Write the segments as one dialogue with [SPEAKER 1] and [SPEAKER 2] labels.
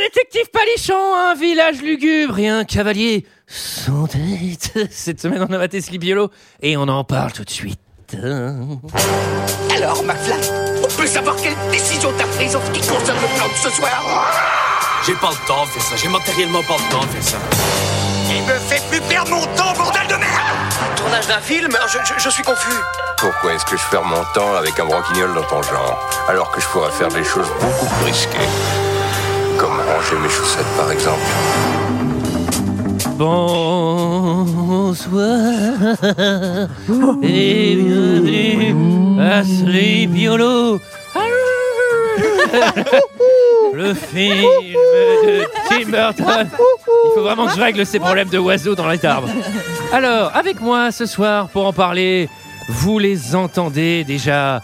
[SPEAKER 1] détective palichon à un village lugubre et un cavalier sans tête. Cette semaine, on a maté Sleepy Hollow et on en parle tout de suite.
[SPEAKER 2] Alors, McFly, on peut savoir quelle décision t'as prise en ce qui concerne le plan de ce soir
[SPEAKER 3] J'ai pas le temps de faire ça, j'ai matériellement pas le temps de faire ça.
[SPEAKER 2] Il me fait plus perdre mon temps, bordel de merde
[SPEAKER 4] Tournage d'un film je, je- je suis confus.
[SPEAKER 5] Pourquoi est-ce que je perds mon temps avec un broquignol dans ton genre, alors que je pourrais faire des choses beaucoup plus risquées Comme ranger mes chaussettes, par exemple.
[SPEAKER 1] Bonsoir et bienvenue à Sleepy Hollow. Le film de Tim Burton. Il faut vraiment que je règle ces problèmes de oiseaux dans les arbres. Alors, avec moi ce soir pour en parler, vous les entendez déjà.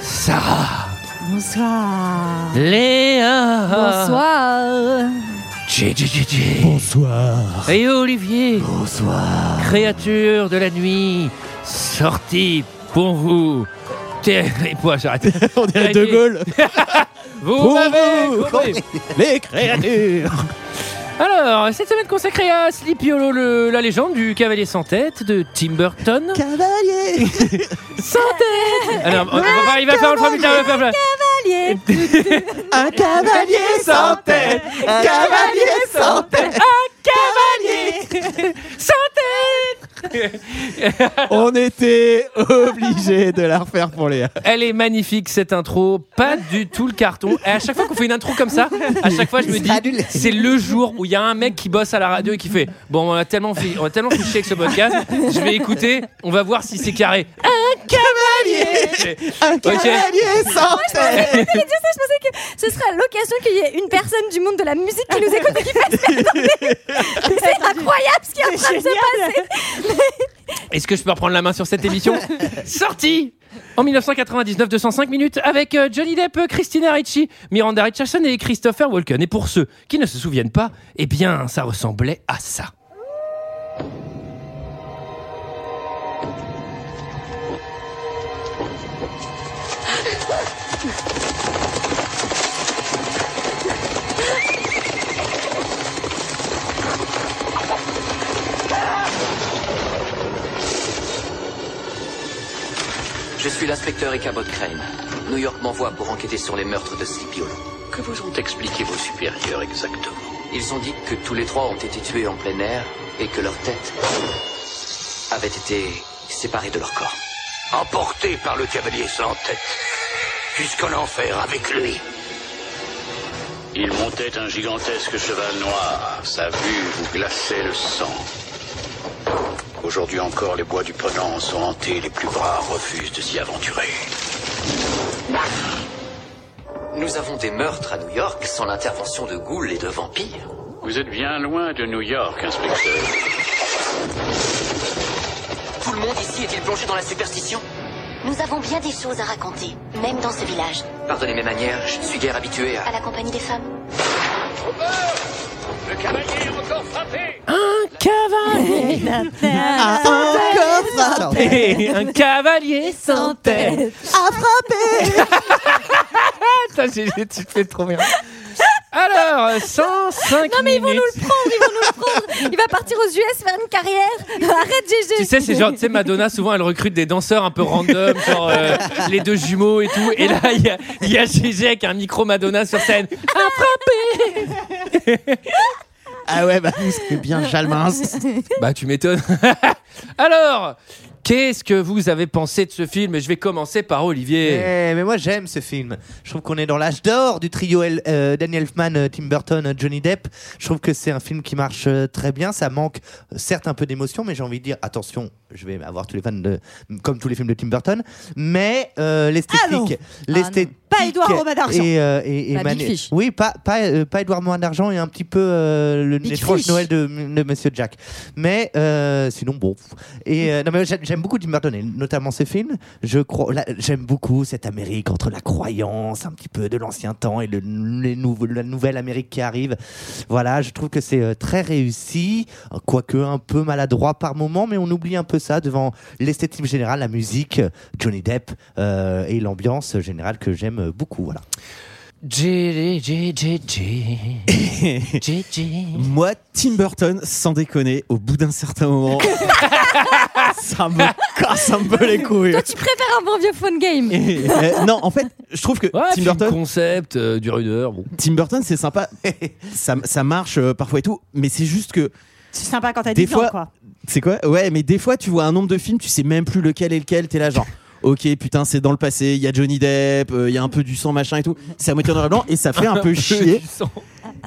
[SPEAKER 1] Sarah,
[SPEAKER 6] Bonsoir.
[SPEAKER 1] Léa,
[SPEAKER 6] Bonsoir.
[SPEAKER 1] JJJJ.
[SPEAKER 7] Bonsoir.
[SPEAKER 1] Et Olivier,
[SPEAKER 7] Bonsoir.
[SPEAKER 1] créature de la nuit, sortie pour vous. Terre et poids, j'arrête.
[SPEAKER 7] On dirait De Gaulle.
[SPEAKER 1] Vous
[SPEAKER 7] Pour
[SPEAKER 1] m'avez
[SPEAKER 7] vous,
[SPEAKER 1] compris.
[SPEAKER 7] Les créatures.
[SPEAKER 1] Alors, cette semaine consacrée à Sleepy Hollow, le- la légende du cavalier sans tête de Tim Burton.
[SPEAKER 7] Cavalier.
[SPEAKER 1] sans tête Alors, on, on va pas arriver à faire, on le fera plus tard, on le fera plus tard.
[SPEAKER 6] Allié.
[SPEAKER 7] Un cavalier sans tête. Un cavalier sans tête.
[SPEAKER 1] Sans tête
[SPEAKER 7] On était obligé de la refaire pour Léa.
[SPEAKER 1] Elle est magnifique cette intro, pas du tout le carton. Et à chaque fois qu'on fait une intro comme ça, à chaque fois je me dis, c'est le jour où il y a un mec qui bosse à la radio et qui fait Bon, on a tellement fait, on a tellement fait chier avec ce podcast, je vais écouter, on va voir si c'est carré.
[SPEAKER 7] Cavalier. Un cavalier sans tête.
[SPEAKER 6] Je pensais que ce serait l'occasion qu'il y ait une personne du monde de la musique qui nous écoute et qui fasse ça. C'est incroyable ce qui est en train de se passer.
[SPEAKER 1] Est-ce que je peux reprendre la main sur cette émission Sortie en 1999, 205 minutes avec euh, Johnny Depp, Christina Ricci, Miranda Richardson et Christopher Walken. Et pour ceux qui ne se souviennent pas, eh bien, ça ressemblait à ça.
[SPEAKER 4] Je suis l'inspecteur Ichabod Crane.
[SPEAKER 8] Euh,
[SPEAKER 4] New York m'envoie pour enquêter sur les meurtres de Sleepy Hollow. Que vous ont expliqué vos supérieurs exactement Ils ont dit que tous les trois ont été tués en plein air et que leurs têtes avaient été séparées de leur corps.
[SPEAKER 2] Emporté par le cavalier sans tête, jusqu'en enfer avec lui.
[SPEAKER 9] Il montait un gigantesque cheval noir. Sa vue vous glaçait le sang. Aujourd'hui encore, les bois du Ponant sont hantés. Les plus braves refusent de s'y aventurer.
[SPEAKER 4] Nous avons des meurtres à New York sans l'intervention de ghouls et de vampires.
[SPEAKER 9] Vous êtes bien loin de New York, inspecteur.
[SPEAKER 4] Tout le monde ici est-il plongé dans la superstition
[SPEAKER 10] Nous avons bien des choses à raconter, même dans ce village,
[SPEAKER 4] Pardonnez mes manières, je ne suis guère habitué à...
[SPEAKER 10] à la compagnie des femmes.
[SPEAKER 1] Cavalier
[SPEAKER 7] Ah, encore ça.
[SPEAKER 1] Et un cavalier sans tête
[SPEAKER 7] À frapper.
[SPEAKER 1] Putain, j'ai- j'ai- tu te fais trop bien. Alors, euh, 105
[SPEAKER 6] Non mais ils vont nous
[SPEAKER 1] minutes.
[SPEAKER 6] le prendre, Oh, ils vont nous le prendre. Il va partir aux US faire une carrière. Arrête GG.
[SPEAKER 1] Tu sais, c'est genre, tu sais, Madonna, souvent, elle recrute des danseurs un peu random, genre euh, les deux jumeaux et tout. Et là, il y a- il y, a GG avec un micro Madonna sur scène.
[SPEAKER 7] Ah ouais, bah vous c'est bien Jalmin.
[SPEAKER 1] Bah, tu m'étonnes. Alors, qu'est-ce que vous avez pensé de ce film Et Je vais commencer par Olivier.
[SPEAKER 11] Eh, mais moi j'aime ce film. Je trouve qu'on est dans l'âge d'or du trio El- euh, Daniel Elfman, euh, Tim Burton, euh, Johnny Depp. Je trouve que c'est un film qui marche euh, très bien. Ça manque euh, certes un peu d'émotion, mais j'ai envie de dire attention, je vais avoir tous les fans de comme tous les films de Tim Burton, mais euh,
[SPEAKER 6] Ah non.
[SPEAKER 11] l'esthétique, l'esthétique,
[SPEAKER 6] Pas Édouard Romain d'Argent.
[SPEAKER 11] et, euh, et- et
[SPEAKER 6] Pas Big
[SPEAKER 11] Manu-
[SPEAKER 6] Fish.
[SPEAKER 11] oui, pas pas euh, pas Édouard Romain d'Argent et un petit peu euh, le
[SPEAKER 6] Big
[SPEAKER 11] l'étrange
[SPEAKER 6] Fish.
[SPEAKER 11] Noël de, de Monsieur Jack. Mais euh, sinon bon. Et euh, non mais j'a- j'aime beaucoup Tim Burton, et notamment ce film. Je crois, là, j'aime beaucoup cette Amérique entre la croyance un petit peu de l'ancien temps et le, les nouveaux- la nouvelle Amérique qui arrive. Voilà, je trouve que c'est euh, très réussi, quoique un peu maladroit par moment, mais on oublie un peu ça devant l'esthétique générale, la musique, Johnny Depp euh, et l'ambiance générale que j'aime beaucoup. Voilà.
[SPEAKER 1] J, J, J, J. J, J.
[SPEAKER 12] Moi, Tim Burton, sans déconner, au bout d'un certain moment, ça me casse un peu les couilles.
[SPEAKER 6] Toi, tu préfères un bon vieux phone game.
[SPEAKER 12] Euh, non, en fait, je trouve que Tim Burton.
[SPEAKER 1] concept, du dure une heure, bon.
[SPEAKER 12] Tim Burton, c'est sympa. ça, ça marche euh, parfois et tout, mais c'est juste que.
[SPEAKER 8] C'est sympa quand t'as
[SPEAKER 12] Des
[SPEAKER 8] 10 ans,
[SPEAKER 12] fois-
[SPEAKER 8] quoi.
[SPEAKER 12] C'est quoi Ouais, mais des fois, tu vois un nombre de films, tu sais même plus lequel est lequel, t'es là genre. Ok, putain, c'est dans le passé, il y a Johnny Depp, euh, il y a un peu du sang, machin et tout. C'est à moitié noir et blanc et ça fait un peu chier.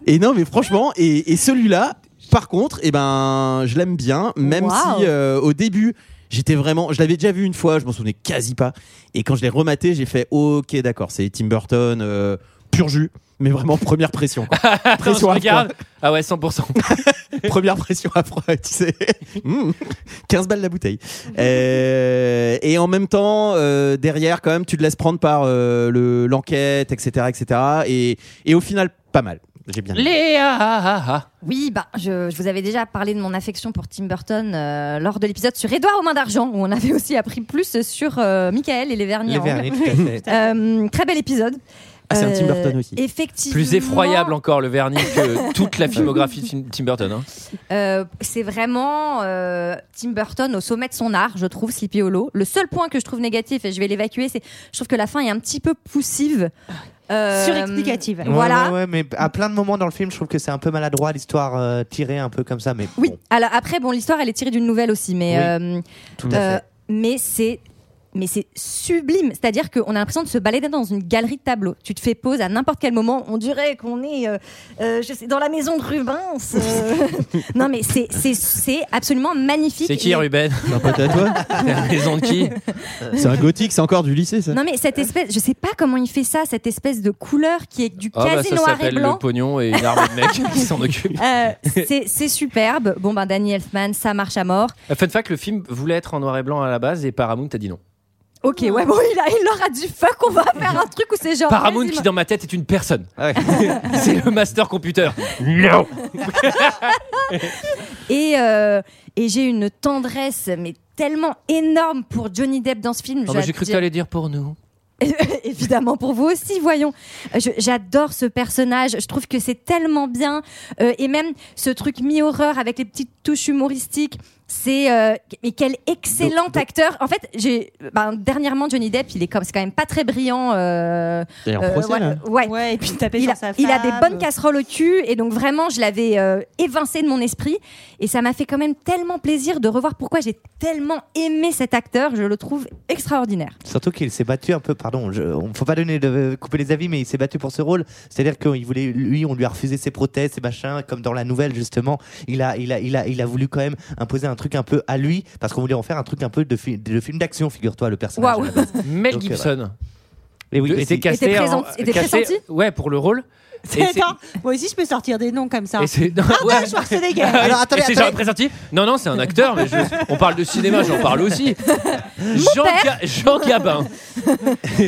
[SPEAKER 12] Et non, mais franchement, et, et celui-là, par contre, eh ben, je l'aime bien, même
[SPEAKER 8] Wow.
[SPEAKER 12] si euh, au début, j'étais vraiment. Je l'avais déjà vu une fois, je m'en souvenais quasi pas. Et quand je l'ai rematé, j'ai fait ok, d'accord, c'est Tim Burton, euh, pur jus, mais vraiment première pression. quoi.
[SPEAKER 1] Après, on se
[SPEAKER 12] Pression à
[SPEAKER 1] regarde. Ah ouais, 100%.
[SPEAKER 12] Première pression à froid, tu sais. Mm. 15 balles la bouteille. Euh, et en même temps, euh, derrière, quand même, tu te laisses prendre par euh, le- l'enquête, etc. etc. Et, et au final, pas mal. J'ai bien aimé.
[SPEAKER 1] Léa
[SPEAKER 6] Oui, bah, je, je vous avais déjà parlé de mon affection pour Tim Burton euh, lors de l'épisode sur Édouard aux mains d'argent, où on avait aussi appris plus sur euh, Michael et les Verniers.
[SPEAKER 11] Les
[SPEAKER 6] en
[SPEAKER 11] Verniers,
[SPEAKER 6] anglais.
[SPEAKER 11] tout à fait.
[SPEAKER 6] Euh, très bel épisode. Euh,
[SPEAKER 12] Ah, c'est un Tim Burton aussi.
[SPEAKER 6] Effectivement.
[SPEAKER 1] Plus effroyable encore le vernis que toute la filmographie de Tim- Tim Burton. hein.
[SPEAKER 6] Euh, c'est vraiment euh, Tim Burton au sommet de son art, je trouve, Sleepy Hollow. Le seul point que je trouve négatif, et je vais l'évacuer, c'est je trouve que la fin est un petit peu poussive. Euh,
[SPEAKER 8] Surexplicative.
[SPEAKER 11] Ouais,
[SPEAKER 6] Voilà.
[SPEAKER 11] ouais, ouais, mais à plein de moments dans le film, je trouve que c'est un peu maladroit l'histoire euh, tirée un peu comme ça, mais
[SPEAKER 6] Oui,
[SPEAKER 11] bon,
[SPEAKER 6] alors après, bon, l'histoire, elle est tirée d'une nouvelle aussi, mais,
[SPEAKER 11] Oui,
[SPEAKER 6] euh,
[SPEAKER 11] tout à
[SPEAKER 6] euh,
[SPEAKER 11] fait.
[SPEAKER 6] mais c'est. Mais c'est sublime, c'est-à-dire qu'on a l'impression de se balader dans une galerie de tableaux. Tu te fais pause à n'importe quel moment, on dirait qu'on est, euh, euh, je sais, dans la maison de Rubens. euh. non mais c'est c'est- c'est absolument magnifique.
[SPEAKER 1] C'est qui
[SPEAKER 6] Et-
[SPEAKER 1] Ruben
[SPEAKER 12] C'est un pote à toi
[SPEAKER 1] La maison de qui
[SPEAKER 12] C'est un gothique, c'est encore du lycée, ça
[SPEAKER 6] Non mais
[SPEAKER 1] Hein
[SPEAKER 6] cette espèce, je sais pas comment il fait ça, cette espèce de couleur qui est du
[SPEAKER 1] Ah bah
[SPEAKER 6] quasi
[SPEAKER 1] ça
[SPEAKER 6] noir et
[SPEAKER 1] s'appelle le
[SPEAKER 6] blanc.
[SPEAKER 1] pognon et une armée de mecs qui s'en occupent.
[SPEAKER 6] Euh, c'est c'est superbe. Bon ben Danny Elfman, ça marche à mort.
[SPEAKER 1] Euh, Fun fact, le film voulait être en noir et blanc à la base et Paramount a dit non.
[SPEAKER 6] Ok, ouais bon, il, a, il leur a dit fuck, on va faire un truc où c'est genre.
[SPEAKER 1] Paramount
[SPEAKER 6] vas-y,
[SPEAKER 1] qui dans ma tête est une personne.
[SPEAKER 11] Ah
[SPEAKER 1] C'est le master computer. Non
[SPEAKER 6] Et, euh, et j'ai une tendresse, mais tellement énorme pour Johnny Depp dans ce film.
[SPEAKER 1] Ah bah, J'ai cru que t'allais dire pour nous.
[SPEAKER 6] Évidemment, pour vous aussi, voyons. Euh, je- J'adore ce personnage, je trouve que c'est tellement bien. Euh, et même ce truc mi-horreur avec les petites touches humoristiques, c'est. euh, mais quel excellent acteur En fait, j'ai. ben, dernièrement, Johnny Depp, il est comme. C'est quand même pas très brillant. euh,
[SPEAKER 12] Il est en
[SPEAKER 6] euh,
[SPEAKER 12] procès,
[SPEAKER 6] ouais,
[SPEAKER 12] là.
[SPEAKER 6] ouais.
[SPEAKER 8] Ouais, et puis taper
[SPEAKER 6] il
[SPEAKER 8] sur
[SPEAKER 6] a,
[SPEAKER 8] sa femme.
[SPEAKER 6] il a des bonnes casseroles au cul et donc vraiment je l'avais euh, évincé de mon esprit et ça m'a fait quand même tellement plaisir de revoir pourquoi j'ai tellement aimé cet acteur, je le trouve extraordinaire.
[SPEAKER 11] surtout qu'il s'est battu un peu, pardon, je, on faut pas donner de couper les avis, mais il s'est battu pour ce rôle, c'est-à-dire qu'il voulait, lui, on lui a refusé ses prothèses, ses machins, comme dans la nouvelle justement, il a, il a, il a, il a voulu quand même imposer un truc un peu à lui, parce qu'on voulait en faire un truc un peu de, fi- de film d'action, figure-toi, le personnage.
[SPEAKER 6] Waouh.
[SPEAKER 11] à la base.
[SPEAKER 1] Mel
[SPEAKER 11] Donc, euh,
[SPEAKER 1] Gibson
[SPEAKER 11] Et oui,
[SPEAKER 1] de-
[SPEAKER 11] aussi.
[SPEAKER 1] était casté,
[SPEAKER 6] Était
[SPEAKER 1] en-
[SPEAKER 6] présent- était
[SPEAKER 1] casté-
[SPEAKER 6] pressenti
[SPEAKER 1] ouais, pour le rôle. Et c'est-
[SPEAKER 8] Attends, moi aussi je peux sortir des noms comme ça.
[SPEAKER 1] et c'est- non, ouais. Ah
[SPEAKER 8] Arnold Schwarzenegger.
[SPEAKER 11] Alors,
[SPEAKER 1] Et
[SPEAKER 11] attendez,
[SPEAKER 1] c'est
[SPEAKER 11] attendez.
[SPEAKER 1] genre pressenti Non, non, c'est un acteur, mais je- on parle de cinéma, j'en parle aussi. Jean, Ga- Jean Gabin.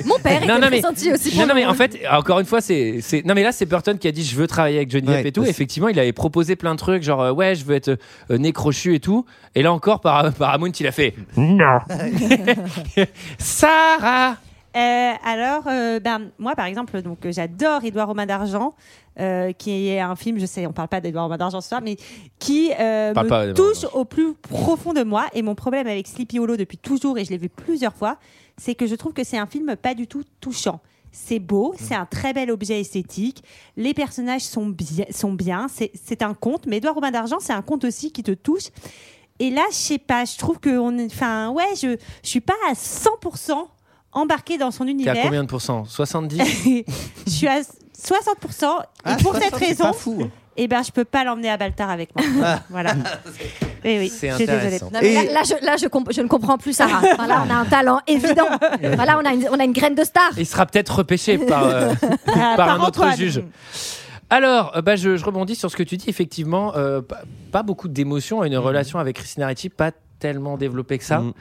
[SPEAKER 6] Mon père
[SPEAKER 1] Non, non,
[SPEAKER 6] était
[SPEAKER 1] mais-
[SPEAKER 6] pressenti aussi pour
[SPEAKER 1] Non, non,
[SPEAKER 6] le
[SPEAKER 1] mais en
[SPEAKER 6] rôle.
[SPEAKER 1] fait, encore une fois, c'est. c'est- Non, mais là, c'est Burton qui a dit Je veux travailler avec Johnny
[SPEAKER 11] Ouais,
[SPEAKER 1] Depp et tout.
[SPEAKER 11] aussi.
[SPEAKER 1] Effectivement, il avait proposé plein de trucs, genre, euh, ouais, je veux être euh, né crochu et tout. Et là encore, Par- Paramount, il a fait Non Sarah
[SPEAKER 8] Euh, alors, euh, ben, moi, par exemple, donc euh, j'adore Édouard Romain d'Argent, euh, qui est un film, je sais, on parle pas d'Édouard Romain d'Argent ce soir, mais qui euh,
[SPEAKER 1] Parle
[SPEAKER 8] me
[SPEAKER 1] pas d'Édouard
[SPEAKER 8] touche au plus profond de moi. Et mon problème avec Sleepy Hollow depuis toujours, et je l'ai vu plusieurs fois, c'est que je trouve que c'est un film pas du tout touchant. C'est beau,
[SPEAKER 11] Mm.
[SPEAKER 8] c'est un très bel objet esthétique. Les personnages sont bien, sont bien. C'est c'est un conte, mais Édouard Romain d'Argent, c'est un conte aussi qui te touche. Et là, je sais pas, je trouve que on est, enfin, ouais, je, je suis pas à 100% embarquée dans son
[SPEAKER 1] T'es à
[SPEAKER 8] univers.
[SPEAKER 1] combien de pourcents 70
[SPEAKER 8] je suis à 60% et
[SPEAKER 11] Ah,
[SPEAKER 8] pour
[SPEAKER 11] 60,
[SPEAKER 8] cette
[SPEAKER 11] c'est
[SPEAKER 8] raison,
[SPEAKER 11] pas fou. hein. Ah.
[SPEAKER 8] eh ben, je peux pas l'emmener à Baltar avec moi. voilà. Eh Oui, oui,
[SPEAKER 1] C'est
[SPEAKER 8] je suis désolée.
[SPEAKER 1] intéressant.
[SPEAKER 6] Non, mais
[SPEAKER 11] Et-
[SPEAKER 6] là, là, je, là, je comp- je ne comprends plus Sarah. Enfin, là, on a un talent évident. Enfin, là, on a une, on a une graine de star.
[SPEAKER 1] Il sera peut-être repêché par, euh,
[SPEAKER 8] Ah,
[SPEAKER 1] par,
[SPEAKER 8] par
[SPEAKER 1] un autre
[SPEAKER 8] Antoine.
[SPEAKER 1] juge. Alors, euh, bah, je, je rebondis sur ce que tu dis. Effectivement, euh, pas, pas beaucoup d'émotions et une relation avec Christine Ricci pas tellement développée que ça.
[SPEAKER 12] Mhm.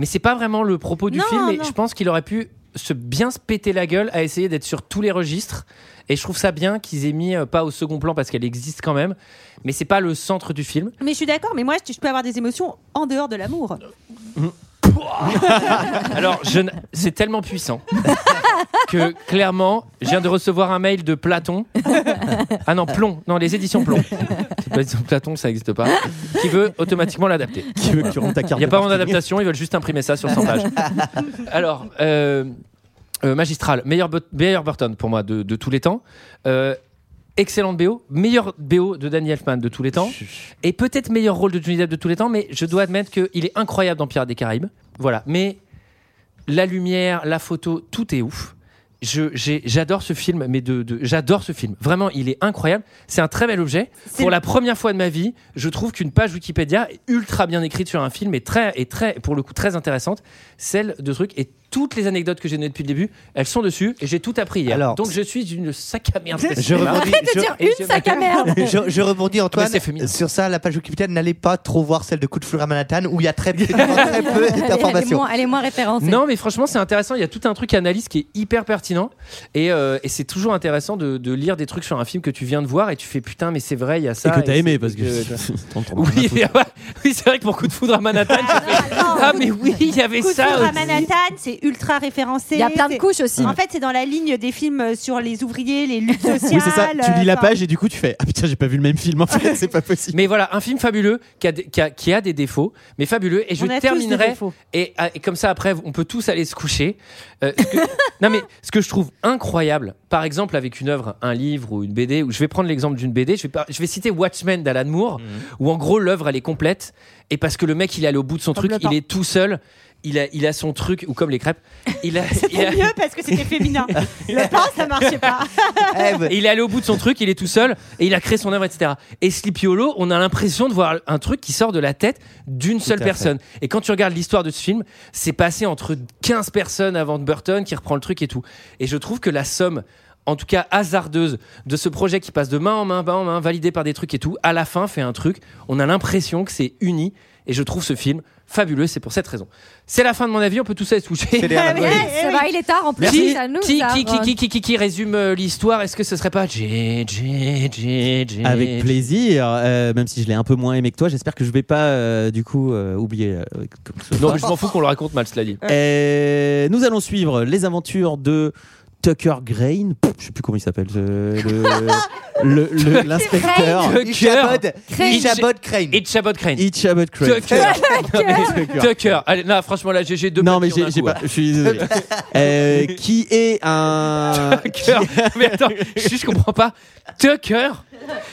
[SPEAKER 1] Mais c'est pas vraiment le propos du
[SPEAKER 8] Non,
[SPEAKER 1] film. Et
[SPEAKER 8] non.
[SPEAKER 1] je pense qu'il aurait pu se bien se péter la gueule à essayer d'être sur tous les registres. Et je trouve ça bien qu'ils aient mis euh, pas au second plan parce qu'elle existe quand même. Mais c'est pas le centre du film.
[SPEAKER 8] Mais je suis d'accord, mais moi, je, je peux avoir des émotions en dehors de l'amour.
[SPEAKER 1] Alors, je n- c'est tellement puissant que clairement, je viens de recevoir un mail de Platon. Ah non, Plomb. Non, les éditions Plomb. C'est pas édition Platon, ça n'existe pas. Qui veut automatiquement l'adapter.
[SPEAKER 12] Qui veut que tu rendes ta carte
[SPEAKER 1] Il n'y a
[SPEAKER 12] de
[SPEAKER 1] pas vraiment
[SPEAKER 12] parking.
[SPEAKER 1] d'adaptation, ils veulent juste imprimer ça sur 100 pages. Alors, euh, euh, magistral, meilleur, Bot- meilleur Burton pour moi de, de tous les temps. Euh, excellente BO, meilleur BO de Danny Elfman de tous les temps. Et peut-être meilleur rôle de Johnny Depp de tous les temps, mais je dois admettre qu'il est incroyable dans Pirates des Caraïbes. Voilà. Mais la lumière, la photo, tout est ouf. Je- j'ai- J'adore ce film, mais de, de- j'adore ce film. Vraiment, il est incroyable. C'est un très bel objet. Pour la première fois de ma vie, je trouve qu'une page Wikipédia est ultra bien écrite sur un film et très, et très, pour le coup, très intéressante. Celle de truc et toutes les anecdotes que j'ai données depuis le début, elles sont dessus et j'ai tout appris hier.
[SPEAKER 11] Alors-
[SPEAKER 1] Donc je suis une sac à merde.
[SPEAKER 11] Je rebondis, je- Je, je rebondis Antoine
[SPEAKER 1] Ah, mais
[SPEAKER 11] sur ça la page Wikipédia n'allez pas trop voir celle de coup de fleur à Manhattan où il y a très, très peu d'informations
[SPEAKER 6] Elle est moins référencée.
[SPEAKER 1] Non, mais franchement, c'est intéressant. Il y a tout un truc analyse qui est hyper pertinent. Et, euh, et c'est toujours intéressant de, de lire des trucs sur un film que tu viens de voir et tu fais putain, mais c'est vrai, il y a ça.
[SPEAKER 12] Et que t'as
[SPEAKER 1] c'est-
[SPEAKER 12] aimé, parce que-
[SPEAKER 1] oui, oui, c'est vrai que pour coup de foudre à Manhattan, tu fais, ah, mais oui, il y avait
[SPEAKER 8] Coup de
[SPEAKER 1] ça.
[SPEAKER 8] foudre à
[SPEAKER 1] aussi.
[SPEAKER 8] Manhattan, c'est ultra référencé.
[SPEAKER 6] Il y a plein de
[SPEAKER 8] c'est-
[SPEAKER 6] couches
[SPEAKER 11] Ah.
[SPEAKER 6] aussi.
[SPEAKER 8] En fait, c'est dans la ligne des films sur les ouvriers, les luttes sociales.
[SPEAKER 12] Oui, c'est ça. Tu lis la
[SPEAKER 8] enfin,
[SPEAKER 12] page et du coup, tu fais Ah putain, j'ai pas vu le même film en fait, c'est pas possible.
[SPEAKER 1] Mais voilà, un film fabuleux qui a, des- qui a- qui a des défauts, mais fabuleux. Et je
[SPEAKER 8] On a tous des
[SPEAKER 1] terminerai.
[SPEAKER 8] défauts.
[SPEAKER 1] Et, ah, et comme ça, après, on peut tous aller se coucher. Euh, ce que- non, mais ce que je trouve incroyable, par exemple, avec une œuvre, un livre ou une BD, où je vais prendre l'exemple d'une BD, je vais, par- je vais citer Watchmen d'Alan Moore, où en gros, l'œuvre, elle est complète. Et parce que le mec, il est allé au bout de son truc,
[SPEAKER 8] Complètement.
[SPEAKER 1] il est tout seul. Il a, il a son truc, ou comme les crêpes. Il a, il a-
[SPEAKER 8] C'est mieux parce que c'était féminin. Le pain, ça marchait pas.
[SPEAKER 6] Eh,
[SPEAKER 1] et il est allé au bout de son truc, il est tout seil et il a créé son œuvre, etc. Et Sleepy Hollow, on a l'impression de voir un truc qui sort de la tête d'une seule
[SPEAKER 12] à fait.
[SPEAKER 1] personne. Et quand tu regardes l'histoire de ce film, c'est passé entre 15 personnes avant Burton qui reprend le truc et tout. Et je trouve que la somme en tout cas hasardeuse de ce projet qui passe de main en main, main en main, validé par des trucs et tout, à la fin fait un truc, on a l'impression que c'est uni, et je trouve ce film fabuleux, c'est pour cette raison. C'est la fin de mon avis, on peut tous aller se coucher.
[SPEAKER 6] Ah
[SPEAKER 8] eh
[SPEAKER 6] Ça va, il est tard en plus.
[SPEAKER 1] Qui,
[SPEAKER 6] ça nous
[SPEAKER 1] qui,
[SPEAKER 6] ça,
[SPEAKER 1] qui, qui,
[SPEAKER 6] Ron.
[SPEAKER 1] qui, qui, qui, qui résume euh, l'histoire Est-ce que ce serait pas J, J, J, J
[SPEAKER 12] Avec plaisir, euh, même si je l'ai un peu moins aimé que toi, j'espère que je vais pas euh, du coup euh, oublier. euh, comme ce
[SPEAKER 1] Non,
[SPEAKER 12] soir.
[SPEAKER 1] mais je m'en fous qu'on le raconte mal, cela dit.
[SPEAKER 12] Et nous allons suivre les aventures de Tucker Grain. Pouf, je sais plus comment il s'appelle. euh, le- le- le- L'inspecteur.
[SPEAKER 1] Crane. Tucker. Crane.
[SPEAKER 11] Ichabod Crane
[SPEAKER 1] Ichabod Crane.
[SPEAKER 12] Ichabod Crane.
[SPEAKER 1] Tucker.
[SPEAKER 12] Tucker.
[SPEAKER 1] Tucker. Allez, non, franchement, là, j'ai j'ai deux
[SPEAKER 12] Non, mais
[SPEAKER 1] papillons d'un
[SPEAKER 12] j'ai j'ai
[SPEAKER 1] coup,
[SPEAKER 12] pas.
[SPEAKER 1] ouais.
[SPEAKER 12] Je suis désolé. Euh, qui est un.
[SPEAKER 1] hein. Tucker. mais attends, je, je comprends pas. Tucker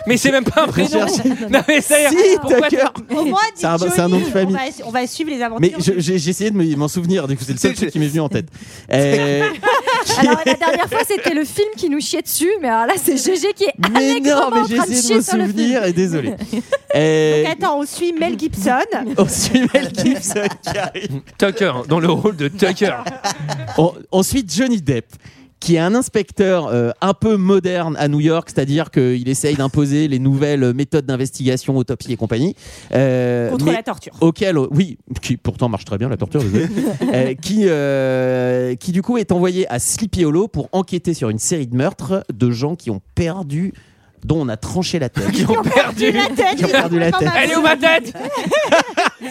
[SPEAKER 1] Mais c'est même pas un prénom. non, mais ça y est.
[SPEAKER 12] Si,
[SPEAKER 1] pourquoi-
[SPEAKER 12] Tucker.
[SPEAKER 8] Au moins, dis
[SPEAKER 12] C'est un- c'est un nom de
[SPEAKER 8] Johnny,
[SPEAKER 12] famille.
[SPEAKER 8] On va, on va suivre les
[SPEAKER 12] Mais
[SPEAKER 8] aventures.
[SPEAKER 12] je- j'ai j'ai essayé de me- m'en souvenir, du coup, c'est le seul truc qui m'est venu en tête. Euh,
[SPEAKER 6] Alors, la dernière fois, c'était le film qui nous chiait dessus, mais alors là, c'est GG qui est
[SPEAKER 12] mais non, mais
[SPEAKER 6] allègrement
[SPEAKER 12] j'ai
[SPEAKER 6] en train de
[SPEAKER 12] essayé de
[SPEAKER 6] chier
[SPEAKER 12] me
[SPEAKER 6] sur le film.
[SPEAKER 12] souvenir, et désolé. Euh,
[SPEAKER 8] Donc, attends, on suit Mel Gibson.
[SPEAKER 12] on suit Mel Gibson qui arrive.
[SPEAKER 1] Tucker, dans le rôle de Tucker.
[SPEAKER 12] En- ensuite, Johnny Depp, qui est un inspecteur euh, un peu moderne à New York, c'est-à-dire qu'il essaye d'imposer les nouvelles méthodes d'investigation, autopsie et compagnie. Euh,
[SPEAKER 8] Contre
[SPEAKER 12] mais
[SPEAKER 8] la torture.
[SPEAKER 12] Auquel, euh, oui, qui pourtant marche très bien, la torture, désolé. Euh, qui, euh, qui du coup est envoyé à Sleepy Hollow pour enquêter sur une série de meurtres de gens qui ont perdu dont on a tranché la tête.
[SPEAKER 1] Ils ont perdu.
[SPEAKER 8] La tête,
[SPEAKER 12] Qui ont
[SPEAKER 8] ils
[SPEAKER 12] perdu
[SPEAKER 8] ont
[SPEAKER 12] la
[SPEAKER 8] vraiment
[SPEAKER 12] tête.
[SPEAKER 1] Elle est où ma tête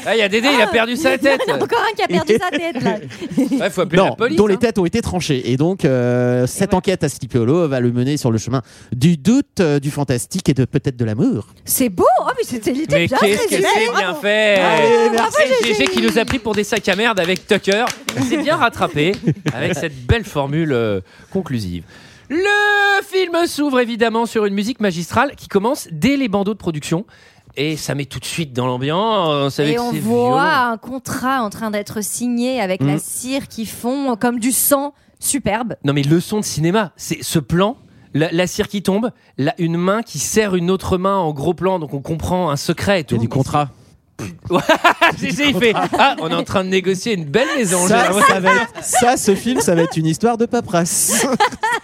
[SPEAKER 1] Ah, il y a Dédé, il a perdu sa tête.
[SPEAKER 6] Encore un qui a perdu sa tête, là.
[SPEAKER 1] Ouais, faut appeler la
[SPEAKER 12] Non,
[SPEAKER 1] police.
[SPEAKER 12] dont les
[SPEAKER 1] hein.
[SPEAKER 12] têtes ont été tranchées. Et donc, euh,
[SPEAKER 8] Eh
[SPEAKER 12] cette enquête à Sleepy Hollow va le mener sur le chemin du doute, euh, du fantastique et de peut-être de l'amour.
[SPEAKER 6] C'est beau, oh, mais c'était l'idée
[SPEAKER 1] Mais
[SPEAKER 6] bien
[SPEAKER 1] qu'est-ce que
[SPEAKER 6] résumée.
[SPEAKER 1] c'est bien fait
[SPEAKER 6] Ah
[SPEAKER 12] Allez, merci.
[SPEAKER 1] C'est GG qui nous a pris pour des sacs à merde avec Tucker. C'est bien rattrapé avec cette belle formule euh, conclusive. Le film s'ouvre évidemment sur une musique magistrale qui commence dès les bandeaux de production. Et ça met tout de suite dans l'ambiance avec
[SPEAKER 6] Et on
[SPEAKER 1] ces
[SPEAKER 6] voit
[SPEAKER 1] violons.
[SPEAKER 6] un contrat en train d'être signé avec
[SPEAKER 1] Mm.
[SPEAKER 6] la cire qui fond comme du sang. Superbe.
[SPEAKER 1] Non mais leçon de cinéma, c'est ce plan. La, la cire qui tombe, la- une main qui serre une autre main en gros plan, donc on comprend un secret et
[SPEAKER 12] Il y
[SPEAKER 1] tout.
[SPEAKER 12] a du contrat.
[SPEAKER 1] GG, il fait Ah, on est en train de négocier une belle maison.
[SPEAKER 12] Ça,
[SPEAKER 1] j'ai l'impression.
[SPEAKER 12] ça va être- ça, ce film, ça va être une histoire de paperasse.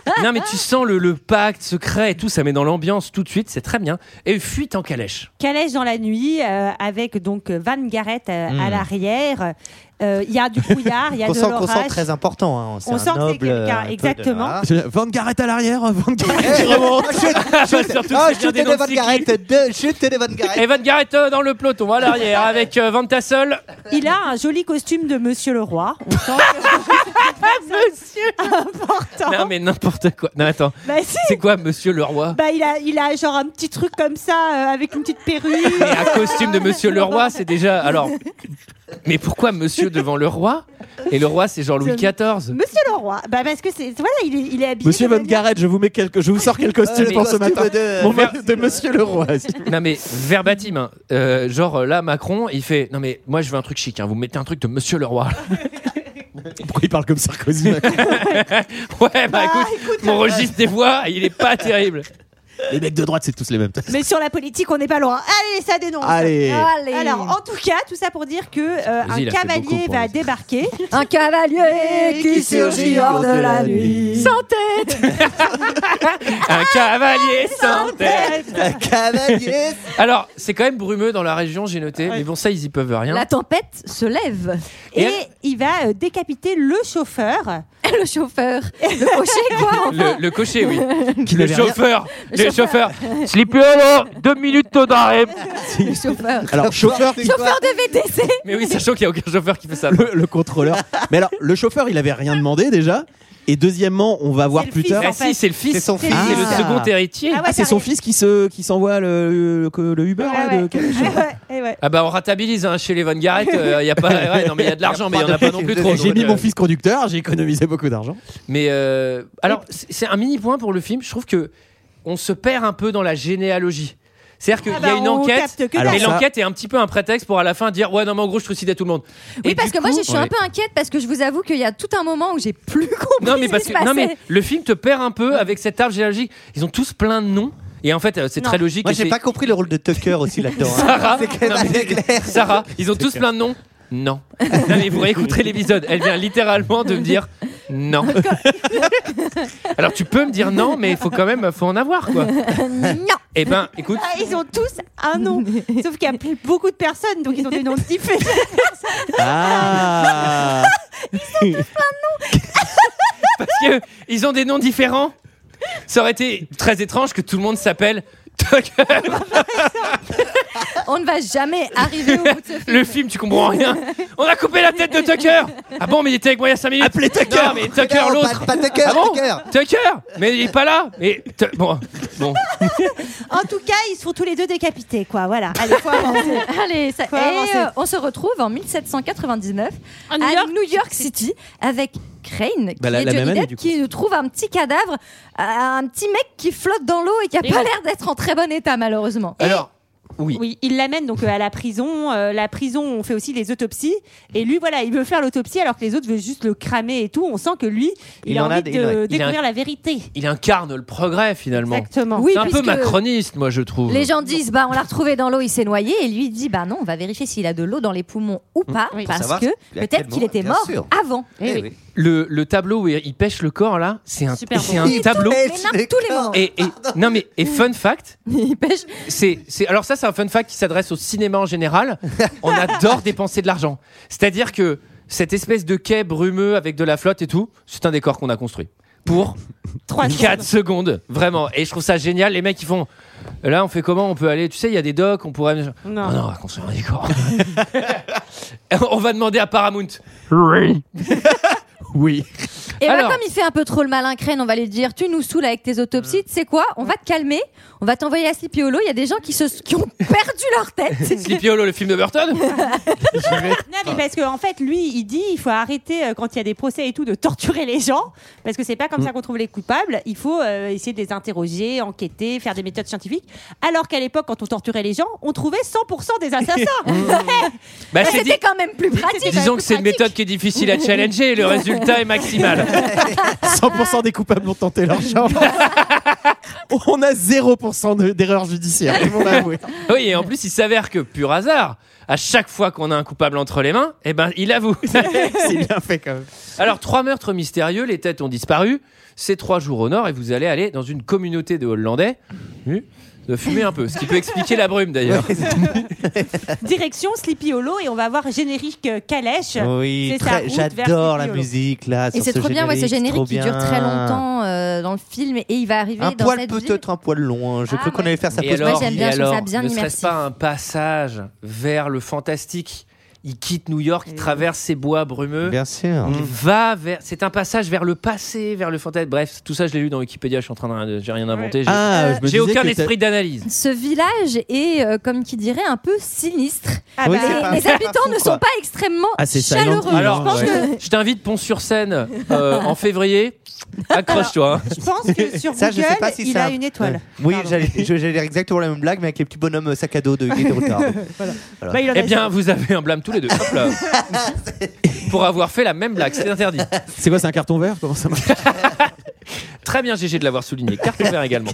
[SPEAKER 8] Ah,
[SPEAKER 1] Non, mais tu sens le, le pacte secret et tout, ça met dans l'ambiance tout de suite, c'est très bien. Et fuite en calèche.
[SPEAKER 8] Calèche dans la nuit euh, avec donc euh, Van Garrett euh, à l'arrière Euh, Il y a du brouillard, il y a
[SPEAKER 11] Qu'on
[SPEAKER 8] de
[SPEAKER 11] sent, qu'on
[SPEAKER 8] l'orage.
[SPEAKER 11] sent très important. hein. C'est
[SPEAKER 8] On
[SPEAKER 11] un
[SPEAKER 8] sent que c'est
[SPEAKER 11] noble,
[SPEAKER 8] quelqu'un,
[SPEAKER 11] un peu de
[SPEAKER 8] exactement.
[SPEAKER 11] l'art.
[SPEAKER 12] Van Garrett à l'arrière, Van Garrett
[SPEAKER 11] Eh,
[SPEAKER 12] qui remonte.
[SPEAKER 1] bah, Surtout
[SPEAKER 11] Ah,
[SPEAKER 1] s'il y a
[SPEAKER 11] chute
[SPEAKER 1] des
[SPEAKER 11] de
[SPEAKER 1] noms
[SPEAKER 11] Van
[SPEAKER 1] de
[SPEAKER 11] Garrett, deux, chute de Van Garrett.
[SPEAKER 1] Et Van Garrett euh, dans le peloton à l'arrière avec euh, Van Tassel.
[SPEAKER 8] Il a un joli costume de Monsieur le Roi. On sent que... Monsieur important.
[SPEAKER 1] Non mais n'importe quoi. Non attends.
[SPEAKER 8] Bah, si.
[SPEAKER 1] C'est quoi Monsieur le Roi
[SPEAKER 8] Bah, il a, il a genre un petit truc comme ça euh, avec une petite perruque.
[SPEAKER 1] Mais un costume de Monsieur le Roi, c'est déjà. Alors. Mais pourquoi Monsieur devant le roi Et le roi, c'est Jean-Louis XIV.
[SPEAKER 8] Monsieur le Roi. Bah parce que c'est voilà, il est, il est habillé.
[SPEAKER 12] Monsieur
[SPEAKER 8] de
[SPEAKER 12] Van
[SPEAKER 8] manière-
[SPEAKER 12] Garrett, je vous, mets quelques, je vous sors quelques costumes
[SPEAKER 1] mais-
[SPEAKER 12] pour ce matin.
[SPEAKER 11] Euh, de-
[SPEAKER 12] Mon mec de Monsieur le Roi.
[SPEAKER 1] Non mais verbatim, hein. Euh, genre là Macron, il fait non mais moi je veux un truc chic, hein. vous me mettez un truc de Monsieur le Roi.
[SPEAKER 12] Pourquoi il parle comme Sarkozy Macron
[SPEAKER 1] ouais bah écoute, mon registre des voix, il est pas terrible.
[SPEAKER 12] Les mecs de droite, c'est tous les mêmes.
[SPEAKER 8] Mais sur la politique, on n'est pas loin. Allez, ça dénonce.
[SPEAKER 12] Allez.
[SPEAKER 6] Allez.
[SPEAKER 8] Alors, en tout cas, tout ça pour dire que euh,
[SPEAKER 12] Vas-y,
[SPEAKER 8] un
[SPEAKER 12] il a fait beaucoup
[SPEAKER 8] cavalier
[SPEAKER 12] pour
[SPEAKER 8] va
[SPEAKER 12] nous.
[SPEAKER 8] débarquer.
[SPEAKER 6] Un cavalier qui surgit hors de la nuit. Sans tête
[SPEAKER 1] Un cavalier sans tête.
[SPEAKER 11] Un cavalier.
[SPEAKER 1] Alors c'est quand même brumeux dans la région, j'ai noté. Mais bon ça ils y peuvent rien.
[SPEAKER 6] La tempête se lève.
[SPEAKER 8] Et,
[SPEAKER 1] Et-
[SPEAKER 8] il va euh, décapiter le chauffeur.
[SPEAKER 6] Le chauffeur. Le cocher, quoi enfin.
[SPEAKER 1] Le, le cocher, oui.
[SPEAKER 12] Qui
[SPEAKER 1] le
[SPEAKER 12] n'avait rien-
[SPEAKER 1] chauffeur.
[SPEAKER 6] Le
[SPEAKER 1] Le chauffeur. Sleepy Hollow, deux minutes taux d'arrêt.
[SPEAKER 6] Le chauffeur.
[SPEAKER 12] Alors, chauffeur,
[SPEAKER 6] Chauffeur de VTC
[SPEAKER 1] Mais oui, sachant qu'il n'y a aucun chauffeur qui fait ça.
[SPEAKER 12] le, le contrôleur. Mais alors, le chauffeur, il avait rien demandé déjà. Et deuxièmement, on va voir
[SPEAKER 8] le
[SPEAKER 12] plus
[SPEAKER 8] fils,
[SPEAKER 12] tard.
[SPEAKER 1] Ah
[SPEAKER 8] en fait.
[SPEAKER 1] si, c'est le fils.
[SPEAKER 11] C'est son
[SPEAKER 1] C'est
[SPEAKER 11] fils.
[SPEAKER 1] le
[SPEAKER 12] Ah.
[SPEAKER 1] second héritier.
[SPEAKER 8] Ah
[SPEAKER 12] Ah,
[SPEAKER 8] ouais,
[SPEAKER 12] c'est
[SPEAKER 8] t'as
[SPEAKER 12] son
[SPEAKER 8] raison.
[SPEAKER 12] fils qui se qui s'envoie le, le, le Uber là,
[SPEAKER 8] Ouais,
[SPEAKER 12] de calèche.
[SPEAKER 8] ouais. Ouais, ouais, ouais.
[SPEAKER 1] Ah bah on ratabilise hein, chez les Van Garrett, il y a pas ouais, non mais il y a de l'argent mais il y en a pas non plus trop.
[SPEAKER 12] J'ai
[SPEAKER 1] donc,
[SPEAKER 12] mis
[SPEAKER 1] euh,
[SPEAKER 12] mon fils conducteur, j'ai économisé beaucoup d'argent.
[SPEAKER 1] Mais euh, alors c'est c'est un mini point pour le film, je trouve que on se perd un peu dans la généalogie. C'est-à-dire qu'il
[SPEAKER 8] Ah
[SPEAKER 1] y a
[SPEAKER 8] bah,
[SPEAKER 1] une
[SPEAKER 8] on
[SPEAKER 1] enquête
[SPEAKER 8] capte que
[SPEAKER 12] Alors
[SPEAKER 1] mais
[SPEAKER 12] ça-
[SPEAKER 1] l'enquête est un petit peu un prétexte pour à la fin dire ouais non mais en gros je trucidais tout le monde.
[SPEAKER 6] Oui,
[SPEAKER 1] Et
[SPEAKER 6] parce
[SPEAKER 1] du
[SPEAKER 6] que moi,
[SPEAKER 1] coup-
[SPEAKER 6] je suis un peu inquiète parce que je vous avoue qu'il y a tout un moment où j'ai plus compris
[SPEAKER 1] Non mais parce
[SPEAKER 6] ce qui
[SPEAKER 1] que
[SPEAKER 6] se
[SPEAKER 1] non mais
[SPEAKER 6] passait.
[SPEAKER 1] le film te perd un peu avec cette arbre généalogique. Ils ont tous plein de noms et en fait euh, c'est
[SPEAKER 8] Non.
[SPEAKER 1] très logique.
[SPEAKER 11] Moi,
[SPEAKER 1] et
[SPEAKER 11] j'ai
[SPEAKER 1] c'est-
[SPEAKER 11] pas compris le rôle de Tucker aussi là-dedans. hein.
[SPEAKER 1] Sarah.
[SPEAKER 11] C'est quand même
[SPEAKER 1] Non, mais-
[SPEAKER 11] assez clair.
[SPEAKER 1] Sarah, ils ont tous plein de noms. Non. non mais vous réécouterez l'épisode. Elle vient littéralement de me dire non. Alors tu peux me dire non, mais il faut quand même, faut en avoir quoi.
[SPEAKER 6] Non
[SPEAKER 1] Eh ben, écoute,
[SPEAKER 8] Ah, ils ont tous un nom. Sauf qu'il y a plus beaucoup de personnes, donc ils ont des noms différents.
[SPEAKER 12] Ah
[SPEAKER 1] parce que ils ont des noms différents. Ça aurait été très étrange que tout le monde s'appelle Tucker.
[SPEAKER 6] On ne va jamais arriver au bout de ce film.
[SPEAKER 1] Le film, tu comprends rien. On a coupé la tête de Tucker. Ah bon, mais il était avec moi il y a 5 minutes.
[SPEAKER 12] Appelez Tucker.
[SPEAKER 1] Non, mais Tucker,
[SPEAKER 11] Non,
[SPEAKER 1] l'autre.
[SPEAKER 11] Pas, pas Tucker,
[SPEAKER 1] Ah bon
[SPEAKER 11] Tucker.
[SPEAKER 1] Tucker Mais il est pas là. Mais tu- bon, bon.
[SPEAKER 8] En tout cas, ils sont tous les deux décapités, quoi. Voilà. Allez, faut avancer.
[SPEAKER 6] Allez, ça...
[SPEAKER 8] Faut
[SPEAKER 6] et,
[SPEAKER 8] avancer.
[SPEAKER 6] euh, on se retrouve en 1799
[SPEAKER 13] À New
[SPEAKER 6] à
[SPEAKER 13] York
[SPEAKER 6] New York City avec Crane,
[SPEAKER 12] Bah,
[SPEAKER 6] qui
[SPEAKER 12] la-
[SPEAKER 6] est
[SPEAKER 12] la
[SPEAKER 6] Johnny
[SPEAKER 12] même année,
[SPEAKER 6] Depp,
[SPEAKER 12] du coup.
[SPEAKER 6] qui trouve un petit cadavre, euh, un petit mec qui flotte dans l'eau et qui a
[SPEAKER 13] Et
[SPEAKER 6] pas
[SPEAKER 13] ouais.
[SPEAKER 6] l'air d'être en très bon état malheureusement.
[SPEAKER 1] Alors, oui.
[SPEAKER 8] Oui, il l'amène donc euh, à la prison. Euh, la prison, on fait aussi les autopsies. Et lui, voilà, il veut faire l'autopsie alors que les autres veulent juste le cramer et tout. On sent que lui, il,
[SPEAKER 11] Il
[SPEAKER 8] a
[SPEAKER 11] en a
[SPEAKER 8] envie
[SPEAKER 11] des-
[SPEAKER 8] de
[SPEAKER 11] il a-
[SPEAKER 8] découvrir
[SPEAKER 1] il a-
[SPEAKER 8] la vérité.
[SPEAKER 1] Il incarne le progrès finalement.
[SPEAKER 8] Exactement.
[SPEAKER 6] Oui,
[SPEAKER 1] C'est un peu
[SPEAKER 6] puisque
[SPEAKER 1] macroniste, moi je trouve.
[SPEAKER 6] Les gens disent bah on l'a retrouvé dans l'eau, il s'est noyé et lui il dit bah non, on va vérifier s'il a de l'eau dans les poumons ou
[SPEAKER 12] Mmh.
[SPEAKER 6] pas
[SPEAKER 8] Oui.
[SPEAKER 6] parce
[SPEAKER 11] Savoir
[SPEAKER 6] que
[SPEAKER 11] à quel
[SPEAKER 6] peut-être qu'il
[SPEAKER 11] moment,
[SPEAKER 6] était
[SPEAKER 11] bien
[SPEAKER 6] mort
[SPEAKER 11] sûr.
[SPEAKER 6] avant.
[SPEAKER 11] Eh
[SPEAKER 13] oui.
[SPEAKER 11] oui.
[SPEAKER 1] Le, le tableau où il pêche le corps là, c'est un,
[SPEAKER 13] Super
[SPEAKER 1] c'est
[SPEAKER 13] bon.
[SPEAKER 1] un tableau.
[SPEAKER 6] Mais n'importe- tous les moments.
[SPEAKER 1] Et, et- non mais et fun fact,
[SPEAKER 6] Il pêche.
[SPEAKER 1] c'est c'est- alors ça c'est un fun fact qui s'adresse au cinéma en général. On adore dépenser de l'argent. C'est-à-dire que cette espèce de quai brumeux avec de la flotte et tout, c'est un décor qu'on a construit pour
[SPEAKER 8] Trois
[SPEAKER 1] 4 secondes vraiment. Et je trouve ça génial. Les mecs ils font là on fait comment On peut aller Tu sais il y a des docks, on pourrait.
[SPEAKER 8] Non.
[SPEAKER 1] Ah non, on va construire un décor. on va demander à Paramount.
[SPEAKER 12] oui.
[SPEAKER 6] Et bah,
[SPEAKER 1] Alors.
[SPEAKER 6] comme il fait un peu trop le malin crène, on va lui dire tu nous saoules avec tes autopsies, tu sais quoi On va te calmer, on va t'envoyer à Sleepy Hollow, il y a des gens qui, se... qui ont perdu leur tête.
[SPEAKER 1] Sleepy Hollow, le film Bah, de Burton
[SPEAKER 8] Non, mais parce qu'en en fait, lui, il dit il faut arrêter euh, quand il y a des procès et tout de torturer les gens parce que c'est pas
[SPEAKER 12] Mm.
[SPEAKER 8] comme ça qu'on trouve les coupables. Il faut euh, essayer de les interroger, enquêter, faire des méthodes scientifiques. Alors qu'à l'époque, quand on torturait les gens, on trouvait 100% des assassins.
[SPEAKER 1] Bah,
[SPEAKER 6] Mais
[SPEAKER 1] c'est
[SPEAKER 6] C'était quand même plus pratique.
[SPEAKER 1] Disons que c'est une
[SPEAKER 6] pratique.
[SPEAKER 1] méthode qui est difficile à challenger et le résultat est maximal.
[SPEAKER 12] 100% des coupables ont tenté leur chance. On a 0% de- d'erreurs judiciaires. ils vont l'avouer.
[SPEAKER 1] Oui, et en plus, il s'avère que, pur hasard, à chaque fois qu'on a un coupable entre les mains, eh ben, il avoue.
[SPEAKER 12] C'est bien fait quand même.
[SPEAKER 1] Alors, trois meurtres mystérieux, les têtes ont disparu. C'est trois jours au nord et vous allez aller dans une communauté de Hollandais. Oui. Hum, de fumer un peu, ce qui peut expliquer la brume d'ailleurs.
[SPEAKER 8] Direction Sleepy Hollow et on va avoir générique euh, calèche.
[SPEAKER 11] Oui,
[SPEAKER 8] C'est ça,
[SPEAKER 11] très-
[SPEAKER 8] route vers
[SPEAKER 11] j'adore
[SPEAKER 8] Sleepy
[SPEAKER 11] la
[SPEAKER 8] Hollow.
[SPEAKER 11] musique là.
[SPEAKER 6] Et
[SPEAKER 11] sur
[SPEAKER 6] c'est trop bien, ouais, ce générique
[SPEAKER 11] trop
[SPEAKER 6] qui dure
[SPEAKER 11] bien.
[SPEAKER 6] très longtemps euh, dans le film et il va arriver
[SPEAKER 11] Un
[SPEAKER 6] dans
[SPEAKER 11] poil
[SPEAKER 6] cette ville. Ah,
[SPEAKER 11] peut-être un poil loin. Je crois qu'on allait faire ça.
[SPEAKER 1] Et
[SPEAKER 11] pause
[SPEAKER 1] alors,
[SPEAKER 6] Moi, j'aime bien,
[SPEAKER 1] et
[SPEAKER 6] je trouve ça
[SPEAKER 1] alors,
[SPEAKER 6] bien
[SPEAKER 1] ne serait-ce
[SPEAKER 6] immersif.
[SPEAKER 1] pas un passage vers le fantastique Il quitte New York,
[SPEAKER 6] Mmh.
[SPEAKER 1] il traverse ces bois brumeux.
[SPEAKER 11] Bien sûr.
[SPEAKER 6] Mm.
[SPEAKER 1] Il va vers. C'est un passage vers le passé, vers le fantastique. Bref, tout ça, je l'ai lu dans Wikipédia. Je suis en train de. J'ai rien inventé. J'ai
[SPEAKER 12] Ah, je me
[SPEAKER 1] j'ai
[SPEAKER 12] disais
[SPEAKER 1] aucun
[SPEAKER 12] que t'as-
[SPEAKER 1] esprit d'analyse.
[SPEAKER 6] Ce village est, euh, comme qui dirait, un peu sinistre.
[SPEAKER 1] Ah Oui, bah. c'est
[SPEAKER 6] les,
[SPEAKER 1] pas-
[SPEAKER 6] les habitants ne
[SPEAKER 1] quoi.
[SPEAKER 6] sont pas extrêmement
[SPEAKER 1] Ah, c'est Silent
[SPEAKER 6] chaleureux.
[SPEAKER 1] Hill, Alors,
[SPEAKER 6] je pense
[SPEAKER 1] ouais.
[SPEAKER 6] que-
[SPEAKER 1] Je t'invite Pont-sur-Seine euh, en février. Accroche-toi. hein.
[SPEAKER 8] Je pense que sur
[SPEAKER 11] Ça, je sais pas
[SPEAKER 8] Google,
[SPEAKER 11] si
[SPEAKER 8] il
[SPEAKER 11] c'est
[SPEAKER 8] a
[SPEAKER 11] un-
[SPEAKER 8] une étoile.
[SPEAKER 11] Ouais. Oui, j'allais je- j'allais dire exactement la même blague, mais avec les petits bonhommes euh, sac à dos de Guy de Retard. Voilà.
[SPEAKER 8] Bah, il en a
[SPEAKER 1] eh bien, vous avez un blâme tous les deux. Hop là. Pour avoir fait la même blague, c'est interdit.
[SPEAKER 12] C'est quoi, c'est un carton vert Comment ça marche
[SPEAKER 1] Très bien, GG de l'avoir souligné. Carte vert également.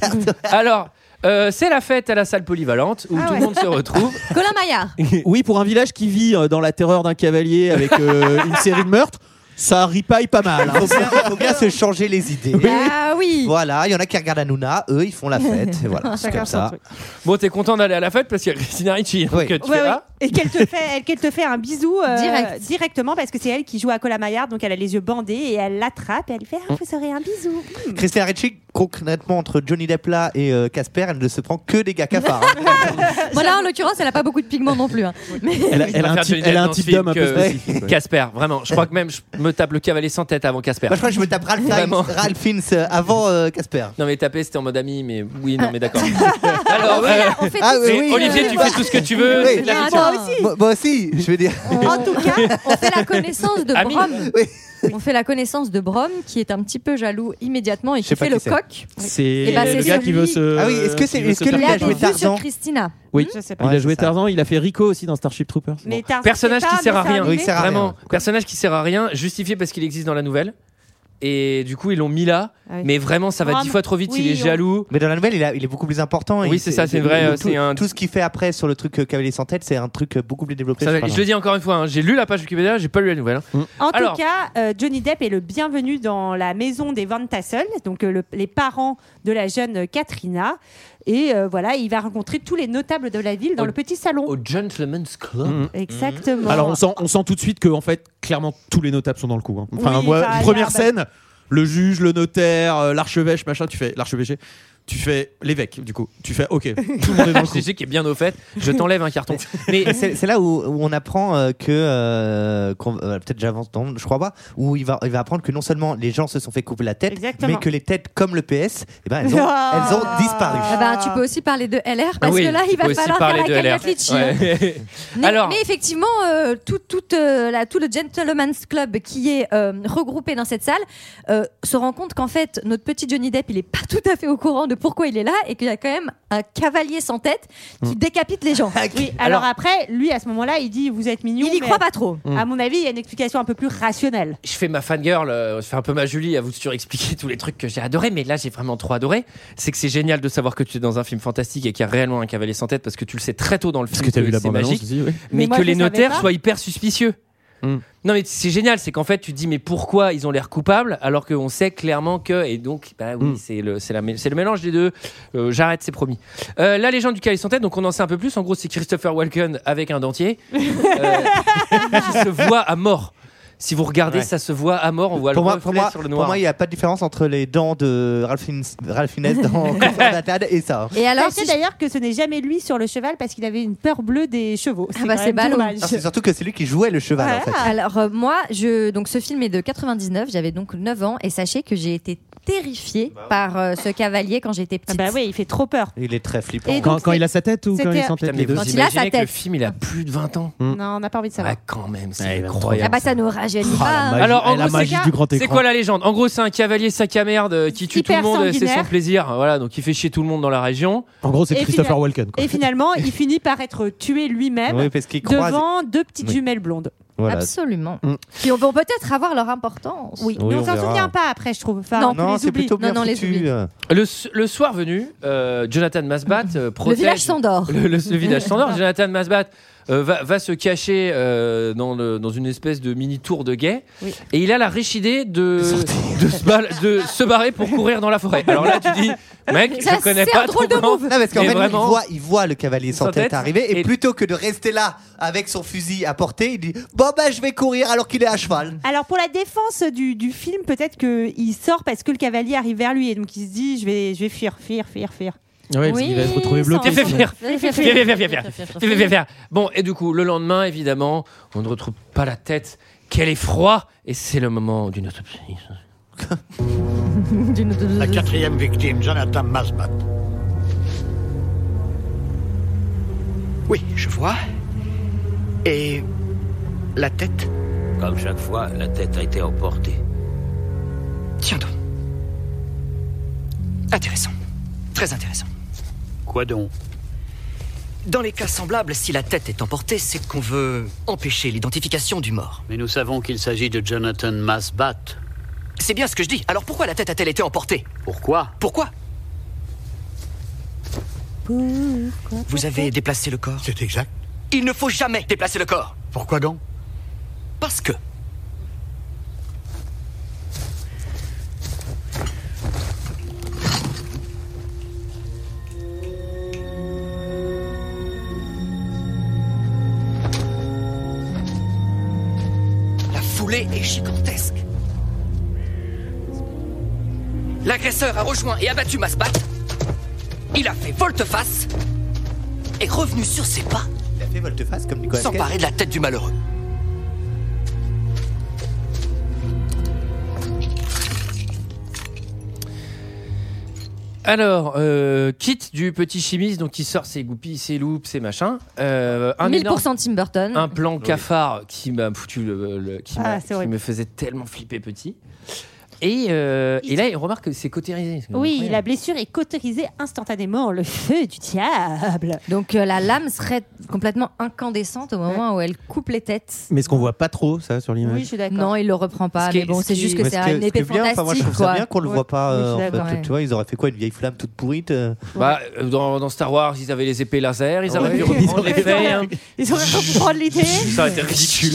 [SPEAKER 1] Alors, euh, c'est la fête à la salle polyvalente où
[SPEAKER 6] Ah
[SPEAKER 1] tout
[SPEAKER 6] ouais.
[SPEAKER 1] le monde se retrouve.
[SPEAKER 6] Colin Maillard.
[SPEAKER 12] Oui, pour un village qui vit euh, dans la terreur d'un cavalier avec euh, une série de meurtres, ça ripaille pas mal. hein.
[SPEAKER 11] Faut bien, faut bien se changer les idées.
[SPEAKER 6] Ah oui.
[SPEAKER 11] Voilà, il y en a qui regardent Hanouna, eux ils font la fête. Et voilà, c'est
[SPEAKER 8] Chacun
[SPEAKER 11] comme
[SPEAKER 8] son
[SPEAKER 11] ça.
[SPEAKER 8] truc.
[SPEAKER 1] Bon, t'es content d'aller à la fête parce qu'il y a Christina Ricci. donc, tu fais,
[SPEAKER 8] Ouais, ouais.
[SPEAKER 1] ah,
[SPEAKER 8] Et qu'elle te fait, elle- qu'elle te fait un bisou euh,
[SPEAKER 6] Direct.
[SPEAKER 8] directement parce que c'est elle qui joue à Cola Maillard, donc elle a les yeux bandés et elle l'attrape et elle lui fait ah, vous serez un bisou. Mm.
[SPEAKER 11] Christina Ricci, concrètement entre Johnny Depp là et euh, Casper, elle ne se prend que des gars cafards. hein.
[SPEAKER 6] Voilà, en l'occurrence, elle n'a pas beaucoup de pigments non plus. hein. Mais-
[SPEAKER 12] Elle a,
[SPEAKER 1] je
[SPEAKER 12] elle a un
[SPEAKER 1] préfère
[SPEAKER 12] type,
[SPEAKER 1] Johnny
[SPEAKER 12] elle a
[SPEAKER 1] Depp
[SPEAKER 12] un
[SPEAKER 1] dans ce
[SPEAKER 12] type
[SPEAKER 1] film
[SPEAKER 12] d'homme un peu
[SPEAKER 1] que
[SPEAKER 12] spécifique. euh, ouais.
[SPEAKER 1] euh, Casper, vraiment. Je crois que même je me tape le cavalier sans tête avant Casper.
[SPEAKER 11] Moi, je crois que je me tape Ralph Fiennes,
[SPEAKER 1] Vraiment.
[SPEAKER 11] Ralph Fiennes, euh, avant euh, Casper.
[SPEAKER 1] Non, mais taper, c'était en mode ami, mais oui, non, mais d'accord. Alors,
[SPEAKER 6] Voilà,
[SPEAKER 1] euh,
[SPEAKER 6] on fait
[SPEAKER 11] Ah,
[SPEAKER 6] tout
[SPEAKER 11] oui,
[SPEAKER 6] ce
[SPEAKER 1] mais
[SPEAKER 11] oui,
[SPEAKER 6] que-
[SPEAKER 1] Olivier, tu fais tout ce que tu veux.
[SPEAKER 11] Oui.
[SPEAKER 1] c'est de la
[SPEAKER 6] Ah,
[SPEAKER 1] fiction.
[SPEAKER 6] attends,
[SPEAKER 11] Moi, moi aussi, je veux dire.
[SPEAKER 8] En tout cas,
[SPEAKER 6] on fait la connaissance de
[SPEAKER 1] Ami.
[SPEAKER 6] Brom.
[SPEAKER 11] Oui.
[SPEAKER 6] On fait la connaissance de Brom qui est un petit peu jaloux immédiatement et
[SPEAKER 11] Je sais
[SPEAKER 6] qui
[SPEAKER 11] pas
[SPEAKER 6] fait
[SPEAKER 11] qui
[SPEAKER 6] le
[SPEAKER 11] c'est.
[SPEAKER 6] coq.
[SPEAKER 12] C'est
[SPEAKER 6] Eh ben,
[SPEAKER 12] le
[SPEAKER 6] c'est
[SPEAKER 12] gars qui veut
[SPEAKER 6] celui-
[SPEAKER 12] se.
[SPEAKER 11] Ah oui, est-ce que c'est-
[SPEAKER 12] qui veut se
[SPEAKER 11] est-ce que
[SPEAKER 12] faire
[SPEAKER 11] lui,
[SPEAKER 6] Il
[SPEAKER 11] a
[SPEAKER 6] a
[SPEAKER 12] taper
[SPEAKER 11] joué
[SPEAKER 6] des vues sur
[SPEAKER 11] Tarzan.
[SPEAKER 6] Christina.
[SPEAKER 12] Oui,
[SPEAKER 8] je sais pas.
[SPEAKER 12] il
[SPEAKER 11] Ouais,
[SPEAKER 12] a joué
[SPEAKER 11] c'est ça.
[SPEAKER 12] Tarzan, il a fait Rico aussi dans Starship Troopers.
[SPEAKER 8] Hmm Mais Tarzan,
[SPEAKER 1] Personnage
[SPEAKER 8] c'est
[SPEAKER 1] qui
[SPEAKER 8] pas
[SPEAKER 1] sert à
[SPEAKER 8] dessin
[SPEAKER 1] rien.
[SPEAKER 8] animé.
[SPEAKER 11] Oui, c'est rare.
[SPEAKER 1] Vraiment, personnage qui sert à rien, justifié parce qu'il existe dans la nouvelle. Et du coup, ils l'ont mis là.
[SPEAKER 8] Ah oui.
[SPEAKER 1] Mais vraiment, ça va
[SPEAKER 8] Brom,
[SPEAKER 1] dix fois trop vite.
[SPEAKER 8] oui,
[SPEAKER 1] il est
[SPEAKER 8] on-
[SPEAKER 1] jaloux.
[SPEAKER 11] Mais dans la nouvelle, il, a- il est beaucoup plus important. et
[SPEAKER 1] Oui,
[SPEAKER 11] il-
[SPEAKER 1] c'est ça, c'est
[SPEAKER 11] il-
[SPEAKER 1] vrai,
[SPEAKER 11] il-
[SPEAKER 1] euh,
[SPEAKER 11] tout-
[SPEAKER 1] c'est un-
[SPEAKER 11] Tout ce qu'il fait après sur le truc euh, Cavalier sans tête, c'est un truc euh, beaucoup plus développé.
[SPEAKER 1] Ça va-
[SPEAKER 11] crois,
[SPEAKER 1] je le dis encore une fois, hein, j'ai lu la page Wikipédia, j'ai pas lu la nouvelle. hein.
[SPEAKER 8] En
[SPEAKER 1] Alors-
[SPEAKER 8] tout cas, euh, Johnny Depp est le bienvenu dans la maison des Van Tassel, donc euh, le- les parents de la jeune euh, Katrina. Et euh, voilà, il va rencontrer tous les notables de la ville dans
[SPEAKER 1] Au-
[SPEAKER 8] le petit salon.
[SPEAKER 1] Au Gentleman's Club.
[SPEAKER 12] Mhm.
[SPEAKER 8] Exactement.
[SPEAKER 12] Alors on sent, on sent tout de suite que en fait, clairement, tous les notables sont dans le coup. hein. Enfin,
[SPEAKER 8] Oui,
[SPEAKER 12] moi,
[SPEAKER 8] bah, y a-
[SPEAKER 12] première
[SPEAKER 8] bah-
[SPEAKER 12] scène, le juge, le notaire, euh, l'archevêche, machin. Tu fais l'archevêché, tu fais l'évêque. Du coup, tu fais OK. Tout le monde est dans le coup.
[SPEAKER 1] Je sais qui est bien au fait, je t'enlève un carton. Mais
[SPEAKER 11] Et c'est c'est là où, où on apprend euh, que euh, qu'on- euh, peut-être j'avance, non, je crois pas, où il va, il va apprendre que non seulement les gens se sont fait couper la tête,
[SPEAKER 8] Exactement.
[SPEAKER 11] mais que les têtes comme le PS, eh ben, elles, ont, elles ont disparu.
[SPEAKER 6] Ah bah, tu peux aussi parler de LR parce
[SPEAKER 1] Ah Oui,
[SPEAKER 6] que là,
[SPEAKER 1] tu
[SPEAKER 6] il va
[SPEAKER 1] peux aussi
[SPEAKER 6] falloir faire la
[SPEAKER 1] parler de LR.
[SPEAKER 6] Cagnette Litchi.
[SPEAKER 1] Ouais.
[SPEAKER 6] Mais,
[SPEAKER 1] Alors-
[SPEAKER 6] mais effectivement, euh, tout, tout, euh, la- tout le Gentleman's Club qui est euh, regroupé dans cette salle euh, se rend compte qu'en fait, notre petit Johnny Depp, il est pas tout à fait au courant de pourquoi il est là et qu'il y a quand même un cavalier sans tête qui décapite les gens.
[SPEAKER 8] Oui, alors,
[SPEAKER 1] Alors-
[SPEAKER 8] après, lui, à ce moment-là, il dit Vous êtes mignon.
[SPEAKER 6] Il y
[SPEAKER 8] mais
[SPEAKER 6] croit pas trop.
[SPEAKER 8] À mon avis, il y a une explication un peu plus rationnelle.
[SPEAKER 1] je fais ma fangirl, euh, je fais un peu ma Julie à vous surexpliquer tous les trucs que j'ai adoré, mais là j'ai vraiment trop adoré. C'est que c'est génial de savoir que tu es dans un film fantastique et qu'il y a réellement un cavalier sans tête parce que tu le sais très tôt dans le film.
[SPEAKER 12] t'as
[SPEAKER 1] que c'est magique.
[SPEAKER 12] aussi, oui.
[SPEAKER 1] mais,
[SPEAKER 8] Mais moi,
[SPEAKER 1] que
[SPEAKER 8] je
[SPEAKER 1] les
[SPEAKER 8] le savais
[SPEAKER 1] notaires
[SPEAKER 8] pas.
[SPEAKER 1] soient hyper suspicieux.
[SPEAKER 11] Hmm.
[SPEAKER 12] Mm.
[SPEAKER 1] Non mais c'est génial, c'est qu'en fait tu te dis mais pourquoi ils ont l'air coupables alors qu'on sait clairement que et donc bah oui
[SPEAKER 11] Hmm.
[SPEAKER 12] Mm.
[SPEAKER 1] c'est le c'est la mé- c'est le mélange des deux. Euh, J'arrête, c'est promis. Euh, la légende du calice sans tête, donc on en sait un peu plus. En gros c'est Christopher Walken avec un dentier euh, qui se voit à mort. Si vous regardez,
[SPEAKER 11] Ouais.
[SPEAKER 1] ça se voit à mort. On voit
[SPEAKER 11] Pour
[SPEAKER 1] le
[SPEAKER 11] moi,
[SPEAKER 1] reflet
[SPEAKER 11] pour, moi,
[SPEAKER 1] sur le
[SPEAKER 11] pour
[SPEAKER 1] noir.
[SPEAKER 11] moi, il n'y a pas de différence entre les dents de Ralph Fiennes, Ralph Fiennes dans Confessions d'un Tad et ça. hein.
[SPEAKER 6] Et alors,
[SPEAKER 8] Sachez
[SPEAKER 6] Bah, si-
[SPEAKER 8] d'ailleurs que ce n'est jamais lui sur le cheval parce qu'il avait une peur bleue des chevaux.
[SPEAKER 6] bah,
[SPEAKER 8] quand
[SPEAKER 6] c'est
[SPEAKER 8] même
[SPEAKER 6] ballot.
[SPEAKER 8] dommage.
[SPEAKER 11] Alors, C'est surtout que c'est lui qui jouait le cheval en fait.
[SPEAKER 6] Alors euh, moi, je donc ce film est de 99, j'avais donc 9 ans et sachez que j'ai été terrifiée par euh, ce cavalier quand j'étais
[SPEAKER 8] Ah
[SPEAKER 6] petite.
[SPEAKER 8] bah oui, il fait trop peur.
[SPEAKER 11] Il est très flippant.
[SPEAKER 8] Et donc,
[SPEAKER 12] Quand, quand il a sa tête ou quand il
[SPEAKER 8] c'était-
[SPEAKER 12] s'entête
[SPEAKER 1] Putain, mais
[SPEAKER 12] les
[SPEAKER 1] vous
[SPEAKER 12] deux
[SPEAKER 6] Quand il a sa
[SPEAKER 1] imaginez que le
[SPEAKER 6] tête.
[SPEAKER 1] film il a plus de 20 ans.
[SPEAKER 12] Mm.
[SPEAKER 8] Non, on n'a pas envie de savoir.
[SPEAKER 1] Ah quand même, c'est
[SPEAKER 12] Ouais, il va trop
[SPEAKER 1] incroyable.
[SPEAKER 6] Ah bah ça nous rajeunit
[SPEAKER 12] Oh, la
[SPEAKER 6] pas.
[SPEAKER 11] Ah,
[SPEAKER 12] magie-
[SPEAKER 1] Alors, en
[SPEAKER 12] eh, la
[SPEAKER 1] gros, c'est
[SPEAKER 12] magie
[SPEAKER 8] qu'un-
[SPEAKER 12] du grand écran.
[SPEAKER 1] C'est quoi la légende En gros, c'est un cavalier sac à merde qui tue tout le
[SPEAKER 8] Hyper
[SPEAKER 1] monde, c'est son
[SPEAKER 8] sanguinaire.
[SPEAKER 1] plaisir. Voilà, donc il fait chier tout le monde dans la région.
[SPEAKER 12] En gros, c'est
[SPEAKER 8] Et
[SPEAKER 12] Christopher
[SPEAKER 8] final-
[SPEAKER 12] Walken. quoi.
[SPEAKER 8] Et finalement, il finit par être tué lui-même
[SPEAKER 11] Oui, parce qu'il croise.
[SPEAKER 8] devant deux petites
[SPEAKER 11] Oui.
[SPEAKER 8] jumelles blondes.
[SPEAKER 11] Voilà.
[SPEAKER 6] Absolument.
[SPEAKER 12] Mm.
[SPEAKER 6] Qui vont peut-être avoir leur importance.
[SPEAKER 8] Oui,
[SPEAKER 11] Oui,
[SPEAKER 8] mais
[SPEAKER 11] on
[SPEAKER 8] on s'en
[SPEAKER 11] verra.
[SPEAKER 8] souvient pas après, je trouve. Enfin,
[SPEAKER 6] Non.
[SPEAKER 8] on
[SPEAKER 11] Ah Non,
[SPEAKER 8] les
[SPEAKER 11] c'est
[SPEAKER 8] oublie.
[SPEAKER 11] plutôt bien
[SPEAKER 6] Non, non, les
[SPEAKER 11] foutu.
[SPEAKER 6] oublie.
[SPEAKER 11] euh.
[SPEAKER 1] Le, s- le soir venu, euh, Jonathan Masbat euh,
[SPEAKER 6] Le
[SPEAKER 1] protège.
[SPEAKER 6] village s'endort.
[SPEAKER 1] Le, le- le village s'endort. Jonathan Masbat euh, va, va se cacher euh, dans, le- dans une espèce de mini tour de guet. Et il a la riche idée de, de, se bal- de se barrer pour courir dans la forêt. Alors là, tu dis, mec,
[SPEAKER 11] Ça,
[SPEAKER 1] je connais
[SPEAKER 11] c'est
[SPEAKER 1] pas
[SPEAKER 11] un drôle
[SPEAKER 1] ton
[SPEAKER 11] de
[SPEAKER 1] plan,
[SPEAKER 11] move. Non, parce qu'en
[SPEAKER 1] mais
[SPEAKER 11] fait, lui, il
[SPEAKER 1] vraiment-
[SPEAKER 11] voit- il voit le cavalier sans
[SPEAKER 1] Sans
[SPEAKER 11] tête
[SPEAKER 1] tête.
[SPEAKER 11] arriver et, plutôt que de rester là avec son fusil à portée, il dit Bon, bah, je vais courir alors qu'il est à cheval.
[SPEAKER 8] Alors pour la défense euh, du, du film, peut-être qu'il sort parce que le cavalier arrive vers lui et donc il se dit je vais, je vais fuir, fuir, fuir, fuir.
[SPEAKER 12] Ouais, parce qu'il va se retrouver bloqué.
[SPEAKER 1] Viens, viens,
[SPEAKER 8] Viens,
[SPEAKER 1] viens,
[SPEAKER 8] viens,
[SPEAKER 1] viens,
[SPEAKER 8] viens.
[SPEAKER 1] viens, viens, viens, viens, viens, viens. Bon, et du coup, le lendemain, évidemment, on ne retrouve pas la tête. Quel effroi Et c'est le moment d'une autopsie.
[SPEAKER 9] La quatrième victime, Jonathan Masbat.
[SPEAKER 13] Oui, je vois. Et la tête
[SPEAKER 2] Comme chaque fois, la tête a été emportée.
[SPEAKER 13] Tiens donc. Intéressant. Très intéressant.
[SPEAKER 9] Quoi donc
[SPEAKER 13] Dans les cas semblables, si la tête est emportée, c'est qu'on veut empêcher l'identification du mort.
[SPEAKER 9] Mais nous savons qu'il s'agit de Jonathan Masbat.
[SPEAKER 13] C'est bien ce que je dis. Alors pourquoi la tête a-t-elle été emportée
[SPEAKER 9] Pourquoi
[SPEAKER 13] Pourquoi Vous avez déplacé le corps C'est exact. Il ne faut jamais déplacer le corps.
[SPEAKER 9] Pourquoi donc
[SPEAKER 13] Parce que. La foulée est gigantesque. L'agresseur a rejoint et abattu Masbat. Il a fait volte-face et revenu sur ses pas,
[SPEAKER 11] Il a fait volte-face comme Nicolas
[SPEAKER 13] s'emparer de la tête du malheureux.
[SPEAKER 11] Ben,
[SPEAKER 1] Alors, euh, kit du petit chimiste, donc qui sort ses goupilles, ses loupes, ses machins. Euh, un
[SPEAKER 6] 1000%
[SPEAKER 1] énorme-
[SPEAKER 6] Tim Burton.
[SPEAKER 1] Un plan cafard qui m'a foutu le, le- qui,
[SPEAKER 6] Ah,
[SPEAKER 1] m'a-
[SPEAKER 6] c'est
[SPEAKER 1] qui
[SPEAKER 6] horrible.
[SPEAKER 1] me faisait tellement flipper petit. Et, euh, et là, il remarque que c'est cautérisé. C'est
[SPEAKER 8] Oui,
[SPEAKER 1] incroyable.
[SPEAKER 8] la blessure est cautérisée instantanément, le feu du diable.
[SPEAKER 6] Donc euh, la lame serait complètement incandescente au moment où elle coupe les têtes.
[SPEAKER 12] Mais ce qu'on voit pas trop, ça, sur l'image.
[SPEAKER 6] Non, il le reprend pas.
[SPEAKER 1] Ce qui est-
[SPEAKER 6] mais bon,
[SPEAKER 1] ce
[SPEAKER 6] c'est
[SPEAKER 1] qui-
[SPEAKER 6] juste que
[SPEAKER 1] Mais
[SPEAKER 6] c'est
[SPEAKER 1] ce qui est-
[SPEAKER 6] un
[SPEAKER 1] ce
[SPEAKER 6] épée
[SPEAKER 11] C'est bien, enfin, moi, je
[SPEAKER 6] fantastique.
[SPEAKER 11] trouve ça
[SPEAKER 6] quoi.
[SPEAKER 11] bien qu'on le voit pas. euh,
[SPEAKER 6] Oui, je
[SPEAKER 11] en
[SPEAKER 6] suis d'accord,
[SPEAKER 11] fait.
[SPEAKER 6] ouais.
[SPEAKER 11] Tu vois, ils auraient fait quoi Une vieille flamme toute pourrite euh
[SPEAKER 1] Bah, euh, dans, dans Star Wars, ils avaient les épées laser, ils auraient pu
[SPEAKER 11] Ouais.
[SPEAKER 1] reprendre les
[SPEAKER 11] Ils auraient-
[SPEAKER 1] faits. hein.
[SPEAKER 8] Ils auraient pu prendre l'idée.
[SPEAKER 1] Ça aurait été ridicule.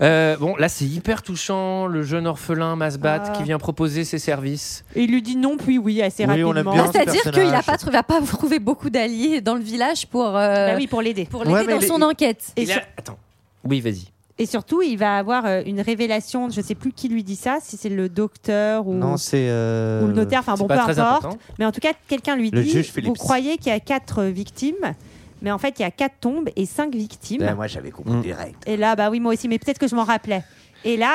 [SPEAKER 1] Euh, bon, là, c'est hyper touchant. Le jeune orphelin Masbat
[SPEAKER 8] Ah.
[SPEAKER 1] qui vient proposer ses services.
[SPEAKER 8] Et il lui dit non, puis oui, assez
[SPEAKER 1] Oui, on
[SPEAKER 8] rapidement.
[SPEAKER 1] l'aime bien, ce
[SPEAKER 6] Hein, C'est-à-dire qu'il n'a
[SPEAKER 1] personnage.
[SPEAKER 6] pas trouvé, a pas trouvé beaucoup d'alliés dans le village pour, euh,
[SPEAKER 8] Bah oui, pour l'aider.
[SPEAKER 6] pour l'aider dans son enquête.
[SPEAKER 8] Et,
[SPEAKER 1] Il a-
[SPEAKER 8] sur-
[SPEAKER 1] Attends. Oui, vas-y.
[SPEAKER 8] et surtout, il va avoir euh, une révélation. Je sais plus qui lui dit ça, si c'est le docteur ou.
[SPEAKER 11] Non, c'est. euh,
[SPEAKER 8] ou le notaire, enfin
[SPEAKER 11] c'est
[SPEAKER 8] Ah bon, peu
[SPEAKER 11] pas très
[SPEAKER 8] importe.
[SPEAKER 11] important.
[SPEAKER 8] Mais en tout cas, quelqu'un lui
[SPEAKER 11] Le
[SPEAKER 8] dit
[SPEAKER 11] juge Phillips.
[SPEAKER 8] Vous croyez qu'il y a quatre victimes, mais en fait, il y a quatre tombes et cinq victimes.
[SPEAKER 11] Ben, moi, j'avais compris direct.
[SPEAKER 8] Et là, bah oui, moi aussi, mais peut-être que je m'en rappelais. Et là,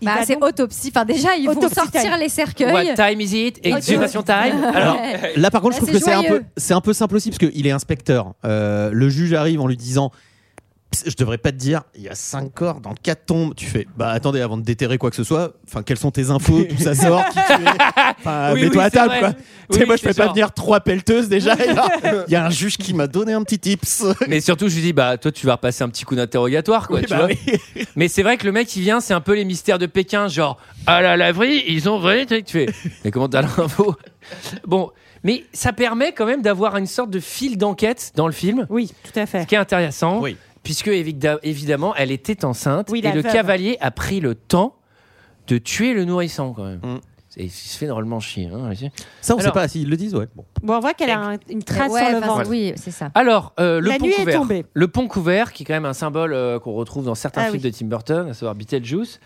[SPEAKER 8] il
[SPEAKER 6] Bah,
[SPEAKER 8] va
[SPEAKER 6] c'est
[SPEAKER 8] donc-
[SPEAKER 6] autopsie. Enfin, déjà, ils
[SPEAKER 8] Autopsie
[SPEAKER 6] vont sortir
[SPEAKER 8] time.
[SPEAKER 6] les cercueils.
[SPEAKER 1] What time is it? Exhumation time?
[SPEAKER 8] Ah,
[SPEAKER 1] Alors,
[SPEAKER 12] Là, par contre, je
[SPEAKER 6] Bah,
[SPEAKER 12] trouve que
[SPEAKER 6] c'est
[SPEAKER 12] c'est un peu,
[SPEAKER 6] joyeux.
[SPEAKER 12] c'est un peu simple aussi parce qu'il est inspecteur. Euh, le juge arrive en lui disant. Psst, Je devrais pas te dire, il y a 5 corps dans 4 tombes. Tu fais, bah attendez, avant de déterrer quoi que ce soit, enfin, quelles sont tes infos, d'où ça sort, qui tu es Enfin,
[SPEAKER 7] Oui,
[SPEAKER 12] Ah, mets-toi
[SPEAKER 7] oui,
[SPEAKER 12] à
[SPEAKER 7] c'est
[SPEAKER 12] table,
[SPEAKER 7] vrai.
[SPEAKER 12] quoi.
[SPEAKER 7] Oui,
[SPEAKER 12] tu sais, moi, je
[SPEAKER 7] c'est
[SPEAKER 12] fais pas
[SPEAKER 7] sûr.
[SPEAKER 12] venir trois pelleteuses déjà. et là, Il y a un juge qui m'a donné un petit tips.
[SPEAKER 1] Mais surtout, je lui dis, bah, toi, tu vas repasser un petit coup d'interrogatoire, quoi,
[SPEAKER 12] Oui,
[SPEAKER 1] tu
[SPEAKER 12] bah
[SPEAKER 1] vois. Mais c'est vrai que le mec, il vient, c'est un peu les mystères de Pékin, genre, à la laverie, ils ont vrai, tu fais. Mais comment t'as l'info Bon, mais ça permet quand même d'avoir une sorte de fil d'enquête dans le film.
[SPEAKER 8] Oui, tout à fait. Ce
[SPEAKER 1] qui est intéressant, puisque évi- évidemment, elle était enceinte
[SPEAKER 8] Oui,
[SPEAKER 1] et
[SPEAKER 8] la
[SPEAKER 1] le
[SPEAKER 8] veuve.
[SPEAKER 1] cavalier a pris le temps de tuer le nourrisson, quand même. Et il se fait normalement chier. hein, ici.
[SPEAKER 12] Ça, on sait
[SPEAKER 1] Alors-
[SPEAKER 12] pas s'ils le disent, ouais. Bon.
[SPEAKER 8] Bon, on voit qu'elle a un- une trace
[SPEAKER 6] Ouais,
[SPEAKER 8] sur le
[SPEAKER 6] enfin,
[SPEAKER 8] ventre.
[SPEAKER 6] Oui, c'est ça.
[SPEAKER 1] Alors, euh, le
[SPEAKER 8] La
[SPEAKER 1] pont
[SPEAKER 8] nuit est
[SPEAKER 1] couvert.
[SPEAKER 8] tombée.
[SPEAKER 1] Le pont couvert, qui est quand même un symbole euh, qu'on retrouve dans certains
[SPEAKER 8] Ah
[SPEAKER 1] films
[SPEAKER 8] oui.
[SPEAKER 1] de Tim Burton, à savoir Beetlejuice.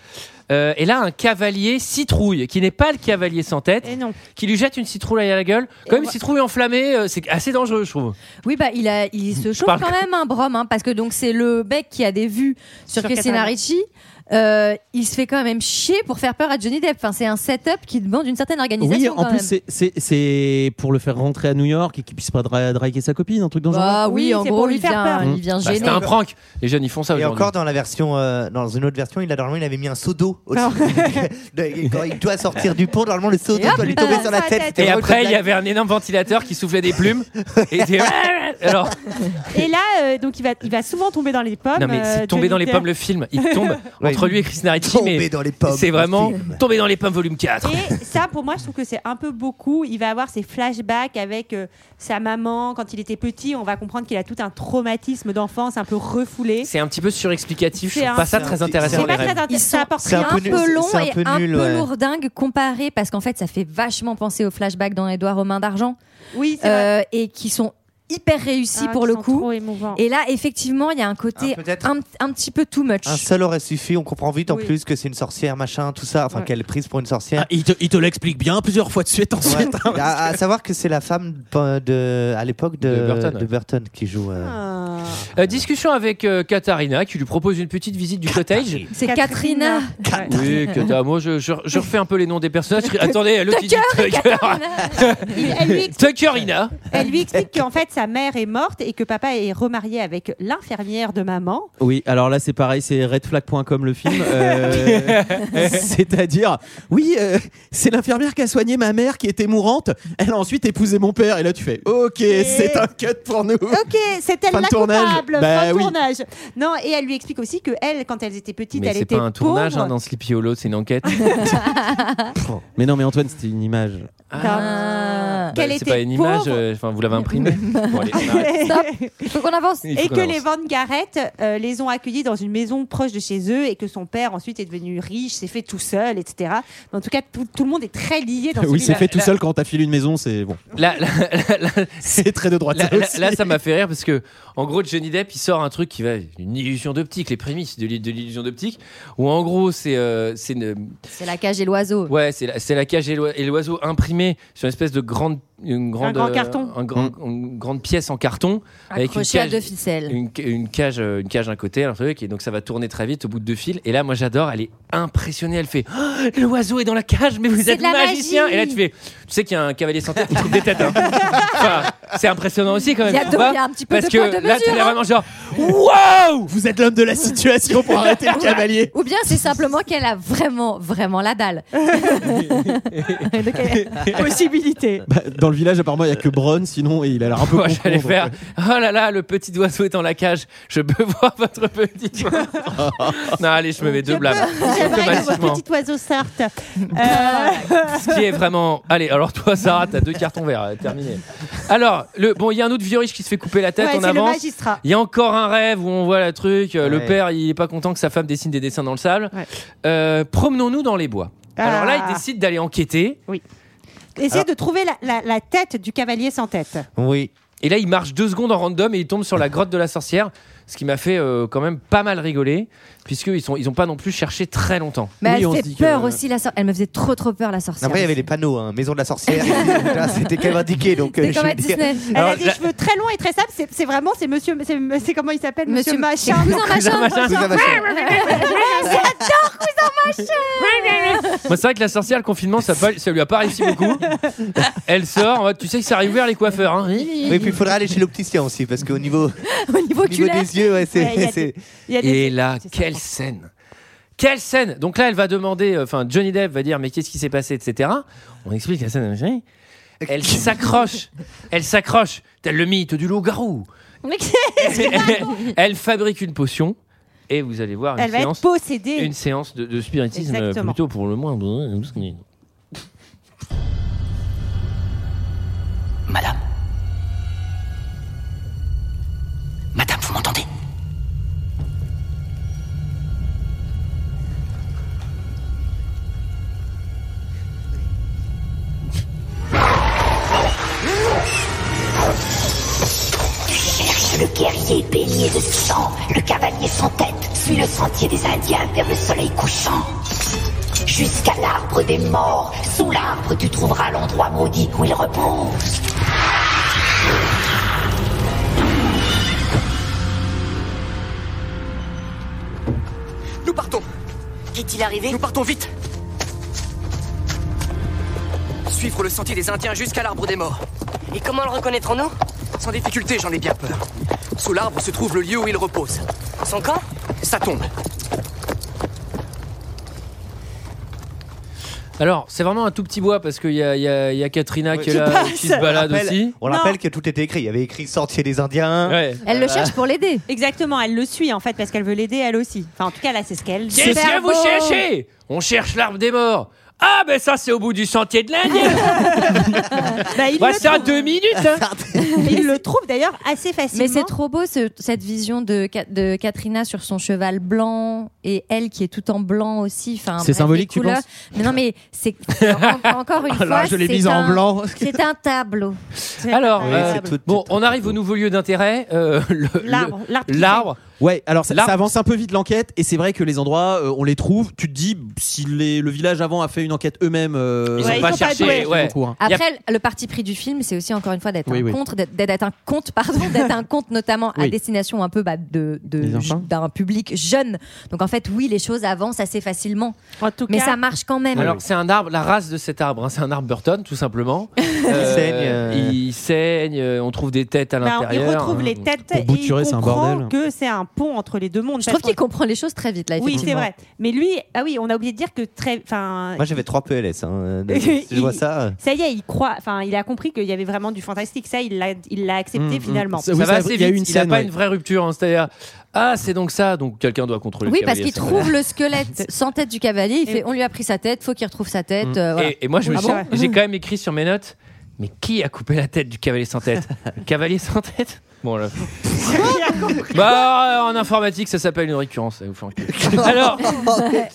[SPEAKER 1] Euh, et là, un cavalier citrouille, qui n'est pas le cavalier sans tête, qui lui jette une citrouille à la gueule. Quand même, une citrouille enflammée, euh, c'est assez dangereux, je trouve.
[SPEAKER 6] Oui, bah, il, a, il se chauffe
[SPEAKER 1] parle-
[SPEAKER 6] quand même, un Brom, hein, parce que donc c'est le mec qui a des vues sur,
[SPEAKER 8] Sur
[SPEAKER 6] Christina
[SPEAKER 8] Katana.
[SPEAKER 6] Ricci. Euh, il se fait quand même chier pour faire peur à Johnny Depp. Enfin, c'est un setup qui demande une certaine organisation.
[SPEAKER 12] Oui, en
[SPEAKER 6] quand
[SPEAKER 12] plus,
[SPEAKER 6] même.
[SPEAKER 12] c'est- c'est c'est pour le faire rentrer à New York et qu'il puisse pas dra- draguer sa copine, un truc dans le genre.
[SPEAKER 6] Bah oui, en
[SPEAKER 8] c'est
[SPEAKER 6] gros,
[SPEAKER 8] pour lui
[SPEAKER 6] il
[SPEAKER 8] faire
[SPEAKER 6] vient,
[SPEAKER 12] peur.
[SPEAKER 6] il vient
[SPEAKER 12] Bah,
[SPEAKER 6] gêner.
[SPEAKER 12] c'était un prank.
[SPEAKER 1] Franck, les jeunes, ils font ça
[SPEAKER 11] Et
[SPEAKER 1] aujourd'hui.
[SPEAKER 11] encore dans la version, euh, dans une autre version, il a normalement il avait mis un seau d'eau aussi. De- quand il doit sortir du pont, normalement le seau d'eau doit lui tomber sur la tête. C'était
[SPEAKER 1] Et
[SPEAKER 11] vraiment
[SPEAKER 1] après, il y
[SPEAKER 11] une blague.
[SPEAKER 1] avait un énorme ventilateur qui soufflait des plumes. et c'est- Alors,
[SPEAKER 8] Et là, euh, donc il va, il va souvent tomber dans les pommes.
[SPEAKER 1] non, mais c'est
[SPEAKER 8] euh,
[SPEAKER 1] tombé
[SPEAKER 8] Johnny
[SPEAKER 1] dans les
[SPEAKER 8] Depp.
[SPEAKER 1] pommes le film. Il tombe entre lui et Christina Ricci. mais C'est vraiment tombé dans les pommes volume 4.
[SPEAKER 8] Et ça, pour moi, je trouve que c'est un peu beaucoup. Il va avoir ses flashbacks avec euh, sa maman quand il était petit. On va comprendre qu'il a tout un traumatisme d'enfance un peu refoulé.
[SPEAKER 1] C'est un petit peu surexplicatif. Je
[SPEAKER 8] C'est
[SPEAKER 1] trouve pas
[SPEAKER 8] un-
[SPEAKER 1] ça très intéressant.
[SPEAKER 8] C'est pas
[SPEAKER 1] les
[SPEAKER 8] très
[SPEAKER 1] rêves.
[SPEAKER 8] intéressant. Ça apporte
[SPEAKER 6] C'est un,
[SPEAKER 8] rien.
[SPEAKER 6] peu long et un peu,
[SPEAKER 1] nul, ouais.
[SPEAKER 6] lourdingue comparé parce qu'en fait ça fait vachement penser aux flashbacks dans Édouard Romain d'argent.
[SPEAKER 8] Oui,
[SPEAKER 6] c'est et qui sont hyper réussis
[SPEAKER 8] Ah,
[SPEAKER 6] pour
[SPEAKER 8] qui
[SPEAKER 6] le
[SPEAKER 8] sont
[SPEAKER 6] coup.
[SPEAKER 8] trop émouvants.
[SPEAKER 6] Et là effectivement il y a un côté un, un petit peu too much.
[SPEAKER 11] Un seul aurait suffi, on comprend vite en
[SPEAKER 6] Oui.
[SPEAKER 11] plus que c'est une sorcière, machin, tout ça, enfin
[SPEAKER 6] Ouais.
[SPEAKER 11] qu'elle est prise pour une sorcière.
[SPEAKER 12] Ah,
[SPEAKER 1] Ah,
[SPEAKER 12] il te, il te l'explique bien plusieurs fois de suite ensuite. hein, parce
[SPEAKER 11] à, à
[SPEAKER 12] que-
[SPEAKER 11] savoir que c'est la femme de, de- à l'époque de,
[SPEAKER 1] De Burton, ouais.
[SPEAKER 11] de Burton qui joue. euh,
[SPEAKER 6] Ah.
[SPEAKER 1] Euh, discussion avec euh, Katharina qui lui propose une petite visite du cottage.
[SPEAKER 6] C'est Katrina.
[SPEAKER 1] Oui, Katha, moi je, je- je refais un peu les noms des personnages. Attendez, l'autre il dit
[SPEAKER 6] Tucker et
[SPEAKER 1] Tucker.
[SPEAKER 8] Il- elle lui explique-
[SPEAKER 1] Tuckerina.
[SPEAKER 8] Elle lui explique qu'en fait sa mère est morte et que papa est remarié avec l'infirmière de maman.
[SPEAKER 12] Oui, alors là c'est pareil, c'est redflag.com le film. Euh, C'est-à-dire, oui, euh, c'est l'infirmière qui a soigné ma mère qui était mourante. Elle a ensuite épousé mon père et là tu fais, ok, c'est un cut pour nous.
[SPEAKER 8] Ok, c'est elle
[SPEAKER 12] Fin de
[SPEAKER 8] la
[SPEAKER 12] tournage.
[SPEAKER 8] coupable.
[SPEAKER 12] Bah
[SPEAKER 8] fin de
[SPEAKER 12] oui.
[SPEAKER 8] tournage. Non, et elle lui explique aussi que elle, quand elles étaient petites,
[SPEAKER 1] Mais
[SPEAKER 8] elle
[SPEAKER 1] c'est
[SPEAKER 8] était
[SPEAKER 1] pas un tournage
[SPEAKER 8] pauvre.
[SPEAKER 1] hein, dans Sleepy Hollow, c'est une enquête.
[SPEAKER 12] mais non, mais Antoine, c'était une image.
[SPEAKER 6] Ah.
[SPEAKER 1] Bah,
[SPEAKER 8] Qu'elle
[SPEAKER 1] c'est
[SPEAKER 8] était
[SPEAKER 1] pas une image,
[SPEAKER 8] pauvre.
[SPEAKER 1] euh, enfin vous l'avez imprimée. Bon, allez, on arrête.
[SPEAKER 6] Stop. Il faut qu'on avance.
[SPEAKER 1] Il faut
[SPEAKER 8] et
[SPEAKER 1] qu'on
[SPEAKER 8] que
[SPEAKER 1] avance.
[SPEAKER 8] les Van Garrett euh, les ont accueillis dans une maison proche de chez eux et que son père ensuite est devenu riche, s'est fait tout seul, etc. Mais en tout cas, tout, tout le monde est très lié dans ce
[SPEAKER 12] Oui, c'est
[SPEAKER 8] film.
[SPEAKER 12] fait tout seul quand t'as filé une maison, c'est bon.
[SPEAKER 1] Là, là, là, là,
[SPEAKER 12] C'est très de droite.
[SPEAKER 1] là,
[SPEAKER 12] ça
[SPEAKER 1] là,
[SPEAKER 12] aussi.
[SPEAKER 1] là, Oh, ça m'a fait rire parce que, en gros, Johnny Depp il sort un truc qui va une illusion d'optique, les prémices de l'i- de l'illusion d'optique, où en gros c'est euh, c'est une-
[SPEAKER 6] C'est la cage et l'oiseau.
[SPEAKER 1] Ouais, c'est la, c'est la cage et l'oi- et l'oiseau imprimée sur une espèce de grande, une grande,
[SPEAKER 6] grand
[SPEAKER 1] euh,
[SPEAKER 6] carton.
[SPEAKER 1] un grand- une grande pièce en carton
[SPEAKER 6] Accroché à deux ficelles.
[SPEAKER 1] une, ca- une cage, euh, une cage d'un côté, un truc, et donc ça va tourner très vite au bout de deux fils. Et là, moi, j'adore. Elle est impressionnée. Elle fait Oh, l'oiseau est dans la cage, mais vous
[SPEAKER 6] C'est
[SPEAKER 1] êtes
[SPEAKER 6] de la
[SPEAKER 1] magicien.
[SPEAKER 6] magie.
[SPEAKER 1] Et là, tu fais, tu sais qu'il y a un cavalier sans tête qui coupe des têtes. hein. Enfin, c'est impressionnant aussi quand même.
[SPEAKER 6] Il y a
[SPEAKER 1] tu
[SPEAKER 6] deux-
[SPEAKER 1] vois,
[SPEAKER 6] il y a un petit peu
[SPEAKER 1] parce
[SPEAKER 6] de
[SPEAKER 1] que
[SPEAKER 6] poids de
[SPEAKER 1] là,
[SPEAKER 6] mesure,
[SPEAKER 1] t'es
[SPEAKER 6] hein.
[SPEAKER 1] vraiment genre Waouh,
[SPEAKER 12] vous êtes l'homme de la situation pour arrêter le cavalier.
[SPEAKER 6] Ou bien c'est simplement qu'elle a vraiment, vraiment la dalle.
[SPEAKER 8] Possibilité.
[SPEAKER 12] Bah, dans le village, apparemment, il n'y a que Bron, sinon, et il a l'air un peu.
[SPEAKER 1] Moi,
[SPEAKER 12] con, con,
[SPEAKER 1] j'allais
[SPEAKER 12] donc,
[SPEAKER 1] faire
[SPEAKER 12] ouais.
[SPEAKER 1] Oh là là, le petit oiseau est dans la cage. Je peux voir votre petit. non, allez, je me mets deux
[SPEAKER 8] J'aimerais
[SPEAKER 1] blâmes.
[SPEAKER 8] que
[SPEAKER 1] Automatiquement.
[SPEAKER 8] votre petit oiseau sorte.
[SPEAKER 6] Euh,
[SPEAKER 1] Ce qui est vraiment. Allez, alors toi, Sarah, t'as deux cartons verts. euh, Terminé. Alors, le... bon, il y a un autre vieux riche qui se fait couper la tête
[SPEAKER 8] Ouais,
[SPEAKER 1] en
[SPEAKER 8] c'est le
[SPEAKER 1] avance.
[SPEAKER 8] magistrat.
[SPEAKER 1] Il y a encore un rêve où on voit la truc. euh, Le
[SPEAKER 11] Ouais.
[SPEAKER 1] père, il est pas content que sa femme dessine des dessins dans le sable. Euh, Promenons-nous dans les bois. Alors là,
[SPEAKER 8] Ah.
[SPEAKER 1] il décide d'aller enquêter.
[SPEAKER 8] Oui. Essayez de trouver la, la- la tête du cavalier sans tête.
[SPEAKER 11] Oui.
[SPEAKER 1] Et là, il marche deux secondes en random et il tombe sur la grotte de la sorcière, ce qui m'a fait euh, quand même pas mal rigoler, puisqu'ils sont, ils ont pas non plus cherché très longtemps.
[SPEAKER 6] Mais elle
[SPEAKER 11] on se
[SPEAKER 6] fait
[SPEAKER 11] dit que-
[SPEAKER 6] peur aussi, la sor- Elle me faisait trop, trop peur, la sorcière.
[SPEAKER 11] Après, il y avait les panneaux, hein, maison de la sorcière. Là, C'était quand même indiqué. donc, euh,
[SPEAKER 6] C'est
[SPEAKER 11] je
[SPEAKER 6] comme
[SPEAKER 11] veux
[SPEAKER 6] à
[SPEAKER 11] dire-
[SPEAKER 6] Disney.
[SPEAKER 8] Elle a des cheveux très longs et très sables. C'est c'est vraiment, c'est monsieur, c'est c'est comment il s'appelle Monsieur,
[SPEAKER 6] Monsieur-
[SPEAKER 8] Machin.
[SPEAKER 6] Cousin Machin. Cousin
[SPEAKER 11] Cousin
[SPEAKER 6] Ah,
[SPEAKER 8] J'adore
[SPEAKER 1] Moi, c'est vrai que la sorcière, le confinement, ça, a pas- ça lui a pas réussi beaucoup. Elle sort, en mode, tu sais que ça arrive ouvert les coiffeurs. hein.
[SPEAKER 11] Oui, puis il faudra aller chez l'opticien aussi, parce qu'au niveau,
[SPEAKER 6] Au niveau
[SPEAKER 11] au niveau
[SPEAKER 6] oculaire.
[SPEAKER 11] des yeux, ouais, c'est.
[SPEAKER 6] Ouais, il y a des-
[SPEAKER 11] c'est-
[SPEAKER 8] Il y a des-
[SPEAKER 1] Et là, quelle scène Quelle scène Donc là, elle va demander, euh, enfin, Johnny Depp va dire, mais qu'est-ce qui s'est passé, etc. On explique la scène. hein. Elle s'accroche, elle s'accroche, tel le mythe du loup-garou.
[SPEAKER 8] Mais qu'est-ce
[SPEAKER 1] Elle- elle fabrique une potion et vous allez voir une
[SPEAKER 8] Elle va être
[SPEAKER 1] séance,
[SPEAKER 8] possédée.
[SPEAKER 1] une séance de, de spiritisme euh,
[SPEAKER 8] Exactement.
[SPEAKER 1] plutôt pour le hein, moins.
[SPEAKER 13] Madame Madame, vous m'entendez
[SPEAKER 10] Le guerrier baigné de sang, le cavalier sans tête, suit le sentier des Indiens vers le soleil couchant. Jusqu'à l'arbre des morts, sous l'arbre tu trouveras l'endroit maudit où il repose.
[SPEAKER 13] Nous partons
[SPEAKER 10] Qu'est-il arrivé
[SPEAKER 13] Nous partons vite Suivre le sentier des Indiens jusqu'à l'arbre des morts.
[SPEAKER 10] Et comment le reconnaîtrons-nous
[SPEAKER 13] Sans difficulté, j'en ai bien peur. Sous l'arbre se trouve le lieu où il repose.
[SPEAKER 10] Son camp
[SPEAKER 13] Sa tombe.
[SPEAKER 1] Alors, c'est vraiment un tout petit bois parce qu'il y a, il y a- il y a Katrina qui est
[SPEAKER 11] Ouais.
[SPEAKER 1] là, qui se balade
[SPEAKER 11] On rappelle-
[SPEAKER 1] aussi.
[SPEAKER 11] On rappelle que tout était écrit. Il y avait écrit Sentier des
[SPEAKER 12] Hein.
[SPEAKER 11] Indiens.
[SPEAKER 1] Ouais.
[SPEAKER 6] Elle le cherche pour l'aider.
[SPEAKER 8] Exactement, elle le suit en fait parce qu'elle veut l'aider elle aussi. Enfin, en tout cas, là, c'est ce qu'elle dit.
[SPEAKER 1] Qu'est-ce que vous
[SPEAKER 8] Super beau.
[SPEAKER 1] cherchez On cherche l'arbre des morts. Ah, ben ça, c'est au bout du sentier de
[SPEAKER 8] Ah,
[SPEAKER 1] l'Inde Bah, c'est à deux minutes hein.
[SPEAKER 8] Il le trouve d'ailleurs assez facilement.
[SPEAKER 6] Mais c'est trop beau ce- cette vision de, Ca- de Katrina sur son cheval blanc et elle qui est tout en blanc aussi. Enfin,
[SPEAKER 12] C'est
[SPEAKER 6] bref,
[SPEAKER 12] symbolique,
[SPEAKER 6] les
[SPEAKER 12] tu
[SPEAKER 6] couleurs.
[SPEAKER 12] penses
[SPEAKER 6] Mais non, mais c'est c'est en- encore une
[SPEAKER 12] Ah là,
[SPEAKER 6] fois.
[SPEAKER 12] je l'ai
[SPEAKER 6] c'est
[SPEAKER 12] mise en
[SPEAKER 6] un-
[SPEAKER 12] blanc.
[SPEAKER 6] C'est un tableau.
[SPEAKER 1] Alors,
[SPEAKER 12] Oui,
[SPEAKER 1] euh,
[SPEAKER 12] c'est tout-
[SPEAKER 1] bon, on arrive au nouveau lieu d'intérêt. euh, le-
[SPEAKER 6] L'arbre,
[SPEAKER 1] le-
[SPEAKER 6] l'arbre qui
[SPEAKER 1] L'arbre.
[SPEAKER 12] Ouais, alors ça,
[SPEAKER 1] L'arbre-
[SPEAKER 12] ça avance un peu vite l'enquête, et c'est vrai que les endroits, euh, on les trouve. Tu te dis, si les- le village avant a fait une enquête eux-mêmes, euh,
[SPEAKER 1] Ils ont Ouais, pas ils sont pas cherché, doués. ouais.
[SPEAKER 12] beaucoup, hein.
[SPEAKER 6] Après, le parti pris du film, c'est aussi encore une fois d'être
[SPEAKER 12] Oui,
[SPEAKER 6] un
[SPEAKER 12] oui.
[SPEAKER 6] contre, d'être- d'être un conte, pardon, d'être un conte notamment à
[SPEAKER 12] Oui.
[SPEAKER 6] destination un peu bah, de de-
[SPEAKER 12] Les enfants.
[SPEAKER 6] d'un public jeune. Donc en fait, oui, les choses avancent assez facilement. mais
[SPEAKER 1] cas-
[SPEAKER 6] ça marche quand même.
[SPEAKER 1] Alors, c'est un arbre, la race de cet arbre, hein, c'est un arbre Burton, tout simplement.
[SPEAKER 11] saigne, euh.
[SPEAKER 1] Il saigne, euh, on trouve des têtes à
[SPEAKER 8] Bah, il
[SPEAKER 1] l'intérieur.
[SPEAKER 8] retrouve
[SPEAKER 1] hein.
[SPEAKER 8] les têtes
[SPEAKER 1] Pour
[SPEAKER 8] et
[SPEAKER 1] bouturer,
[SPEAKER 8] il
[SPEAKER 1] c'est un
[SPEAKER 8] comprend
[SPEAKER 1] bordel.
[SPEAKER 8] que c'est un pont entre les deux mondes.
[SPEAKER 6] Je trouve qu'il comprend les choses très vite là.
[SPEAKER 8] Oui, c'est
[SPEAKER 6] effectivement.
[SPEAKER 8] vrai. Mais lui, ah oui, on a oublié de dire que très, enfin,
[SPEAKER 11] Moi, j'avais 3 PLS. hein, euh, si je vois ça. euh.
[SPEAKER 8] ça y est, il croit, enfin, il a compris qu'il y avait vraiment du fantastique. Ça, il l'a, il l'a accepté finalement.
[SPEAKER 1] Mm, Ça, va assez vite. Il n'y a pas une vraie rupture. hein, C'est-à-dire, ah, c'est donc ça. Donc quelqu'un doit contrôler.
[SPEAKER 6] Oui,
[SPEAKER 1] le
[SPEAKER 6] parce
[SPEAKER 1] cavalier,
[SPEAKER 6] qu'il
[SPEAKER 1] ça.
[SPEAKER 6] trouve le squelette sans tête du cavalier. Il fait, on lui a pris sa tête, faut qu'il retrouve sa tête. euh, voilà.
[SPEAKER 1] Et, et moi, je me
[SPEAKER 6] Ah
[SPEAKER 1] suis-
[SPEAKER 6] bon
[SPEAKER 1] j'ai quand même écrit sur mes notes. Mais qui a coupé la tête du cavalier sans tête Le Cavalier sans tête Bon là. bah euh, en informatique, ça s'appelle une récurrence. ça vous fait enculer. Alors,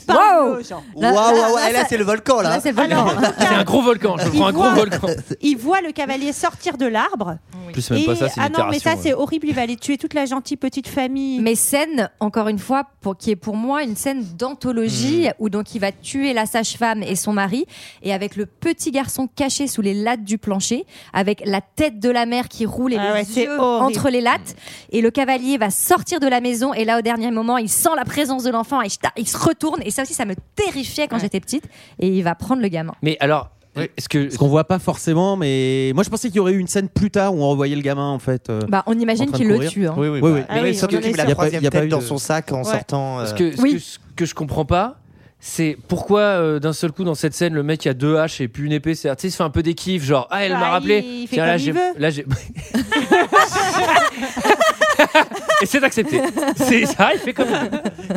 [SPEAKER 8] Parle-le aux gens.
[SPEAKER 11] Waouh, waouh, waouh, et là, c'est le volcan, là.
[SPEAKER 8] Alors,
[SPEAKER 1] Ah, c'est un gros volcan. Je
[SPEAKER 8] Il
[SPEAKER 1] prends un gros
[SPEAKER 8] voit-
[SPEAKER 1] volcan.
[SPEAKER 8] il voit le cavalier sortir de l'arbre.
[SPEAKER 1] Plus même pas
[SPEAKER 8] Et-
[SPEAKER 1] ça, c'est
[SPEAKER 8] ah non, mais
[SPEAKER 1] l'itération, ouais.
[SPEAKER 8] ça c'est horrible. Il va aller tuer toute la gentille petite famille.
[SPEAKER 6] Mais scène, encore une fois, pour, qui est pour moi une scène d'anthologie où donc il va tuer la sage-femme et son mari, et avec le petit garçon caché sous les lattes du plancher, avec la tête de la mère qui roule et
[SPEAKER 8] Ah
[SPEAKER 6] les
[SPEAKER 8] ouais, c'est
[SPEAKER 6] yeux
[SPEAKER 8] horrible.
[SPEAKER 6] entre les lattes, et le cavalier va sortir de la maison, et là au dernier moment, il sent la présence de l'enfant, et ch'ta, il se retourne, et ça aussi, ça me terrifiait quand j'étais petite, et il va prendre le gamin.
[SPEAKER 1] Mais alors, est-ce que
[SPEAKER 12] ce qu'on voit pas forcément, mais moi je pensais qu'il y aurait eu une scène plus tard où on revoyait le gamin en fait. euh,
[SPEAKER 6] Bah, on imagine
[SPEAKER 12] en train de
[SPEAKER 6] qu'il le
[SPEAKER 12] courir.
[SPEAKER 6] tue. hein.
[SPEAKER 12] Oui, oui, bah,
[SPEAKER 11] Ah oui, oui, surtout on en est qu'il met la sûr.
[SPEAKER 12] Y a pas-
[SPEAKER 11] troisième
[SPEAKER 12] y a pas
[SPEAKER 11] tête
[SPEAKER 12] eu
[SPEAKER 11] dans
[SPEAKER 12] de-
[SPEAKER 11] son sac en Ouais. sortant, euh,
[SPEAKER 1] Ce que, ce
[SPEAKER 11] Oui.
[SPEAKER 1] que- ce que je comprends pas, c'est pourquoi euh, d'un seul coup dans cette scène le mec a deux haches et puis une épée. C'est tu sais, il se fait un peu des kiffs, genre ah elle
[SPEAKER 8] Bah,
[SPEAKER 1] m'a rappelé.
[SPEAKER 8] il fait
[SPEAKER 1] là
[SPEAKER 8] comme il
[SPEAKER 1] j'ai,
[SPEAKER 8] veut.
[SPEAKER 1] là j'ai. et c'est accepté. C'est ça, il fait comme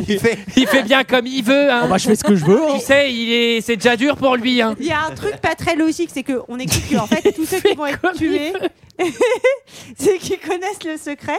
[SPEAKER 11] il fait.
[SPEAKER 1] Il fait bien comme il veut. Hein.
[SPEAKER 12] Oh, bah, je fais ce que je veux, hein.
[SPEAKER 1] Tu sais, il est, c'est déjà dur pour lui. Hein.
[SPEAKER 8] Il y a un truc pas très logique, c'est qu'on explique que en fait tous ceux qui vont être tués, c'est qu'ils connaissent le secret.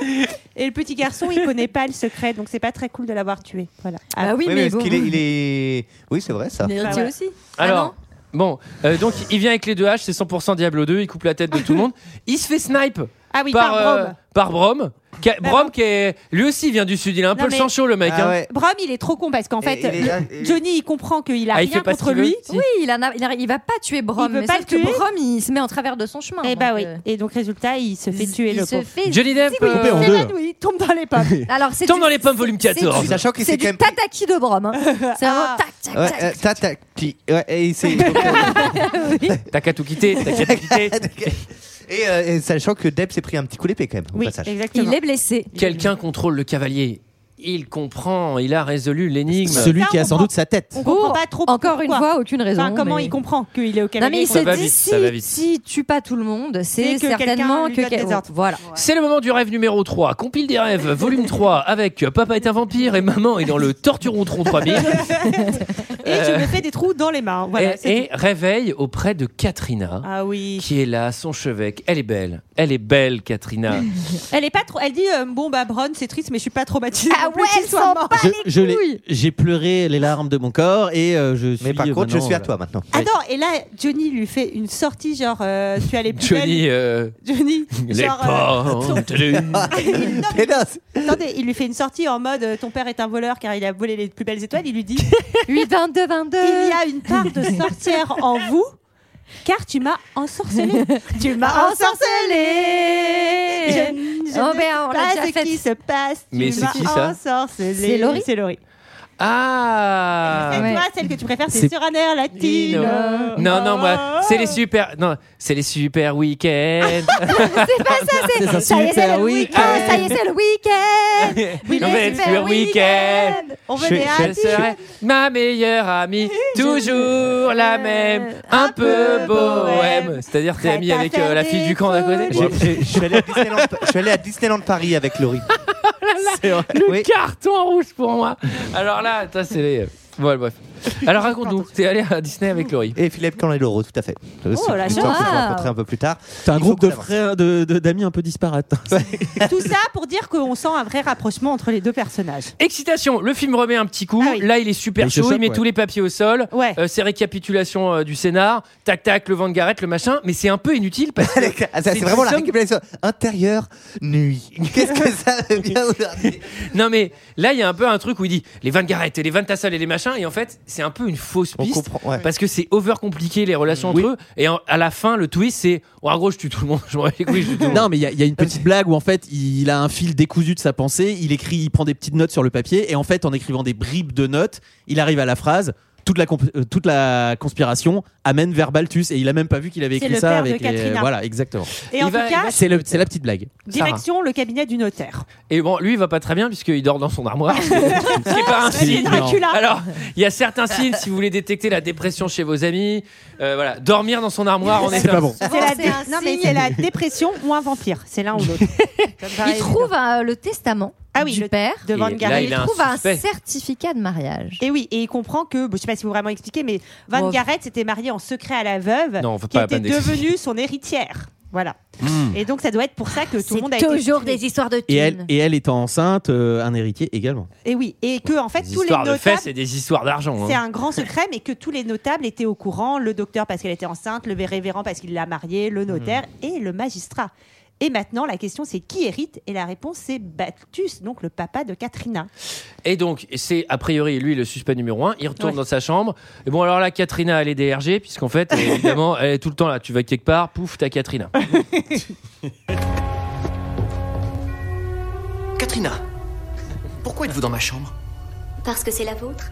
[SPEAKER 8] Et le petit garçon, il connaît pas le secret, donc c'est pas très cool de l'avoir tué. Voilà.
[SPEAKER 1] Bah,
[SPEAKER 6] bah
[SPEAKER 8] Ah
[SPEAKER 11] Oui, mais, est-ce qu'il est, il est- Oui, c'est vrai ça.
[SPEAKER 8] Il est héritier aussi.
[SPEAKER 6] Ah
[SPEAKER 1] Alors. Bon, euh, donc il vient avec les deux haches, c'est 100% Diablo 2, il coupe la tête de tout le monde. Il se fait snipe
[SPEAKER 8] Ah oui,
[SPEAKER 1] par,
[SPEAKER 8] par
[SPEAKER 1] euh,
[SPEAKER 8] Brom.
[SPEAKER 1] par Brom. Qui a- Brom qui est. Lui aussi il vient du sud, il a un
[SPEAKER 8] Non,
[SPEAKER 1] peu
[SPEAKER 8] mais-
[SPEAKER 1] le sang chaud le mec.
[SPEAKER 11] Ah
[SPEAKER 1] hein.
[SPEAKER 8] Brom, il est trop con parce qu'en fait, euh,
[SPEAKER 1] il est-
[SPEAKER 8] Johnny, il comprend qu'il a
[SPEAKER 1] Ah, il fait
[SPEAKER 8] rien
[SPEAKER 1] pas ce
[SPEAKER 8] contre
[SPEAKER 1] qu'il veut,
[SPEAKER 8] lui.
[SPEAKER 1] si.
[SPEAKER 6] Oui, il, en a- il, a- il va pas tuer Brom,
[SPEAKER 8] Il veut
[SPEAKER 6] mais
[SPEAKER 8] pas
[SPEAKER 6] sauf
[SPEAKER 8] le tuer.
[SPEAKER 6] que Brom, il se met en travers de son chemin.
[SPEAKER 8] Et bah oui.
[SPEAKER 6] euh,
[SPEAKER 8] Et donc résultat, il se fait tuer
[SPEAKER 6] il
[SPEAKER 8] le
[SPEAKER 6] se
[SPEAKER 8] pauvre.
[SPEAKER 6] fait
[SPEAKER 1] Johnny Depp,
[SPEAKER 6] zigouiller.
[SPEAKER 1] euh, Coupé en deux.
[SPEAKER 8] Il tombe dans les pommes.
[SPEAKER 6] Alors c'est
[SPEAKER 1] Tombe
[SPEAKER 6] du-
[SPEAKER 1] dans les pommes volume
[SPEAKER 6] c'est du-
[SPEAKER 1] 14.
[SPEAKER 11] Sachant que
[SPEAKER 6] c'est
[SPEAKER 11] c'est
[SPEAKER 6] du
[SPEAKER 11] quand même-
[SPEAKER 6] tataki de Brom. hein. C'est vraiment
[SPEAKER 8] Ah.
[SPEAKER 6] tac tac
[SPEAKER 11] Ouais,
[SPEAKER 6] tac.
[SPEAKER 11] euh, ta- ta- qui- ouais, et c'est-
[SPEAKER 1] T'as qu'à tout quitter, t'as qu'à tout quitter.
[SPEAKER 11] et, euh, et sachant que Deb s'est pris un petit coup d'épée quand même. au passage.
[SPEAKER 6] Il est blessé.
[SPEAKER 1] Quelqu'un contrôle le cavalier. Il comprend, il a résolu l'énigme.
[SPEAKER 12] Celui qui a sans doute sa tête.
[SPEAKER 8] On comprend pas trop.
[SPEAKER 6] Encore une
[SPEAKER 8] pourquoi.
[SPEAKER 6] fois, aucune raison.
[SPEAKER 8] Enfin, comment
[SPEAKER 6] mais-
[SPEAKER 8] il comprend qu'il est au
[SPEAKER 6] Non
[SPEAKER 8] Canada
[SPEAKER 6] mais il
[SPEAKER 1] Ça va
[SPEAKER 6] se dit
[SPEAKER 1] vite, ça va
[SPEAKER 6] si
[SPEAKER 1] vite.
[SPEAKER 6] si tue pas tout le monde, c'est
[SPEAKER 8] C'est que
[SPEAKER 6] certainement
[SPEAKER 8] quelqu'un lui
[SPEAKER 6] que
[SPEAKER 8] donne des
[SPEAKER 6] quel-
[SPEAKER 8] ordres.
[SPEAKER 6] voilà.
[SPEAKER 1] C'est le moment du rêve numéro 3, compile des rêves, volume 3, avec Papa est un vampire et Maman est dans le Torturontron 3000.
[SPEAKER 8] Et je me fais des trous dans les mains. Voilà,
[SPEAKER 1] Euh. et,
[SPEAKER 8] c'est
[SPEAKER 1] et réveille auprès de Katrina,
[SPEAKER 8] Ah oui.
[SPEAKER 1] qui est là, à son chevêque. Elle est belle, elle est belle, Katrina.
[SPEAKER 8] Elle est pas trop. Elle dit euh, bon bah Bron c'est triste mais je suis pas traumatisée. Ah ouais, elle
[SPEAKER 12] Je- je l'ai- J'ai pleuré les larmes de mon corps et euh, je suis. Mais
[SPEAKER 11] par contre, je suis à toi maintenant.
[SPEAKER 8] Attends Ah et là Johnny lui fait une sortie genre euh, tu as les plus
[SPEAKER 1] Johnny,
[SPEAKER 8] belles-
[SPEAKER 1] euh,
[SPEAKER 8] Johnny.
[SPEAKER 1] les
[SPEAKER 8] genre, euh,
[SPEAKER 1] pentes.
[SPEAKER 8] Non, mais- Attendez, il lui fait une sortie en mode euh, ton père est un voleur car il a volé les plus belles étoiles. Il lui dit
[SPEAKER 6] 8 22 22.
[SPEAKER 8] il y a une part de sorcière en vous car tu m'as ensorcelé. tu m'as
[SPEAKER 6] Oh,
[SPEAKER 8] ensorcelé. Je, je ne
[SPEAKER 6] ben,
[SPEAKER 8] sais
[SPEAKER 6] on l'a
[SPEAKER 8] pas
[SPEAKER 6] déjà
[SPEAKER 8] ce
[SPEAKER 6] faite.
[SPEAKER 8] qui se passe. Tu
[SPEAKER 1] Mais c'est
[SPEAKER 8] m'as
[SPEAKER 1] qui, ça
[SPEAKER 8] ensorcelé.
[SPEAKER 6] C'est Laurie
[SPEAKER 8] C'est Laurie.
[SPEAKER 1] Ah
[SPEAKER 8] Et toi, celle que tu préfères, c'est
[SPEAKER 1] C'est-
[SPEAKER 8] Suranair Latine.
[SPEAKER 1] Non, non, moi, c'est les super. Non, c'est les super week-ends.
[SPEAKER 6] C'est pas ça, c'est
[SPEAKER 1] C'est un
[SPEAKER 6] ça y est, c'est
[SPEAKER 1] super
[SPEAKER 6] le week-end.
[SPEAKER 1] week-end.
[SPEAKER 6] Ça y est, c'est le week-end. Oui,
[SPEAKER 1] On
[SPEAKER 6] les
[SPEAKER 1] va être
[SPEAKER 6] super
[SPEAKER 1] sur week-end.
[SPEAKER 6] week-ends.
[SPEAKER 8] On
[SPEAKER 1] Je, je serai ma meilleure amie, toujours la même, un peu bohème. C'est-à-dire, t'es amie avec euh, la fille du camp d'à côté
[SPEAKER 11] J'ai- j'ai- Je suis allé à Disneyland, je suis allé à Disneyland Paris avec Laurie.
[SPEAKER 1] Le carton rouge pour moi. Alors là, ça c'est les. Voilà, bref. Alors raconte-nous, t'es allé à Disney avec Laurie.
[SPEAKER 11] Et Philippe Candeloro, tout à fait. C'est
[SPEAKER 8] la
[SPEAKER 11] une histoire que je vais
[SPEAKER 8] chance.
[SPEAKER 11] rencontrer un peu plus tard.
[SPEAKER 12] T'as un
[SPEAKER 11] Il faut
[SPEAKER 12] groupe
[SPEAKER 11] qu'on
[SPEAKER 12] de frères, de- de- d'amis un peu disparates.
[SPEAKER 8] Tout ça pour dire qu'on sent un vrai rapprochement entre les deux personnages.
[SPEAKER 1] Excitation, le film remet un petit coup. Là, il est super
[SPEAKER 12] Il se
[SPEAKER 1] chaud, il
[SPEAKER 12] choque,
[SPEAKER 1] met
[SPEAKER 12] ouais.
[SPEAKER 1] tous les papiers au sol. Euh, c'est récapitulation euh, du scénar. Tac tac, le Van Garrett, le machin. Mais c'est un peu inutile parce que
[SPEAKER 11] Ah, ça, c'est vraiment la récupération intérieure nuit. Qu'est-ce que ça veut dire
[SPEAKER 1] Non mais là il y a un peu un truc où il dit les Van Garrett et les Van Tassel et les machins et en fait c'est un peu une fausse piste parce que c'est over compliqué les relations entre eux et en- à la fin le twist c'est ouais en gros je tue tout le monde je m'en bats les couilles, je tue tout le monde.
[SPEAKER 12] Non, mais il y, a- il y a une petite blague où en fait il a un fil décousu de sa pensée, il écrit, il prend des petites notes sur le papier et en fait en écrivant des bribes de notes, il arrive à la phrase. Toute la, comp- euh, toute la conspiration amène vers Balthus et il a même pas vu qu'il avait
[SPEAKER 8] C'est
[SPEAKER 12] écrit
[SPEAKER 8] le
[SPEAKER 12] ça
[SPEAKER 8] père de
[SPEAKER 12] avec les-
[SPEAKER 8] Katrina. Ah,
[SPEAKER 12] voilà exactement
[SPEAKER 8] Et en Il tout va- cas- il va-
[SPEAKER 12] c'est le- c'est la petite blague
[SPEAKER 8] Direction le cabinet du notaire.
[SPEAKER 1] et bon lui il va pas très bien puisqu'il dort dans son armoire c'est pas un
[SPEAKER 8] C'est
[SPEAKER 1] signe
[SPEAKER 8] Dracula.
[SPEAKER 1] alors il y a certains signes si vous voulez détecter la dépression chez vos amis euh, voilà dormir dans son armoire en
[SPEAKER 12] C'est
[SPEAKER 1] étant-
[SPEAKER 12] pas bon.
[SPEAKER 8] C'est la, dé- non, mais c'est la dépression ou un vampire. C'est l'un ou l'autre.
[SPEAKER 6] Il trouve euh, le testament du père
[SPEAKER 8] Ah de Van Et Garrett. là, il
[SPEAKER 6] il,
[SPEAKER 8] a un
[SPEAKER 6] trouve un,
[SPEAKER 8] suspect.
[SPEAKER 6] certificat de mariage. Oh,
[SPEAKER 8] Et Eh oui, et il comprend que, bon, je sais pas si vous vraiment expliquer, mais Van
[SPEAKER 6] Bon.
[SPEAKER 8] Garrett s'était marié en secret à la veuve,
[SPEAKER 1] Non, on veut
[SPEAKER 8] qui
[SPEAKER 1] pas la
[SPEAKER 8] était
[SPEAKER 1] peine d'expliquer.
[SPEAKER 8] devenue son héritière. Voilà. Et donc ça doit être pour ça que tout le monde a
[SPEAKER 6] toujours
[SPEAKER 8] été
[SPEAKER 6] des histoires de
[SPEAKER 12] et elle et elle étant enceinte euh, un héritier également
[SPEAKER 8] Et eh oui, et que en fait
[SPEAKER 1] des
[SPEAKER 8] tous les
[SPEAKER 1] histoires de
[SPEAKER 8] notables,
[SPEAKER 1] fesses et des histoires d'argent hein.
[SPEAKER 8] c'est un grand secret, mais que tous les notables étaient au courant. Le docteur parce qu'elle était enceinte, le révérend parce qu'il l'a mariée, le notaire et le magistrat. Et maintenant, la question c'est qui hérite Et la réponse c'est Bactus, donc le papa de Katrina.
[SPEAKER 1] Et donc, c'est a priori lui le suspect numéro un. Il retourne
[SPEAKER 8] Ouais.
[SPEAKER 1] dans sa chambre. Et bon, alors là, Katrina, elle est DRG, puisqu'en fait, euh, évidemment, elle est tout le temps là. Tu vas quelque part, pouf, t'as Katrina.
[SPEAKER 4] Katrina, pourquoi êtes-vous dans ma chambre
[SPEAKER 14] Parce que c'est la vôtre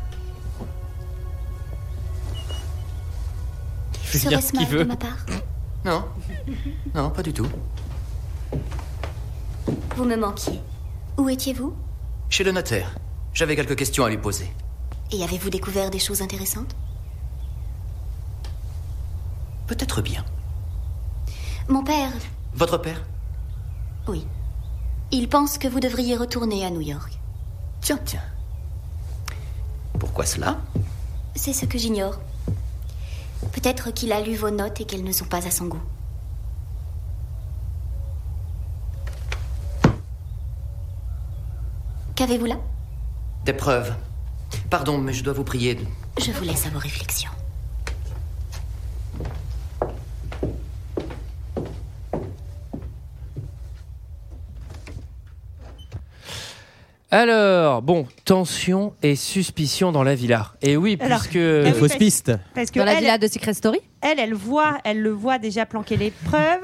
[SPEAKER 1] Je veux dire ce
[SPEAKER 14] Serait-ce
[SPEAKER 1] qu'il
[SPEAKER 14] mal de
[SPEAKER 1] veut.
[SPEAKER 14] ma part
[SPEAKER 4] Non. Non, pas du tout.
[SPEAKER 14] Vous me manquiez. Où étiez-vous
[SPEAKER 4] Chez le notaire. J'avais quelques questions à lui poser.
[SPEAKER 14] Et avez-vous découvert des choses intéressantes
[SPEAKER 4] Peut-être bien.
[SPEAKER 14] Mon père,
[SPEAKER 4] Votre père
[SPEAKER 14] oui. Il pense que vous devriez retourner à New York.
[SPEAKER 4] Tiens, tiens. Pourquoi cela
[SPEAKER 14] C'est ce que j'ignore. Peut-être qu'il a lu vos notes et qu'elles ne sont pas à son goût. Qu'avez-vous là
[SPEAKER 4] Des preuves. Pardon, mais je dois vous prier. de-
[SPEAKER 14] Je vous laisse à vos réflexions.
[SPEAKER 1] Alors, bon, tension et suspicion dans la villa. Et oui,
[SPEAKER 8] Alors,
[SPEAKER 1] puisque.
[SPEAKER 12] Euh,
[SPEAKER 8] eh oui, parce- Parce que
[SPEAKER 6] Dans la
[SPEAKER 8] elle-
[SPEAKER 6] villa de Secret Story
[SPEAKER 8] Elle, elle voit, elle le voit déjà planquer les preuves.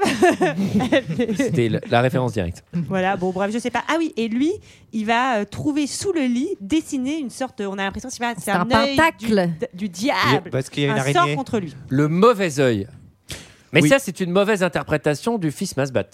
[SPEAKER 1] C'était la- la référence directe.
[SPEAKER 8] voilà, bon, bref, je sais pas. Ah oui, et lui, il va euh, trouver sous le lit, dessiner une sorte. de- on a l'impression, je sais pas, c'est
[SPEAKER 6] un
[SPEAKER 8] un, œil
[SPEAKER 6] pentacle.
[SPEAKER 8] du, du
[SPEAKER 11] Ah,
[SPEAKER 8] diable.
[SPEAKER 1] Parce qu'il y a une
[SPEAKER 8] un
[SPEAKER 1] araignée.
[SPEAKER 8] sort contre lui.
[SPEAKER 1] Le mauvais œil. Mais ça, c'est une mauvaise interprétation du fils Masbat.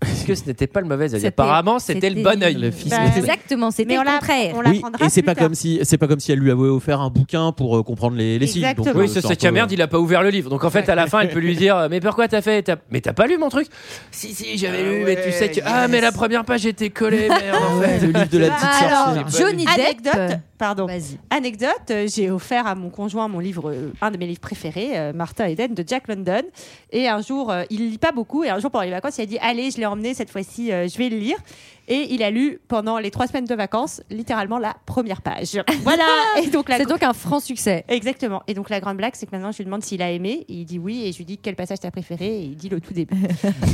[SPEAKER 1] Parce que ce n'était pas le mauvais œil.
[SPEAKER 6] C'était-
[SPEAKER 1] Apparemment, c'était le bon œil.
[SPEAKER 8] Bah,
[SPEAKER 1] Le fils
[SPEAKER 6] Bah, Exactement, c'était le contraire.
[SPEAKER 12] oui, et c'est pas comme si c'est pas comme si elle lui avait offert un bouquin pour euh, comprendre les les signes. Donc, euh,
[SPEAKER 1] Oui, ce
[SPEAKER 12] un
[SPEAKER 1] sac à
[SPEAKER 12] peu-
[SPEAKER 1] merde, il a pas ouvert le livre. Donc en fait, à la fin, elle peut lui dire euh, Mais pourquoi t'as fait T'as- Mais t'as pas lu mon truc Si, si, j'avais lu, mais tu sais que. Ah, mais la première page était collée, merde, en fait.
[SPEAKER 12] Le livre de la
[SPEAKER 6] Bah
[SPEAKER 12] petite sorcière.
[SPEAKER 8] Bah Alors, Johnny Anecdote, pardon. Anecdote, euh, j'ai offert à mon conjoint mon livre, euh, un de mes livres préférés, euh, Martha Eden de Jack London. Et un jour, euh, il lit pas beaucoup. Et un jour, pendant les vacances, il a dit Allez, je l'ai emmené cette fois-ci, euh, je vais le lire. Et il a lu pendant les trois semaines de vacances, littéralement la première page. Voilà. Et donc
[SPEAKER 6] C'est donc un franc succès.
[SPEAKER 8] Exactement. Et donc la grande blague, c'est que maintenant je lui demande s'il a aimé. Et il dit oui. Et je lui dis quel passage t'as préféré. Et il dit le tout début.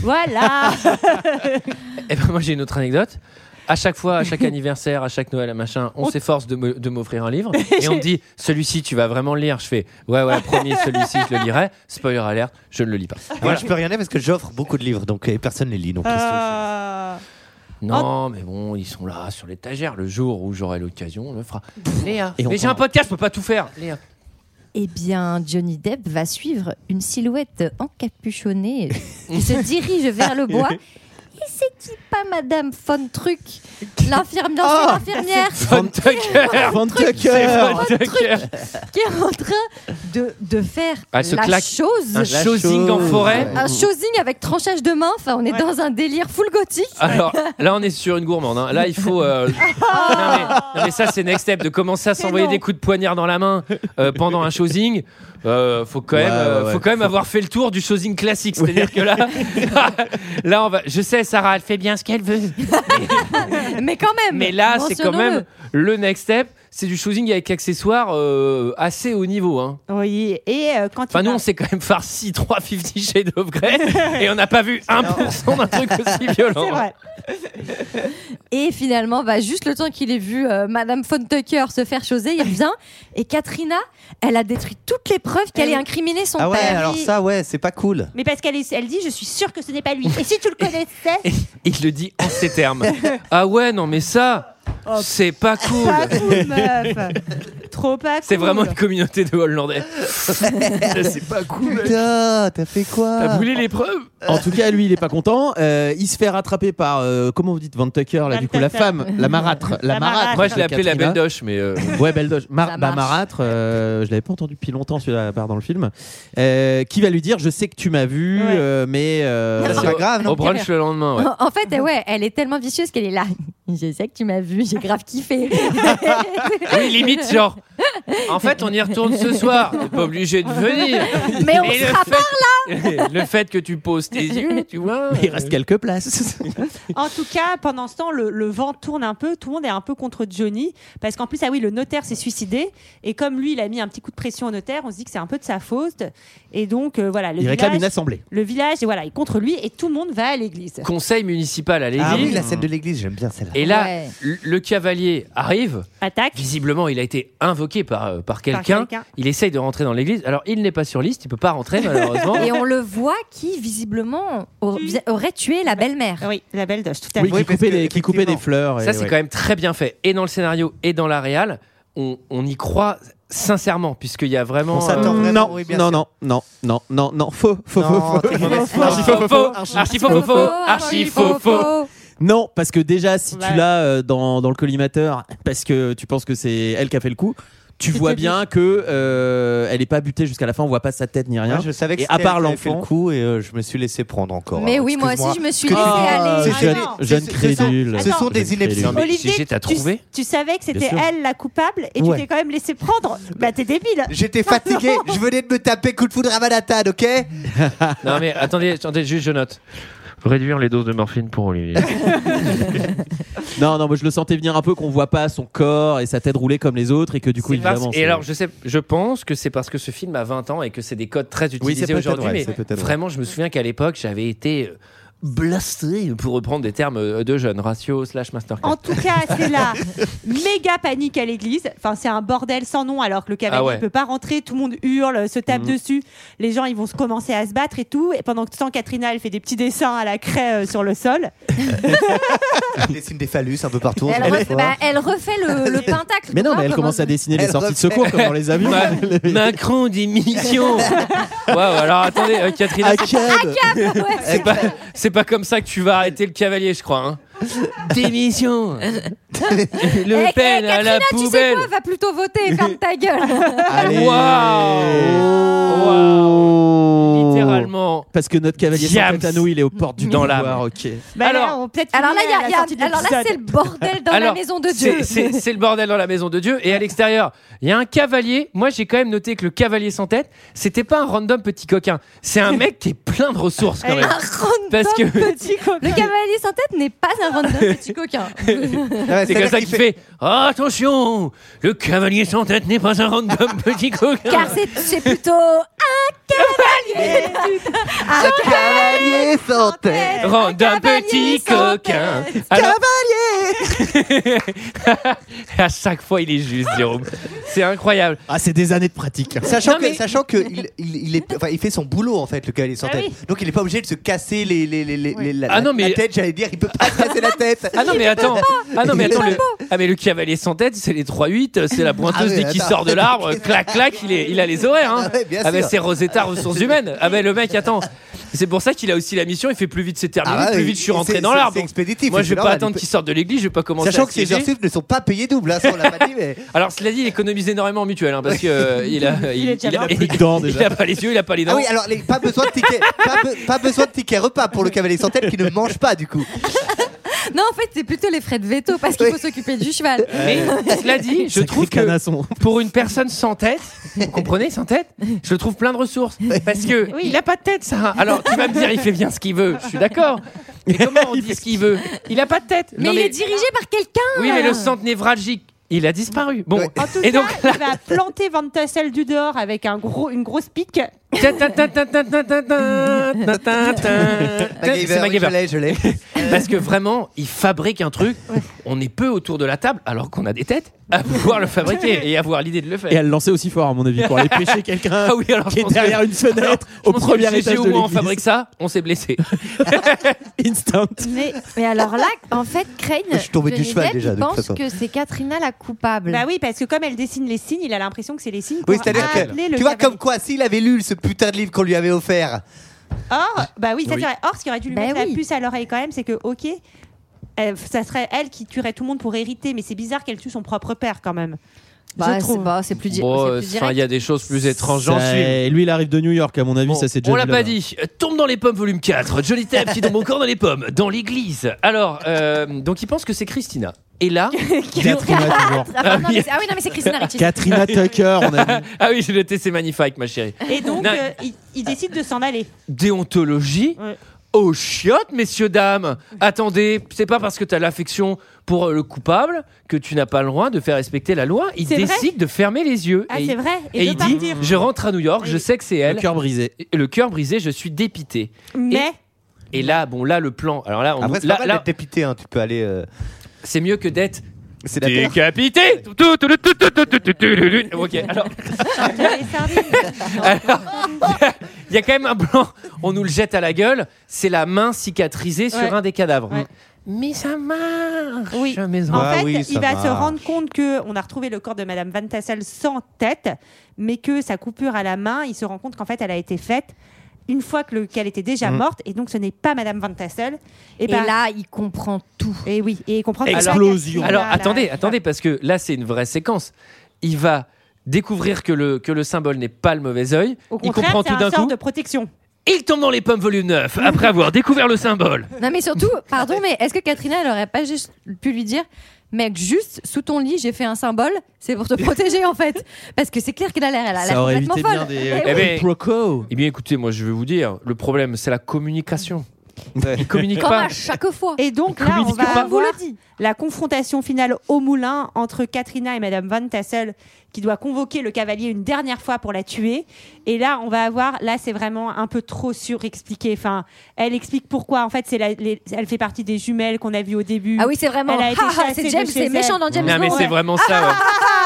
[SPEAKER 8] voilà.
[SPEAKER 1] Et ben moi, j'ai une autre anecdote. À chaque fois, à chaque anniversaire, à chaque Noël, à machin, on s'efforce de me- de m'offrir un livre. Et on me dit Celui-ci, tu vas vraiment le lire. Je fais Ouais, ouais, promis, celui-ci, je le lirai. Spoiler alert, je ne le lis pas.
[SPEAKER 11] Moi, je peux rien dire parce que j'offre beaucoup de livres, donc euh, personne ne les lit. Donc, qu'est-ce que-
[SPEAKER 1] Non, mais bon, ils sont là sur l'étagère. Le jour où j'aurai l'occasion, on le fera. Léa.
[SPEAKER 6] Et on
[SPEAKER 1] Mais j'ai un podcast, je peux pas tout faire. Léa.
[SPEAKER 6] Eh bien, Johnny Depp va suivre une silhouette encapuchonnée qui se dirige vers le bois. Et c'est qui pas Madame Von Truc L'infirmière,
[SPEAKER 7] Oh,
[SPEAKER 6] c'est l'infirmière
[SPEAKER 1] Von Tucker
[SPEAKER 12] Von
[SPEAKER 6] Ah, Truc,
[SPEAKER 12] Tucker.
[SPEAKER 6] c'est Von
[SPEAKER 1] Von Tucker.
[SPEAKER 6] Truc qui est en train de, de faire
[SPEAKER 1] Elle se
[SPEAKER 6] la
[SPEAKER 1] claque
[SPEAKER 6] chose.
[SPEAKER 1] un La showzing en chose. forêt.
[SPEAKER 6] Un showzing avec tranchage de main. Enfin, on est dans un délire full gothique.
[SPEAKER 1] Alors là, on est sur une gourmande. hein. Là, il faut. euh, Non, mais ça, c'est next step de commencer à s'envoyer des coups de poignard dans la main euh, pendant un showzing. Euh, faut quand même,
[SPEAKER 12] Ouais, ouais,
[SPEAKER 1] euh,
[SPEAKER 12] ouais.
[SPEAKER 1] faut quand même avoir fait le tour du showzing classique. C'est-à-dire que là, là, on va. Je sais, Sarah, elle fait bien ce qu'elle veut.
[SPEAKER 6] mais quand même.
[SPEAKER 1] Mais là, c'est quand
[SPEAKER 6] mentionnons-le.
[SPEAKER 1] même le next step. C'est du showzing avec accessoires euh, assez haut niveau. Hein.
[SPEAKER 8] Oui, et euh, quand
[SPEAKER 1] Enfin,
[SPEAKER 8] il
[SPEAKER 1] nous,
[SPEAKER 8] va-
[SPEAKER 1] on s'est quand même farci 3 Fifty Shades of Grey et on n'a pas vu 1% d'un truc aussi violent.
[SPEAKER 8] C'est vrai.
[SPEAKER 6] Et finalement, bah, juste le temps qu'il ait vu euh, Madame Von Tucker se faire choser, il revient. Et Katrina, elle a détruit toutes les preuves qu'elle ait incriminé son
[SPEAKER 11] Ah ouais,
[SPEAKER 6] père.
[SPEAKER 11] alors ça, ouais, c'est pas cool.
[SPEAKER 8] Mais parce qu'elle est- elle dit, je suis sûre que ce n'est pas lui. Et si tu le connaissais
[SPEAKER 1] Il le dit en ces termes. ah ouais, non, mais ça, c'est pas cool.
[SPEAKER 8] Oh, Pas cool, meuf. Trop pas cool.
[SPEAKER 1] C'est vraiment une communauté de Hollandais. Ça, Eh, c'est pas cool.
[SPEAKER 11] Putain, t'as fait
[SPEAKER 8] Ah.
[SPEAKER 11] quoi
[SPEAKER 1] T'as brûlé les preuves
[SPEAKER 12] En tout cas, lui, il est pas content. Euh, il se fait rattraper par euh, comment vous dites Van Tucker là, du coup la
[SPEAKER 1] Tucker.
[SPEAKER 12] femme, la marâtre, la,
[SPEAKER 1] La
[SPEAKER 12] marâtre.
[SPEAKER 1] marâtre. Moi, je l'ai appelée la
[SPEAKER 12] Katrina.
[SPEAKER 1] Beldoche, mais euh,
[SPEAKER 12] ouais, Beldoche. Mar-
[SPEAKER 1] Ça
[SPEAKER 12] bah,
[SPEAKER 1] marche.
[SPEAKER 12] marâtre. euh, je l'avais pas entendu depuis longtemps celui-là, à part dans le film. Euh, qui va lui dire Je sais que tu m'as vu, euh, mais euh,
[SPEAKER 1] C'est pas
[SPEAKER 8] Ah,
[SPEAKER 1] grave, non Au brunch le lendemain, ouais.
[SPEAKER 6] En en fait, euh, ouais, elle est tellement vicieuse qu'elle est là. Je sais que tu m'as vu, j'ai grave kiffé.
[SPEAKER 1] Oui, limite, genre. En fait, on y retourne ce soir. T'es pas obligé de venir.
[SPEAKER 6] Mais on
[SPEAKER 1] le
[SPEAKER 6] sera Mm.
[SPEAKER 1] fait-
[SPEAKER 6] par
[SPEAKER 1] Le fait que tu poses tes yeux, tu vois. Euh,
[SPEAKER 12] il reste quelques places.
[SPEAKER 8] En tout cas, pendant ce temps, le, le vent tourne un peu. Tout le monde est un peu contre Johnny. Parce qu'en plus, ah oui, le notaire s'est suicidé. Et comme lui, il a mis un petit coup de pression au notaire, on se dit que c'est un peu de sa faute. Et donc, euh, voilà. Le
[SPEAKER 12] Il réclame
[SPEAKER 8] village-
[SPEAKER 12] une assemblée.
[SPEAKER 8] Le village, et voilà, il est contre lui. Et tout le monde va à l'église.
[SPEAKER 1] Conseil municipal à l'église.
[SPEAKER 11] Ah oui, la scène de l'église, j'aime bien celle-là.
[SPEAKER 1] Et là,
[SPEAKER 8] Ouais.
[SPEAKER 1] le- le cavalier arrive.
[SPEAKER 8] Attaque.
[SPEAKER 1] Visiblement, il a été invoqué par, euh, par quelqu'un.
[SPEAKER 6] quelqu'un.
[SPEAKER 1] Il essaye de rentrer dans l'église. Alors, il n'est pas sur liste. Il peut pas rentrer, malheureusement.
[SPEAKER 6] Et on le voit qui, visiblement, au- aurait tué la belle-mère.
[SPEAKER 8] Oui, la belle doche, tout
[SPEAKER 12] Oui, qui coupait, des, qui coupait des fleurs. et
[SPEAKER 1] Ça, c'est
[SPEAKER 12] ouais.
[SPEAKER 1] quand même très bien fait. Et dans le scénario et dans la réal, on, on y croit sincèrement, puisqu'il y a vraiment. euh,
[SPEAKER 12] On s'attend vraiment, oui, bien sûr. non, non, non, non, non, faux, faux,
[SPEAKER 1] Non,
[SPEAKER 12] faux, faux,
[SPEAKER 1] t'es mauvaise foi.
[SPEAKER 12] Archi faux, faux, faux,
[SPEAKER 1] Archi- Archi faux, faux, faux, archi faux, faux.
[SPEAKER 12] Non, parce que déjà, si
[SPEAKER 1] Ouais.
[SPEAKER 12] tu l'as euh, dans, dans le collimateur, parce que tu penses que c'est elle qui a fait le coup. Tu vois bien que euh, elle est pas butée jusqu'à la fin, on voit pas sa tête ni rien.
[SPEAKER 11] Ouais, je savais que
[SPEAKER 12] et à
[SPEAKER 11] c'était
[SPEAKER 12] part
[SPEAKER 11] elle qui avait fait
[SPEAKER 12] l'enfant,
[SPEAKER 11] le coup et euh, je me suis laissé prendre encore. hein.
[SPEAKER 6] Mais oui, moi
[SPEAKER 11] excuse-moi.
[SPEAKER 6] aussi, je me suis
[SPEAKER 11] Que-
[SPEAKER 6] laissé
[SPEAKER 1] Oh,
[SPEAKER 6] Ah, aller.
[SPEAKER 11] C'est
[SPEAKER 6] jeune-
[SPEAKER 12] jeune
[SPEAKER 11] c'est- ce sont-
[SPEAKER 12] crédule.
[SPEAKER 11] Ce sont
[SPEAKER 12] Attends.
[SPEAKER 11] des
[SPEAKER 12] Jeune
[SPEAKER 11] inepties.
[SPEAKER 12] crédule. Non, mais
[SPEAKER 8] Olivier,
[SPEAKER 12] Gégé, t'as trouvé
[SPEAKER 8] tu, tu savais que c'était
[SPEAKER 11] Bien sûr.
[SPEAKER 8] elle la coupable et
[SPEAKER 11] Ouais.
[SPEAKER 8] tu t'es quand même laissé prendre. Bah, t'es débile.
[SPEAKER 11] J'étais fatigué, je venais de me taper coup de foudre à Manhattan, ok
[SPEAKER 1] Non, mais attendez, attendez, juste je note. Réduire les doses de morphine pour Olivier.
[SPEAKER 12] Non, non, moi je le sentais venir un peu qu'on voit pas son corps et sa tête roulée comme les autres et que du coup
[SPEAKER 1] C'est parce-
[SPEAKER 12] évidemment.
[SPEAKER 1] et alors, je, sais, je pense que c'est parce que ce film a 20 ans et que c'est des codes très utilisés
[SPEAKER 12] peut-être
[SPEAKER 1] aujourd'hui.
[SPEAKER 12] vrai,
[SPEAKER 1] mais
[SPEAKER 12] c'est peut-être vrai.
[SPEAKER 1] vraiment, je me souviens qu'à l'époque, j'avais été euh, blasté, pour reprendre des termes euh, de jeunes, ratio slash masterclass.
[SPEAKER 8] En tout cas, c'est la méga panique à l'église. Enfin, c'est un bordel sans nom alors que le cavalier
[SPEAKER 1] Ah
[SPEAKER 8] ne
[SPEAKER 1] ouais.
[SPEAKER 8] peut pas rentrer. Tout le monde hurle, se tape
[SPEAKER 1] Mhm.
[SPEAKER 8] dessus. Les gens, ils vont se commencer à se battre et tout. Et pendant que temps, Katrina, elle fait des petits dessins à la craie euh, sur le sol.
[SPEAKER 11] Elle dessine des phallus un peu partout.
[SPEAKER 6] Elle,
[SPEAKER 11] on se
[SPEAKER 6] refait,
[SPEAKER 11] voit.
[SPEAKER 6] bah, elle refait le, le pentacle.
[SPEAKER 12] Mais non,
[SPEAKER 6] quoi,
[SPEAKER 12] mais elle
[SPEAKER 6] comme
[SPEAKER 12] commence
[SPEAKER 6] un-
[SPEAKER 12] à dessiner les
[SPEAKER 11] Elle
[SPEAKER 12] sorties de
[SPEAKER 11] refait-
[SPEAKER 12] secours comme dans les avions.
[SPEAKER 1] Ma- Macron démission Waouh, alors attendez, euh, Catherine.
[SPEAKER 12] À
[SPEAKER 1] c'est-
[SPEAKER 12] Cab.
[SPEAKER 6] Ah, ouais, c'est
[SPEAKER 1] C'est pas, c'est pas comme ça que tu vas arrêter le cavalier, je crois. hein. Démission
[SPEAKER 6] Eh, eh,
[SPEAKER 1] Le Pen à la
[SPEAKER 6] Katrina, tu sais
[SPEAKER 1] poubelle
[SPEAKER 6] quoi Va plutôt voter, ferme ta gueule.
[SPEAKER 12] Allez.
[SPEAKER 1] Waouh Littéralement.
[SPEAKER 12] Parce que notre cavalier sans
[SPEAKER 1] Diams.
[SPEAKER 12] tête à nous, il est aux portes du
[SPEAKER 1] Dans
[SPEAKER 12] pouvoir, ok.
[SPEAKER 6] Bah,
[SPEAKER 8] alors,
[SPEAKER 6] alors là, il y a- il y a- alors là, c'est le bordel dans la
[SPEAKER 1] Alors,
[SPEAKER 6] maison de
[SPEAKER 1] c'est-
[SPEAKER 6] Dieu.
[SPEAKER 1] C'est c'est le bordel dans la maison de Dieu. Et à l'extérieur, il y a un cavalier. Moi, j'ai quand même noté que le cavalier sans tête, c'était pas un random petit coquin. C'est un mec qui est plein de ressources quand même.
[SPEAKER 6] Un random
[SPEAKER 1] Parce que-
[SPEAKER 6] petit coquin. Le cavalier sans tête n'est pas un random petit coquin.
[SPEAKER 1] c'est comme ça qu'il fait Attention Le cavalier sans tête n'est pas un random petit coquin.
[SPEAKER 6] Car c'est- c'est plutôt un cavalier.
[SPEAKER 7] Un cavalier sans tête
[SPEAKER 1] Random petit coquin. Alors,
[SPEAKER 7] Cavalier
[SPEAKER 1] à chaque fois, il est juste, Jérôme. C'est incroyable.
[SPEAKER 12] Ah, c'est des années de pratique.
[SPEAKER 11] Sachant
[SPEAKER 1] Non,
[SPEAKER 11] que,
[SPEAKER 1] mais-
[SPEAKER 11] sachant que il, il, il est, enfin, il fait son boulot en fait, le cavalier sans
[SPEAKER 1] Ah
[SPEAKER 11] tête.
[SPEAKER 1] oui.
[SPEAKER 11] Donc il n'est pas obligé de se casser les, les, les, les- la,
[SPEAKER 1] Ah non,
[SPEAKER 11] la
[SPEAKER 1] mais-
[SPEAKER 11] tête, j'allais dire, il peut pas se casser la tête.
[SPEAKER 1] Ah non, mais attends. Ah non, mais
[SPEAKER 11] Il
[SPEAKER 1] attends.
[SPEAKER 11] peut
[SPEAKER 1] Le... Ah, mais le cavalier sans tête, c'est les 3-8, c'est la pointeuse
[SPEAKER 11] Ah oui,
[SPEAKER 1] dès qu'il
[SPEAKER 11] attends.
[SPEAKER 1] sort de l'arbre, clac, clac, il, est, il a les horaires. Hein.
[SPEAKER 11] Ah ouais, bien
[SPEAKER 1] Ah, mais
[SPEAKER 11] sûr.
[SPEAKER 1] c'est Rosetta, ressources humaines. Ah, mais le ben, mec, attends. C'est pour ça qu'il a aussi la mission. Il fait plus vite c'est terminé,
[SPEAKER 11] Ah ouais,
[SPEAKER 1] plus vite je suis rentré
[SPEAKER 11] c'est-
[SPEAKER 1] dans
[SPEAKER 11] c'est-
[SPEAKER 1] l'arbre.
[SPEAKER 11] c'est expéditif,
[SPEAKER 1] Moi
[SPEAKER 11] et
[SPEAKER 1] je
[SPEAKER 11] puis
[SPEAKER 1] vais pas
[SPEAKER 11] là, on a
[SPEAKER 1] attendre
[SPEAKER 11] du-
[SPEAKER 1] qu'il sorte de l'église. Je vais pas commencer.
[SPEAKER 11] Sachant
[SPEAKER 1] à
[SPEAKER 11] que ces
[SPEAKER 1] siéger.
[SPEAKER 11] heures ne sont pas payées double, hein, ça, on l'a pas dit, mais.
[SPEAKER 1] Alors cela dit, il économise énormément en mutuelle hein, parce que euh, il a
[SPEAKER 11] Il est déjà mort.
[SPEAKER 1] plus de dents Il a pas les yeux, il a pas les dents.
[SPEAKER 11] Ah oui, alors les- pas, besoin de ticket, pas, be- pas besoin de ticket repas pour le cavalier sans tête qui ne mange pas du coup.
[SPEAKER 6] Non, en fait, c'est plutôt les frais de veto parce qu'il faut s'occuper du cheval.
[SPEAKER 1] Mais cela dit, je trouve que pour une personne sans tête, vous comprenez, sans tête, je le trouve plein de ressources. Parce que il a pas de tête, ça. Alors tu vas me dire, il fait bien ce qu'il veut. Je suis d'accord. Mais comment on dit ce qu'il veut Il a pas de tête.
[SPEAKER 6] Mais
[SPEAKER 1] Non,
[SPEAKER 6] il est dirigé par quelqu'un.
[SPEAKER 1] Oui, mais le centre névralgique, il a disparu. Bon,
[SPEAKER 12] Ah,
[SPEAKER 8] En tout
[SPEAKER 1] et
[SPEAKER 8] cas,
[SPEAKER 1] donc
[SPEAKER 8] il va planter Van Tassel du dehors avec un gros, une grosse pique.
[SPEAKER 11] Ah,
[SPEAKER 1] C'est MacGyver. Parce que vraiment, il fabrique un truc. On est peu autour de la table, alors qu'on a des têtes, à pouvoir le fabriquer et avoir l'idée de le faire.
[SPEAKER 12] Et à le lancer aussi fort, à mon avis, pour aller pêcher quelqu'un
[SPEAKER 1] Ah oui, alors, je
[SPEAKER 12] qui est
[SPEAKER 1] pense que-
[SPEAKER 12] derrière une fenêtre
[SPEAKER 1] Je
[SPEAKER 12] au
[SPEAKER 1] pense que
[SPEAKER 12] premier
[SPEAKER 1] chez
[SPEAKER 12] étage
[SPEAKER 1] Géo,
[SPEAKER 12] de
[SPEAKER 1] on
[SPEAKER 12] l'église.
[SPEAKER 1] fabrique ça, on s'est blessé.
[SPEAKER 12] Instant.
[SPEAKER 15] Mais, mais alors là, en fait, Crane,
[SPEAKER 11] Je suis tombé du
[SPEAKER 15] Johnny
[SPEAKER 11] cheval
[SPEAKER 15] Depp,
[SPEAKER 11] déjà,
[SPEAKER 15] il
[SPEAKER 11] de toute
[SPEAKER 15] pense
[SPEAKER 11] façon.
[SPEAKER 15] que c'est Katrina la coupable.
[SPEAKER 8] Bah oui, parce que comme elle dessine les signes, il a l'impression que c'est les signes.
[SPEAKER 11] euh, Oui,
[SPEAKER 8] pour
[SPEAKER 11] c'est-à-dire
[SPEAKER 8] appeler
[SPEAKER 11] que.
[SPEAKER 8] le
[SPEAKER 11] Tu vois,
[SPEAKER 8] cavalier.
[SPEAKER 11] comme quoi, s'il avait lu ce putain de livre qu'on lui avait offert.
[SPEAKER 8] Or, bah oui, ça
[SPEAKER 11] Oui.
[SPEAKER 8] dirait- Or, ce qui aurait dû lui mettre la puce à l'oreille quand même, c'est que, ok, euh, ça serait elle qui tuerait tout le monde pour hériter, mais c'est bizarre qu'elle tue son propre père quand même.
[SPEAKER 15] Bah,
[SPEAKER 8] je
[SPEAKER 15] c'est
[SPEAKER 8] trouve.
[SPEAKER 15] pas- c'est plus, di-
[SPEAKER 1] Bon,
[SPEAKER 15] c'est
[SPEAKER 1] euh,
[SPEAKER 15] plus
[SPEAKER 1] enfin, il
[SPEAKER 15] direct.
[SPEAKER 1] y a des choses plus étranges. J'en
[SPEAKER 12] Ça,
[SPEAKER 1] suis.
[SPEAKER 12] Lui, il arrive de New York, à mon avis, ça c'est déjà
[SPEAKER 1] On l'a
[SPEAKER 12] vu
[SPEAKER 1] pas
[SPEAKER 12] là-bas.
[SPEAKER 1] dit. Euh, Tombe dans les pommes, volume 4. Johnny Depp qui tombe encore dans les pommes, dans l'église. Alors, euh, donc il pense que c'est Christina. Et là,
[SPEAKER 12] Katrina, toujours.
[SPEAKER 6] Ah, non, mais c'est- ah oui, non, mais c'est Christina Ricci.
[SPEAKER 12] Katrina Tucker, on a dit.
[SPEAKER 1] Ah oui, je l'étais, c'est magnifique, ma chérie.
[SPEAKER 8] Et donc,
[SPEAKER 1] Non,
[SPEAKER 8] euh, il, il décide de s'en aller.
[SPEAKER 1] déontologie aux chiottes, messieurs, dames. Attendez, c'est pas parce que t'as l'affection pour euh, le coupable que tu n'as pas le droit de faire respecter la loi. Il
[SPEAKER 8] C'est vrai
[SPEAKER 1] décide de fermer les yeux.
[SPEAKER 8] Ah,
[SPEAKER 1] Et
[SPEAKER 8] c'est
[SPEAKER 1] il-
[SPEAKER 8] vrai. Et
[SPEAKER 1] Et,
[SPEAKER 8] de
[SPEAKER 1] il dit
[SPEAKER 8] partir.
[SPEAKER 1] Je rentre à New York, je sais que c'est elle. Le
[SPEAKER 12] cœur brisé.
[SPEAKER 1] Le cœur brisé, je suis dépité.
[SPEAKER 8] Mais.
[SPEAKER 1] Et, et là, bon, là, le plan. Alors Ah, là, on
[SPEAKER 11] Après, c'est
[SPEAKER 1] là-
[SPEAKER 11] pas mal
[SPEAKER 1] là-
[SPEAKER 11] d'être dépité, hein, tu peux aller. euh,
[SPEAKER 1] c'est mieux que d'être.
[SPEAKER 11] C'est la terre.
[SPEAKER 1] Décapité Ok, alors. Alors, il y a quand même un plan, on nous le jette à la gueule, c'est la main cicatrisée
[SPEAKER 8] Ouais.
[SPEAKER 1] sur un des cadavres.
[SPEAKER 8] Ouais.
[SPEAKER 1] Mais ça marche.
[SPEAKER 8] Oui.
[SPEAKER 1] mais
[SPEAKER 8] en
[SPEAKER 1] ça-
[SPEAKER 8] fait,
[SPEAKER 1] Ah oui, ça
[SPEAKER 8] il va
[SPEAKER 1] marche.
[SPEAKER 8] se rendre compte que on a retrouvé le corps de Madame Van Tassel sans tête, mais que sa coupure à la main, il se rend compte qu'en fait, elle a été faite une fois que le- qu'elle était déjà
[SPEAKER 6] Mm.
[SPEAKER 8] morte, et donc ce n'est pas Madame Van Tassel.
[SPEAKER 6] Et
[SPEAKER 8] bah-
[SPEAKER 6] là, il comprend tout.
[SPEAKER 8] Et eh oui, et il comprend. que c'est pas
[SPEAKER 1] Explosion.
[SPEAKER 8] Catherine,
[SPEAKER 1] Alors,
[SPEAKER 8] la- la-
[SPEAKER 1] attendez, attendez, parce que là, c'est une vraie séquence. Il va découvrir que le, que le symbole n'est pas le mauvais œil.
[SPEAKER 8] Au
[SPEAKER 1] Il
[SPEAKER 8] contraire,
[SPEAKER 1] comprend
[SPEAKER 8] c'est
[SPEAKER 1] tout
[SPEAKER 8] un
[SPEAKER 1] d'un
[SPEAKER 8] sort
[SPEAKER 1] coup.
[SPEAKER 8] de protection.
[SPEAKER 1] Il tombe dans les pommes volume 9 après avoir découvert le symbole.
[SPEAKER 6] Non, mais surtout, pardon, mais est-ce que Katrina, elle aurait pas juste pu lui dire Mec, juste sous ton lit, j'ai fait un symbole, c'est pour te protéger en fait Parce que c'est clair qu'elle a l'air, elle a l'air complètement folle. Eh oui.
[SPEAKER 1] ben, eh bien, écoutez, moi, je vais vous dire, le problème, c'est la communication. Il communique
[SPEAKER 6] Comme
[SPEAKER 1] pas.
[SPEAKER 6] à chaque fois.
[SPEAKER 8] Et donc là, on va avoir la confrontation finale au moulin entre Katrina et Madame Van Tassel, qui doit convoquer le cavalier une dernière fois pour la tuer. Et là, on va avoir, là, c'est vraiment un peu trop surexpliqué. Enfin, elle explique pourquoi. En fait, c'est la- les- elle fait partie des jumelles qu'on a vues au début.
[SPEAKER 6] Ah oui, c'est vraiment.
[SPEAKER 8] Elle a été
[SPEAKER 6] Ah, ah,
[SPEAKER 8] chassée
[SPEAKER 6] c'est
[SPEAKER 8] de
[SPEAKER 6] James,
[SPEAKER 8] chez
[SPEAKER 6] c'est
[SPEAKER 8] elle.
[SPEAKER 6] méchant dans James
[SPEAKER 1] non, mais
[SPEAKER 6] Bond.
[SPEAKER 1] c'est vraiment ça. ouais.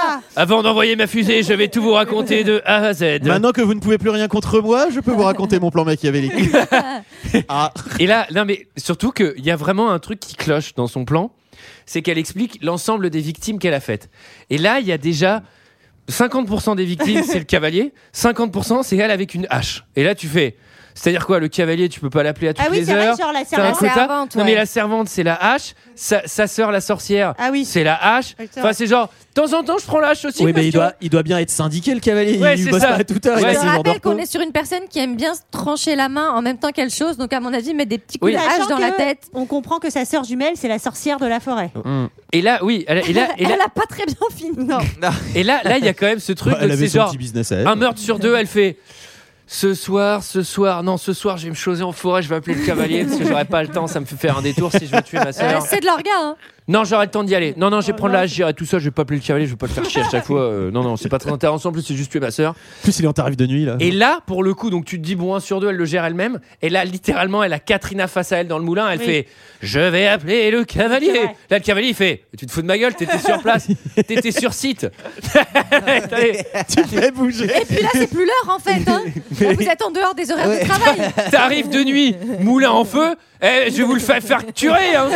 [SPEAKER 8] Ah.
[SPEAKER 1] Avant d'envoyer ma fusée, je vais tout vous raconter de A à Z.
[SPEAKER 12] Maintenant que vous ne pouvez plus rien contre moi, je peux vous raconter mon plan machiavélique.
[SPEAKER 1] Et là, non, mais surtout qu'il y a vraiment un truc qui cloche dans son plan, c'est qu'elle explique l'ensemble des victimes qu'elle a faites. Et là, il y a déjà 50% des victimes, c'est le cavalier, 50% c'est elle avec une hache. Et là, tu fais. C'est-à-dire quoi, le cavalier, tu peux pas l'appeler à toutes
[SPEAKER 8] Ah oui,
[SPEAKER 1] les
[SPEAKER 8] c'est vrai,
[SPEAKER 1] heures.
[SPEAKER 8] genre la
[SPEAKER 1] t'as un
[SPEAKER 8] servante.
[SPEAKER 1] quota.
[SPEAKER 8] La servante,
[SPEAKER 1] Non mais
[SPEAKER 8] ouais. Ah
[SPEAKER 1] la servante, c'est la hache. Sa, sa sœur, la sorcière, c'est la hache.
[SPEAKER 8] Oui, c'est
[SPEAKER 1] Enfin,
[SPEAKER 8] vrai.
[SPEAKER 1] c'est genre, de temps en temps, je prends la hache aussi.
[SPEAKER 12] Oui, mais
[SPEAKER 1] parce
[SPEAKER 12] il
[SPEAKER 1] que-
[SPEAKER 12] doit, il doit bien être syndiqué, le cavalier.
[SPEAKER 1] Ouais,
[SPEAKER 12] il
[SPEAKER 1] c'est
[SPEAKER 12] bosse
[SPEAKER 1] ça.
[SPEAKER 12] pas à toute heure.
[SPEAKER 1] Ouais.
[SPEAKER 12] il a
[SPEAKER 1] Je
[SPEAKER 12] ses
[SPEAKER 6] Je
[SPEAKER 12] jours de
[SPEAKER 6] rappelle qu'on
[SPEAKER 12] repos.
[SPEAKER 6] est sur une personne qui aime bien se trancher la main en même temps qu'elle chose, donc à mon avis, mettre des petits coups de hache
[SPEAKER 8] Sachant
[SPEAKER 6] dans la
[SPEAKER 8] que
[SPEAKER 6] tête.
[SPEAKER 8] On comprend que sa sœur jumelle, c'est la sorcière de la forêt.
[SPEAKER 1] Et là, oui. elle- et là, et là,
[SPEAKER 6] Elle a pas très bien fini. Euh, Non.
[SPEAKER 1] Et là, là, il y a quand même ce truc.
[SPEAKER 12] Bah, elle
[SPEAKER 1] de-
[SPEAKER 12] avait
[SPEAKER 1] c'est
[SPEAKER 12] son
[SPEAKER 1] genre
[SPEAKER 12] petit business à elle.
[SPEAKER 1] Un meurtre sur deux, elle fait. Ce soir, ce soir, non, ce soir, je vais me choser en forêt, je vais appeler le cavalier parce que j'aurai pas le temps, ça me fait faire un détour si je veux tuer ma
[SPEAKER 6] Euh,
[SPEAKER 1] sœur.
[SPEAKER 6] c'est de l'orga, hein.
[SPEAKER 1] Non, j'aurai le temps d'y aller. Non, non, je vais prendre la hache, j'irai tout seul, je vais pas appeler le cavalier, je vais pas le faire chier à chaque fois. Euh, non, non, c'est pas très intéressant, en plus, c'est juste tuer ma sœur.
[SPEAKER 12] En plus, il est en tarif de nuit, là.
[SPEAKER 1] Et là, pour le coup, donc tu te dis, bon, un sur deux, elle le gère elle-même. Et là, littéralement, elle a Katrina face à elle dans le moulin. Elle
[SPEAKER 12] Oui.
[SPEAKER 1] fait Je vais appeler le cavalier. Là, le cavalier, il fait Tu te fous de ma gueule, t'étais sur place, t'étais sur site.
[SPEAKER 12] tu fais bouger.
[SPEAKER 6] Et puis là, c'est plus l'heure en fait. hein. Là, vous êtes en dehors des horaires de travail.
[SPEAKER 1] T'arrives de nuit, moulin en feu, Eh, je vais vous le faire, faire tuer. hein.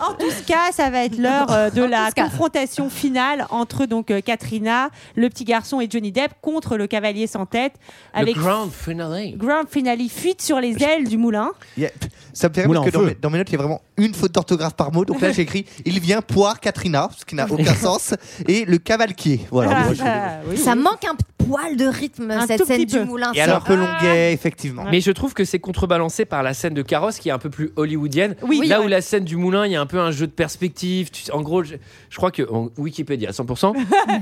[SPEAKER 8] En tout tout ce cas, ça va être l'heure euh, de
[SPEAKER 6] Dans tout
[SPEAKER 8] la
[SPEAKER 6] ce cas.
[SPEAKER 8] confrontation finale entre donc euh, Katrina, le petit garçon et Johnny Depp contre le cavalier sans tête avec
[SPEAKER 1] Le grand finale.
[SPEAKER 8] Grand Finale fuite sur les ailes du moulin.
[SPEAKER 11] Yeah. Ça me fait rire
[SPEAKER 12] Moulin
[SPEAKER 11] parce que
[SPEAKER 12] en
[SPEAKER 11] dans
[SPEAKER 12] feu.
[SPEAKER 11] mes, dans mes notes, il y a vraiment une faute d'orthographe par mot. Donc là, j'ai écrit il vient poire Katrina, ce qui n'a aucun sens, et le cavalquier. Voilà.
[SPEAKER 12] Ah,
[SPEAKER 11] Moi, je-
[SPEAKER 6] Ça manque un p- poil de rythme, cette
[SPEAKER 8] tout
[SPEAKER 6] scène
[SPEAKER 8] petit
[SPEAKER 6] du
[SPEAKER 8] peu.
[SPEAKER 6] moulin.
[SPEAKER 1] Et
[SPEAKER 12] ah.
[SPEAKER 1] alors-
[SPEAKER 11] un peu longuet, effectivement.
[SPEAKER 1] Mais je trouve que c'est contrebalancé par la scène de carrosse qui est un peu plus hollywoodienne.
[SPEAKER 8] Oui,
[SPEAKER 1] là
[SPEAKER 8] ouais.
[SPEAKER 1] où la scène du moulin, il y a un peu un jeu de perspective. Tu- en gros, je, je crois que en Wikipédia à 100%.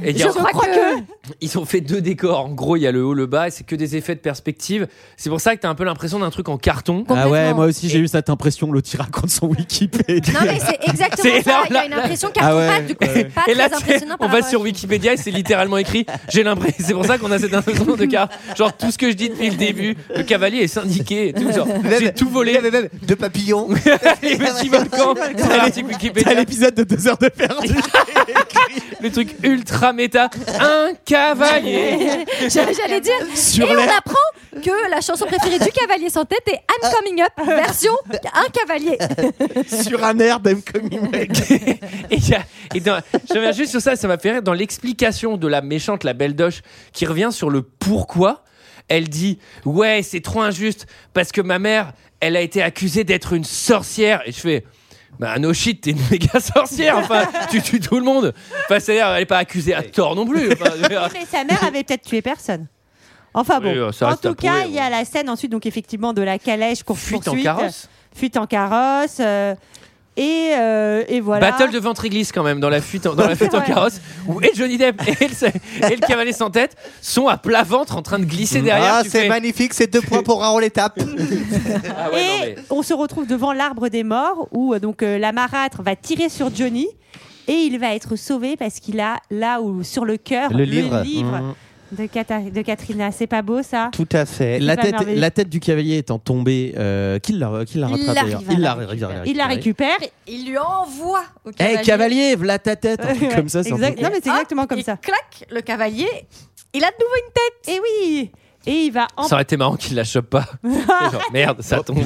[SPEAKER 1] et il y a- eh Ah Ils ont fait deux décors. En gros, il y a le haut, le bas, et c'est que des effets de perspective. C'est pour ça que t'as un peu l'impression d'un truc en carton.
[SPEAKER 12] Ah ouais, moi aussi j'ai eu cette impression, l'autre il raconte son Wikipédia.
[SPEAKER 6] Non, mais c'est exactement
[SPEAKER 1] C'est
[SPEAKER 6] ça.
[SPEAKER 1] là,
[SPEAKER 6] Il y a
[SPEAKER 1] là,
[SPEAKER 6] une
[SPEAKER 1] là.
[SPEAKER 6] impression
[SPEAKER 12] Ah
[SPEAKER 6] carton-pâte,
[SPEAKER 12] ouais.
[SPEAKER 6] du coup, c'est pas
[SPEAKER 1] Et là,
[SPEAKER 6] très
[SPEAKER 1] tu sais,
[SPEAKER 6] impressionnant.
[SPEAKER 1] on
[SPEAKER 6] par
[SPEAKER 1] va
[SPEAKER 6] rapport à-
[SPEAKER 1] sur Wikipédia et c'est littéralement écrit. J'ai l'impression, c'est pour ça qu'on a cette impression de car. Genre tout ce que je dis depuis le début, le cavalier est syndiqué et tout. Genre, j'ai tout volé.
[SPEAKER 11] de papillons.
[SPEAKER 1] Les petits volcans. sur l'article
[SPEAKER 12] T'as
[SPEAKER 1] Wikipédia.
[SPEAKER 12] l'épisode de 2 heures de perdu.
[SPEAKER 1] le truc ultra méta. Un cavalier.
[SPEAKER 6] J'allais j'allais dire.
[SPEAKER 12] Sur
[SPEAKER 6] et
[SPEAKER 12] les-
[SPEAKER 6] on apprend que la chanson préférée du cavalier sans tête est
[SPEAKER 8] Euh,
[SPEAKER 6] I'm Coming Up, version un cavalier.
[SPEAKER 12] Sur un air d'M. Coming
[SPEAKER 1] Et, il y a- et dans- je reviens juste sur ça, ça m'a fait rire. Dans l'explication de la méchante, la belle doche, qui revient sur le pourquoi, elle dit Ouais, c'est trop injuste parce que ma mère, elle a été accusée d'être une sorcière. Et je fais. Bah, no shit, t'es une méga sorcière, enfin, tu tues tout le monde. Enfin, c'est-à-dire, elle n'est pas accusée à tort non plus. Enfin, je veux dire,
[SPEAKER 8] Mais sa mère avait peut-être tué personne. Enfin
[SPEAKER 1] Oui,
[SPEAKER 8] bon,
[SPEAKER 1] euh, ça
[SPEAKER 8] en
[SPEAKER 1] reste à
[SPEAKER 8] tout cas,
[SPEAKER 1] prouver,
[SPEAKER 8] il y a la scène ensuite, donc effectivement, de la calèche qu'on
[SPEAKER 1] fuite en carrosse.
[SPEAKER 8] Fuite en carrosse. euh, et, euh, et voilà.
[SPEAKER 1] Battle de ventre église quand même dans la fuite en, dans la fuite en
[SPEAKER 8] Ouais.
[SPEAKER 1] carrosse où et Johnny Depp et le, et le cavalier sans tête sont à plat ventre en train de glisser derrière.
[SPEAKER 11] Ah,
[SPEAKER 1] Tu
[SPEAKER 11] c'est
[SPEAKER 1] fais-
[SPEAKER 11] magnifique, c'est deux points pour un, on les tape.
[SPEAKER 1] Ah ouais, non,
[SPEAKER 8] Et on se retrouve devant l'arbre des morts où euh, donc euh, la marâtre va tirer sur Johnny et il va être sauvé parce qu'il a là où sur le cœur
[SPEAKER 11] Le livre.
[SPEAKER 12] Mmh.
[SPEAKER 8] de, Cata- de Katrina. C'est pas beau ça
[SPEAKER 11] Tout à fait.
[SPEAKER 12] La
[SPEAKER 8] pas
[SPEAKER 12] tête,
[SPEAKER 8] merveilleux.
[SPEAKER 12] la tête du cavalier étant tombée, euh, qui l'a qui l'a
[SPEAKER 8] Il
[SPEAKER 12] rattrapé
[SPEAKER 8] la
[SPEAKER 12] d'ailleurs
[SPEAKER 8] récupère. Il la récupère.
[SPEAKER 6] Il lui envoie au
[SPEAKER 12] Eh
[SPEAKER 6] cavalier.
[SPEAKER 12] cavalier, v'là ta tête Un truc
[SPEAKER 8] Ouais,
[SPEAKER 12] comme ça, c'est un
[SPEAKER 8] exact-
[SPEAKER 12] truc-
[SPEAKER 8] Non mais c'est
[SPEAKER 6] Hop,
[SPEAKER 8] exactement comme
[SPEAKER 6] il
[SPEAKER 8] ça.
[SPEAKER 6] claque le cavalier. Il a de nouveau une tête.
[SPEAKER 8] Et oui. Et il va
[SPEAKER 1] mais
[SPEAKER 8] en-
[SPEAKER 1] Ça aurait été marrant qu'il la chope pas. C'est genre, merde,
[SPEAKER 11] Oh,
[SPEAKER 1] ça tombe.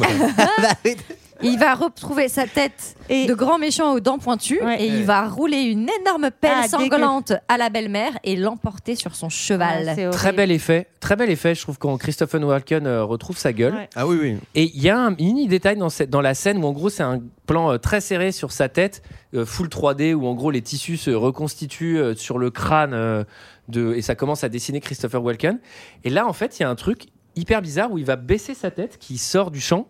[SPEAKER 6] Il va retrouver sa tête de grand méchant aux dents pointues
[SPEAKER 8] Ouais.
[SPEAKER 6] et il va rouler une énorme pelle
[SPEAKER 8] Ah,
[SPEAKER 6] sanglante à la belle-mère et l'emporter sur son cheval.
[SPEAKER 8] Ah, c'est
[SPEAKER 1] Très bel effet, très bel effet. Je trouve quand Christopher Walken euh, retrouve sa gueule.
[SPEAKER 8] Ouais.
[SPEAKER 12] Ah oui, oui.
[SPEAKER 1] Et il y a un mini détail dans, cette- dans la scène où en gros c'est un plan euh, très serré sur sa tête, euh, full 3D, où en gros les tissus se reconstituent euh, sur le crâne euh, de, et ça commence à dessiner Christopher Walken. Et là en fait il y a un truc hyper bizarre où il va baisser sa tête qui sort du champ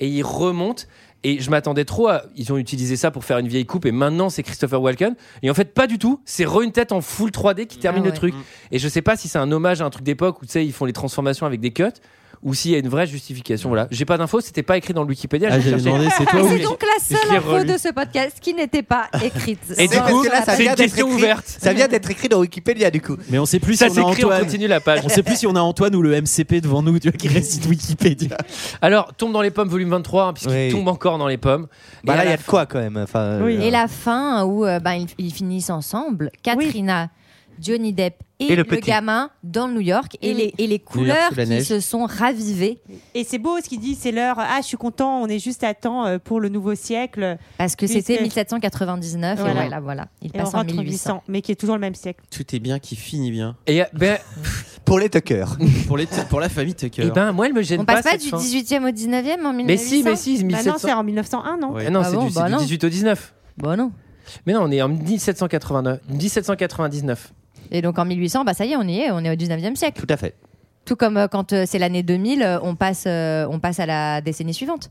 [SPEAKER 1] et il remonte. Et je m'attendais trop à. Ils ont utilisé ça pour faire une vieille coupe et maintenant c'est Christopher Walken. Et en fait, pas du tout. C'est re une tête en full 3D qui termine
[SPEAKER 6] Ah
[SPEAKER 1] le
[SPEAKER 6] ouais.
[SPEAKER 1] truc. Et je sais pas si c'est un hommage à un truc d'époque où tu sais, ils font les transformations avec des cuts ou s'il y a une vraie justification. Voilà. J'ai pas d'infos, c'était pas écrit dans le Wikipédia.
[SPEAKER 12] Ah,
[SPEAKER 1] j'ai
[SPEAKER 12] j'avais
[SPEAKER 1] cherché.
[SPEAKER 12] demandé, c'est toi
[SPEAKER 6] Et
[SPEAKER 12] ou
[SPEAKER 6] c'est donc la
[SPEAKER 1] Je
[SPEAKER 6] seule
[SPEAKER 1] l'ai
[SPEAKER 6] info
[SPEAKER 1] relu.
[SPEAKER 6] de ce podcast qui n'était pas écrite.
[SPEAKER 1] Et du
[SPEAKER 6] Sur-
[SPEAKER 1] coup,
[SPEAKER 6] sur la
[SPEAKER 11] ça
[SPEAKER 1] c'est
[SPEAKER 6] page.
[SPEAKER 1] une
[SPEAKER 11] vient d'être
[SPEAKER 1] question
[SPEAKER 11] écrit-
[SPEAKER 1] ouverte.
[SPEAKER 11] Ça vient d'être écrit dans Wikipédia, du coup.
[SPEAKER 12] Mais on sait plus
[SPEAKER 1] Ça
[SPEAKER 12] si on a
[SPEAKER 1] s'écrit, on
[SPEAKER 12] Antoine.
[SPEAKER 1] continue la page.
[SPEAKER 12] On sait plus si on a Antoine ou le MCP devant nous, tu vois, qui récite Wikipédia.
[SPEAKER 1] Alors, tombe dans les pommes, volume 23, hein, puisqu'il
[SPEAKER 11] Oui.
[SPEAKER 1] tombe encore dans les pommes.
[SPEAKER 11] Bah
[SPEAKER 1] Et
[SPEAKER 11] là,
[SPEAKER 1] à
[SPEAKER 11] il y
[SPEAKER 1] la
[SPEAKER 11] a de quoi quand même. Enfin, euh,
[SPEAKER 6] Et la fin où euh, ben, ils, ils finissent ensemble, Katrina, Johnny Depp et,
[SPEAKER 11] Et le
[SPEAKER 6] le,
[SPEAKER 11] petit.
[SPEAKER 6] gamin dans New York et,
[SPEAKER 8] Et
[SPEAKER 6] les, et les
[SPEAKER 12] New York
[SPEAKER 6] couleurs
[SPEAKER 12] sous la
[SPEAKER 6] qui
[SPEAKER 12] neige.
[SPEAKER 6] se sont ravivées
[SPEAKER 8] Et c'est beau ce qu'il dit, c'est l'heure. Ah, je suis content, on est juste à temps euh, pour le nouveau siècle.
[SPEAKER 6] parce que
[SPEAKER 8] Puis
[SPEAKER 6] c'était
[SPEAKER 8] c'est-
[SPEAKER 6] 1799
[SPEAKER 8] Voilà.
[SPEAKER 6] et ouais, là voilà, il
[SPEAKER 8] Et on
[SPEAKER 6] passe en
[SPEAKER 8] rentre
[SPEAKER 6] 1800.
[SPEAKER 8] 1800, mais qui est toujours le même siècle.
[SPEAKER 12] Tout est bien qui finit bien.
[SPEAKER 1] Et il y a- ben,
[SPEAKER 11] Pour les Tucker.
[SPEAKER 12] Pour, les pour la famille Tucker.
[SPEAKER 1] eh ben, moi, elle me gêne
[SPEAKER 6] On passe pas,
[SPEAKER 1] cette
[SPEAKER 6] du
[SPEAKER 1] fin.
[SPEAKER 6] 18e au 19e en 1800
[SPEAKER 1] Mais si, mais
[SPEAKER 6] Bah
[SPEAKER 1] si,
[SPEAKER 8] Maintenant,
[SPEAKER 1] 1700.
[SPEAKER 8] c'est en 1901, non
[SPEAKER 1] Ah non,
[SPEAKER 6] Ah
[SPEAKER 1] c'est
[SPEAKER 6] bon,
[SPEAKER 1] du, c'est
[SPEAKER 6] bah
[SPEAKER 1] du
[SPEAKER 6] non.
[SPEAKER 1] 18 au 19.
[SPEAKER 6] Bon non.
[SPEAKER 1] Mais non, on est en 1789. 1799.
[SPEAKER 6] Et donc en 1800, bah ça y est, on y est, on est au 19e siècle.
[SPEAKER 11] Tout à fait.
[SPEAKER 6] Tout comme euh, quand euh, c'est l'année 2000, euh, on passe euh, on passe à la décennie suivante.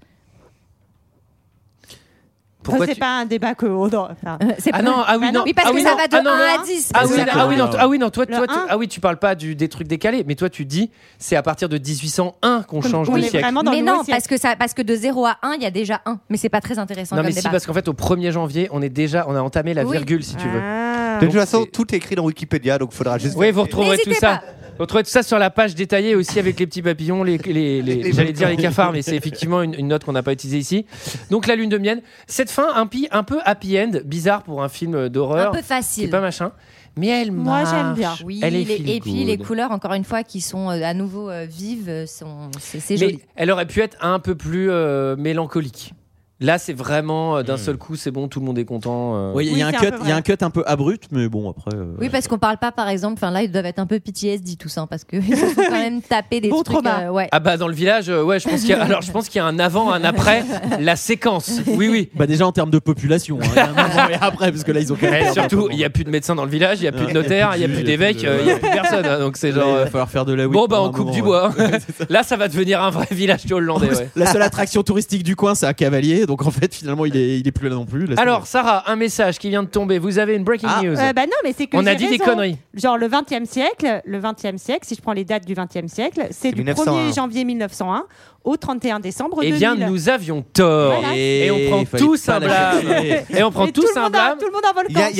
[SPEAKER 8] Ça,
[SPEAKER 1] Pourquoi
[SPEAKER 8] C'est
[SPEAKER 1] tu-
[SPEAKER 8] pas un débat que. on doit- enfin,
[SPEAKER 6] C'est
[SPEAKER 1] Ah
[SPEAKER 6] pas-
[SPEAKER 1] non, ah oui,
[SPEAKER 8] Ah
[SPEAKER 1] non.
[SPEAKER 8] non,
[SPEAKER 6] Oui, Bah parce
[SPEAKER 1] ah
[SPEAKER 6] que
[SPEAKER 1] oui,
[SPEAKER 6] ça
[SPEAKER 1] non,
[SPEAKER 6] va de
[SPEAKER 1] ah non,
[SPEAKER 6] 1
[SPEAKER 1] non.
[SPEAKER 6] à 10.
[SPEAKER 1] Ah
[SPEAKER 6] parce
[SPEAKER 1] oui,
[SPEAKER 6] que-
[SPEAKER 1] non, ah oui, non, t- ah oui, non, toi,
[SPEAKER 8] Le
[SPEAKER 1] toi, tu,
[SPEAKER 8] un.
[SPEAKER 1] ah oui, tu parles pas du, des trucs décalés, mais toi, tu dis, c'est à partir de 1801 qu'on change
[SPEAKER 8] on
[SPEAKER 1] de
[SPEAKER 8] est
[SPEAKER 1] siècle.
[SPEAKER 8] vraiment dans
[SPEAKER 6] mais
[SPEAKER 8] le
[SPEAKER 6] non,
[SPEAKER 8] nouveau siècle.
[SPEAKER 6] parce que, ça, parce que de 0 à 1, il y a déjà 1. Mais c'est pas très intéressant
[SPEAKER 1] Non,
[SPEAKER 6] comme
[SPEAKER 1] mais si,
[SPEAKER 6] débat.
[SPEAKER 1] parce qu'en fait, au 1er janvier, on est déjà, on a entamé la
[SPEAKER 6] Oui.
[SPEAKER 1] virgule, si tu veux.
[SPEAKER 8] Ah.
[SPEAKER 11] De toute
[SPEAKER 1] Donc,
[SPEAKER 11] façon,
[SPEAKER 1] c'est-
[SPEAKER 11] tout est écrit dans Wikipédia, donc faudra juste.
[SPEAKER 1] Oui, vous retrouverez tout
[SPEAKER 6] N'hésitez
[SPEAKER 1] ça.
[SPEAKER 6] pas.
[SPEAKER 1] Vous retrouverez tout ça sur la page détaillée aussi avec les petits papillons, les, les- les- j'allais dire les cafards, mais c'est effectivement une, une note qu'on n'a pas utilisée ici. Donc la lune de miel, cette fin un, pi- un peu happy end, bizarre pour un film
[SPEAKER 6] Un
[SPEAKER 1] d'horreur,
[SPEAKER 6] peu
[SPEAKER 1] c'est
[SPEAKER 6] facile.
[SPEAKER 1] pas machin, mais elle
[SPEAKER 8] Moi,
[SPEAKER 1] marche.
[SPEAKER 8] j'aime bien.
[SPEAKER 6] Oui,
[SPEAKER 1] elle est
[SPEAKER 6] les-
[SPEAKER 1] feel
[SPEAKER 6] et puis les
[SPEAKER 1] good.
[SPEAKER 6] couleurs, encore une fois, qui sont euh, à nouveau euh, vives, euh, sont, c'est c'est
[SPEAKER 1] Mais
[SPEAKER 6] joli.
[SPEAKER 1] elle aurait pu être un peu plus euh, mélancolique. Là, c'est vraiment euh, d'un seul coup, c'est bon, tout le monde est content. euh.
[SPEAKER 12] Oui, il y a un cut, il y a un cut un peu abrupt, mais bon après. euh,
[SPEAKER 16] Oui, parce qu'on parle pas, par exemple, enfin là, ils doivent être un peu PTSD tous, hein, parce qu'ils se sont quand même tapés des trucs. euh, ouais.
[SPEAKER 1] Ah bah dans le village, euh, ouais, je pense qu'il y a, alors je pense qu'il y a un avant, un après, la séquence. Oui, oui.
[SPEAKER 12] Bah déjà en termes de population. hein, il y a un moment et après, parce que là ils ont. quand même
[SPEAKER 1] Mais
[SPEAKER 12] perdu
[SPEAKER 1] surtout, il n'y a plus de médecins dans le village, il n'y a plus de notaires, il n'y a plus d'évêques, euh, il n'y a plus personne. hein, donc c'est
[SPEAKER 12] Là,
[SPEAKER 1] genre.
[SPEAKER 12] il va
[SPEAKER 1] euh,
[SPEAKER 12] falloir faire de la
[SPEAKER 1] Bon bah on coupe du bois. hein. Là, ça va devenir un vrai village de hollandais. ouais.
[SPEAKER 12] La seule attraction touristique du coin, c'est un cavalier. Donc en fait, finalement, il est, il est plus là non plus. Laisse
[SPEAKER 1] Alors Sarah, un message qui vient de tomber. Vous avez une breaking news.
[SPEAKER 8] Euh, bah non, mais c'est que
[SPEAKER 1] on a
[SPEAKER 8] j'ai
[SPEAKER 1] dit des
[SPEAKER 8] raison.
[SPEAKER 1] conneries.
[SPEAKER 8] Genre le 20e siècle, le 20e siècle, si je prends les dates du 20e siècle, c'est du
[SPEAKER 1] 1901.
[SPEAKER 8] 1er janvier 1901 au 31 décembre
[SPEAKER 1] Eh
[SPEAKER 8] 2000.
[SPEAKER 1] bien, nous avions tort.
[SPEAKER 8] Voilà.
[SPEAKER 1] Et, on prend
[SPEAKER 12] fallait
[SPEAKER 1] tous
[SPEAKER 12] pas
[SPEAKER 1] un
[SPEAKER 12] la
[SPEAKER 1] blâme.
[SPEAKER 12] chercher.
[SPEAKER 1] Et on prend
[SPEAKER 8] Et
[SPEAKER 1] tous
[SPEAKER 8] tout le
[SPEAKER 1] un
[SPEAKER 8] monde a-
[SPEAKER 1] blâme.
[SPEAKER 8] Tout le monde en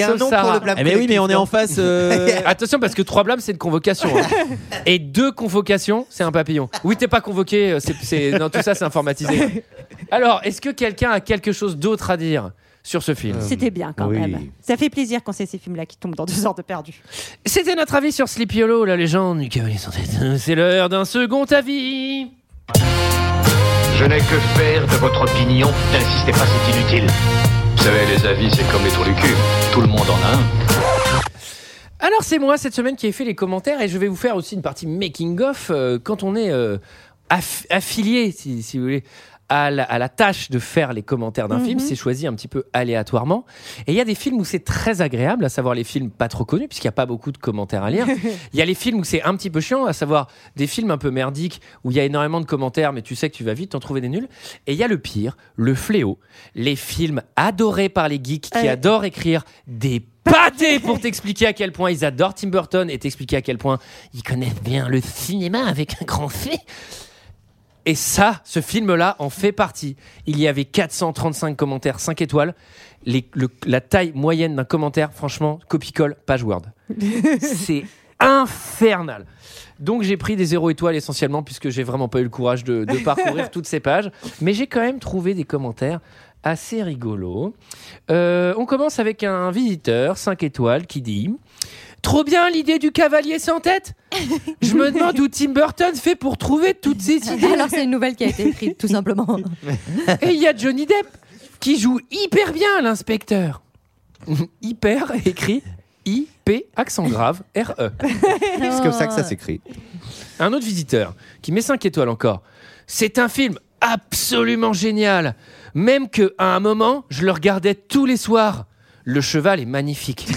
[SPEAKER 8] volcan.
[SPEAKER 1] Sauf Sarah.
[SPEAKER 12] Eh ben oui, mais on est en face. euh,
[SPEAKER 1] Attention, parce que trois blâmes, c'est une convocation. hein. Et deux convocations, c'est un papillon. Oui, t'es pas convoqué. euh, C'est, c'est- Non, tout ça, c'est informatisé. Alors, est-ce que quelqu'un a quelque chose d'autre à dire sur ce film
[SPEAKER 8] C'était bien quand
[SPEAKER 1] Oui.
[SPEAKER 8] même. Ça fait plaisir quand c'est ces films-là qui tombent dans deux heures de perdu.
[SPEAKER 1] C'était notre avis sur Sleepy Hollow, la légende du cavalier sans tête. C'est l'heure d'un second avis.
[SPEAKER 2] Je n'ai que faire de votre opinion. N'insistez pas, c'est inutile. Vous savez, les avis, c'est comme les trous du cul. Tout le monde en a un.
[SPEAKER 1] Alors c'est moi cette semaine qui ai fait les commentaires et je vais vous faire aussi une partie making of euh, quand on est euh, aff- affilié si, si vous voulez à la, à la tâche de faire les commentaires d'un
[SPEAKER 17] Mhm.
[SPEAKER 1] film, c'est choisi un petit peu aléatoirement. Et il y a des films où c'est très agréable, à savoir les films pas trop connus, puisqu'il n'y a pas beaucoup de commentaires à lire. Il y a les films où c'est un petit peu chiant, à savoir des films un peu merdiques, où il y a énormément de commentaires, mais tu sais que tu vas vite t'en trouver des nuls. Et il y a le pire, le fléau, les films adorés par les geeks qui
[SPEAKER 17] Ouais.
[SPEAKER 1] adorent écrire des pâté pour t'expliquer à quel point ils adorent Tim Burton et t'expliquer à quel point ils connaissent bien le cinéma avec un grand C. Et ça, ce film-là en fait partie. Il y avait 435 commentaires, 5 étoiles. Les- le- la taille moyenne d'un commentaire, franchement, copie-colle, page Word. C'est infernal. Donc j'ai pris des 0 étoiles essentiellement puisque j'ai vraiment pas eu le courage de, de parcourir toutes ces pages. Mais j'ai quand même trouvé des commentaires assez rigolos. Euh, on commence avec un visiteur, 5 étoiles, qui dit... Trop bien l'idée du cavalier sans tête Je me demande où Tim Burton fait pour trouver toutes ces idées.
[SPEAKER 16] Alors c'est une nouvelle qui a été écrite, tout simplement.
[SPEAKER 1] Et il y a Johnny Depp qui joue hyper bien l'inspecteur. hyper écrit I P accent grave R E.
[SPEAKER 11] C'est comme ça que ça s'écrit.
[SPEAKER 1] Un autre visiteur qui met 5 étoiles encore. C'est un film absolument génial. Même que à un moment, je le regardais tous les soirs. Le cheval est magnifique.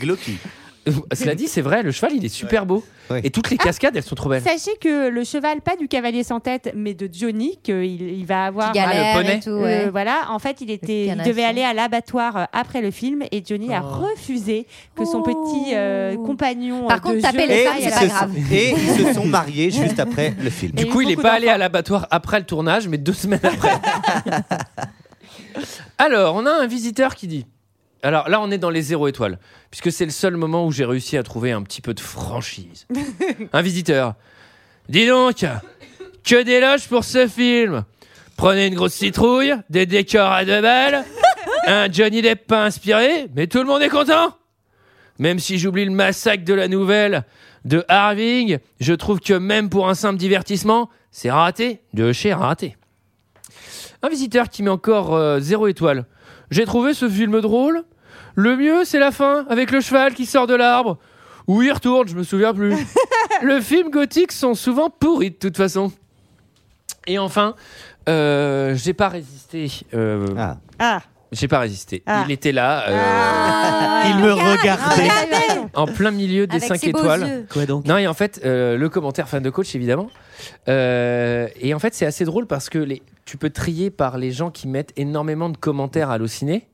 [SPEAKER 1] Glocky. Cela dit, c'est vrai, le cheval, il est super beau. Et toutes les cascades, elles sont trop belles.
[SPEAKER 8] Sachez que le cheval, pas du cavalier sans tête, mais de Johnny, qu'il il va avoir.
[SPEAKER 1] Qui galère Ah, le poney. et tout, ouais.
[SPEAKER 8] Euh, voilà, en fait, il, était, il
[SPEAKER 16] canasson.
[SPEAKER 8] devait aller à l'abattoir euh, après le film et Johnny a refusé que son petit euh, compagnon.
[SPEAKER 16] Par
[SPEAKER 8] euh,
[SPEAKER 16] contre,
[SPEAKER 8] de
[SPEAKER 16] taper
[SPEAKER 8] jeu-
[SPEAKER 16] les
[SPEAKER 8] Et
[SPEAKER 16] tailles, c'est
[SPEAKER 8] il se
[SPEAKER 16] pas
[SPEAKER 8] sont-
[SPEAKER 16] grave.
[SPEAKER 11] Et ils se sont mariés juste après le film.
[SPEAKER 1] Du coup, il n'est pas allé à l'abattoir après le tournage, mais deux semaines après. Alors, on a un visiteur qui dit. Alors là, on est dans les zéro étoiles, puisque c'est le seul moment où j'ai réussi à trouver un petit peu de franchise. Un visiteur. Dis donc, que des loges pour ce film. Prenez une grosse citrouille, des décors à deux balles, un Johnny Depp pas inspiré, mais tout le monde est content. Même si j'oublie le massacre de la nouvelle de Harving, je trouve que même pour un simple divertissement, c'est raté de chez raté. Un visiteur qui met encore euh, zéro étoile. J'ai trouvé ce film drôle. Le mieux, c'est la fin, avec le cheval qui sort de l'arbre. Ou il retourne, je me souviens plus. le film gothique sont souvent pourris de toute façon. Et enfin, euh, j'ai pas résisté. euh,
[SPEAKER 8] Ah.
[SPEAKER 1] J'ai pas résisté.
[SPEAKER 8] Ah.
[SPEAKER 1] Il était là. euh,
[SPEAKER 12] Ah.
[SPEAKER 6] Ah.
[SPEAKER 12] Il me regardait.
[SPEAKER 1] en plein milieu des
[SPEAKER 12] Ah, Avec
[SPEAKER 1] 5
[SPEAKER 12] ses beaux
[SPEAKER 1] étoiles.
[SPEAKER 12] yeux. Quoi donc
[SPEAKER 1] Non, et en fait, euh, le commentaire fan de coach, évidemment. Euh, et en fait, c'est assez drôle parce que les, tu peux trier par les gens qui mettent énormément de commentaires à Allociné.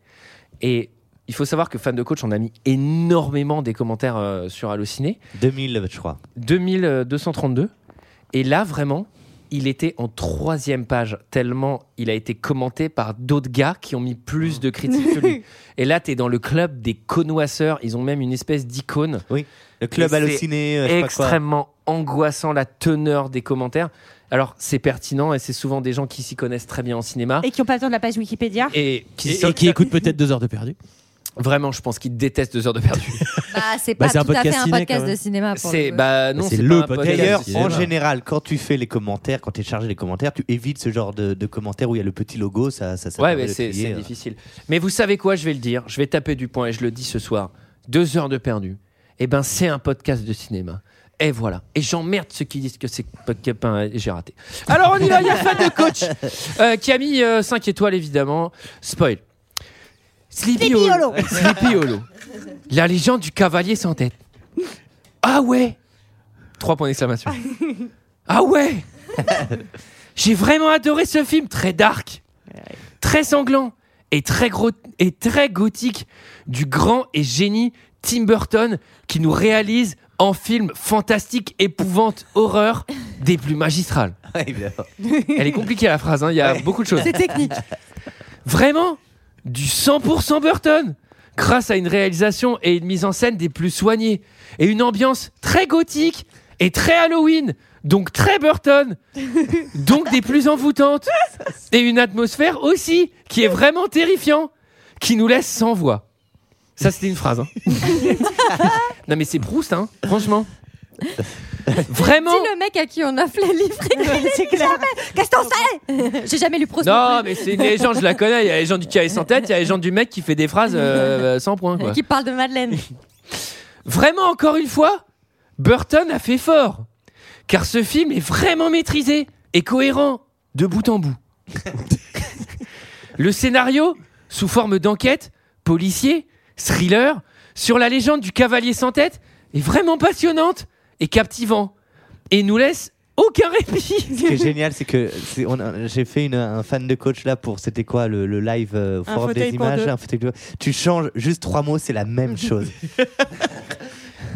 [SPEAKER 1] Et il faut savoir que fan de coach, on a mis énormément des commentaires euh, sur Allociné.
[SPEAKER 11] 2000, je crois.
[SPEAKER 1] 2232. Et là, vraiment, il était en troisième page, tellement il a été commenté par d'autres gars qui ont mis plus de critiques que lui. Et là, t'es dans le club des connoisseurs. Ils ont même une espèce d'icône.
[SPEAKER 11] Oui, le club halluciné, euh, je sais pas quoi.
[SPEAKER 1] extrêmement angoissant, la teneur des commentaires. Alors, c'est pertinent et c'est souvent des gens qui s'y connaissent très bien en cinéma.
[SPEAKER 8] Et qui n'ont pas le temps de la page Wikipédia.
[SPEAKER 1] Et qui,
[SPEAKER 12] Et qui écoute peut-être deux heures de perdu.
[SPEAKER 1] Vraiment, je pense qu'ils détestent deux heures de perdu.
[SPEAKER 16] Ah, c'est
[SPEAKER 12] Bah,
[SPEAKER 16] pas
[SPEAKER 12] c'est un
[SPEAKER 16] tout à fait
[SPEAKER 12] podcast
[SPEAKER 16] un
[SPEAKER 12] ciné,
[SPEAKER 16] podcast
[SPEAKER 12] quand même.
[SPEAKER 16] de
[SPEAKER 8] Ah,
[SPEAKER 16] cinéma. pour
[SPEAKER 1] C'est-
[SPEAKER 16] le coup.
[SPEAKER 1] bah, non,
[SPEAKER 11] c'est
[SPEAKER 1] c'est
[SPEAKER 11] le
[SPEAKER 1] pas un
[SPEAKER 11] podcast.
[SPEAKER 1] podcast.
[SPEAKER 11] D'ailleurs,
[SPEAKER 1] C'est
[SPEAKER 11] en
[SPEAKER 1] là.
[SPEAKER 11] général, quand tu fais les commentaires, quand tu es chargé des commentaires, tu évites ce genre de, de commentaires où il y a le petit logo. Ça, ça, ça
[SPEAKER 1] Ouais,
[SPEAKER 11] permet
[SPEAKER 1] mais
[SPEAKER 11] de
[SPEAKER 1] c'est
[SPEAKER 11] trier,
[SPEAKER 1] c'est
[SPEAKER 11] euh.
[SPEAKER 1] difficile. Mais vous savez quoi, je vais le dire, je vais taper du point et je le dis ce soir. Deux heures de perdu. Eh ben, c'est un podcast de cinéma. Et voilà. Et j'emmerde ceux qui disent que c'est podcast. ben, J'ai raté. Alors on y va, il y a fan de coach euh, qui a mis 5 étoiles évidemment. Spoil. Sleepy
[SPEAKER 7] Sleepy
[SPEAKER 1] Hollow.
[SPEAKER 7] Hollow.
[SPEAKER 1] Sleepy Hollow. La légende du cavalier sans tête. Ah ouais Trois points d'exclamation. Ah ouais J'ai vraiment adoré ce film, très dark, très sanglant et très, gros, et très gothique du grand et génie Tim Burton qui nous réalise en film fantastique, épouvante, horreur des plus magistrales. Elle est compliquée la phrase, hein, il y a beaucoup de choses.
[SPEAKER 7] C'est technique.
[SPEAKER 1] Vraiment du 100% Burton grâce à une réalisation et une mise en scène des plus soignées et une ambiance très gothique et très Halloween donc très Burton donc des plus envoûtantes et une atmosphère aussi qui est vraiment terrifiant qui nous laisse sans voix ça c'était une phrase hein. non mais c'est Proust hein franchement vraiment
[SPEAKER 16] Dis le mec à qui on offre les livres et qui lit jamais. Qu'est-ce qu'on sait J'ai jamais lu Proust.
[SPEAKER 1] non,
[SPEAKER 16] plus.
[SPEAKER 1] mais c'est une légende, je la connais. Il y a les gens du carré sans tête, il y a les gens du mec qui fait des phrases euh, sans point. Quoi.
[SPEAKER 16] Qui parle de Madeleine.
[SPEAKER 1] Vraiment, encore une fois, Burton a fait fort. Car ce film est vraiment maîtrisé et cohérent de bout en bout. Le scénario, sous forme d'enquête, policier, thriller, sur la légende du cavalier sans tête, est vraiment passionnante et captivant. Et nous laisse aucun répit.
[SPEAKER 11] Ce qui est génial, c'est que c'est- on a- j'ai fait une- un fan de coach là pour c'était quoi le, le live euh, au
[SPEAKER 1] Un
[SPEAKER 11] forum des
[SPEAKER 1] fauteuil pour
[SPEAKER 11] images.
[SPEAKER 1] deux.
[SPEAKER 11] un fauteuil pour deux. Tu changes juste trois mots, c'est la même chose.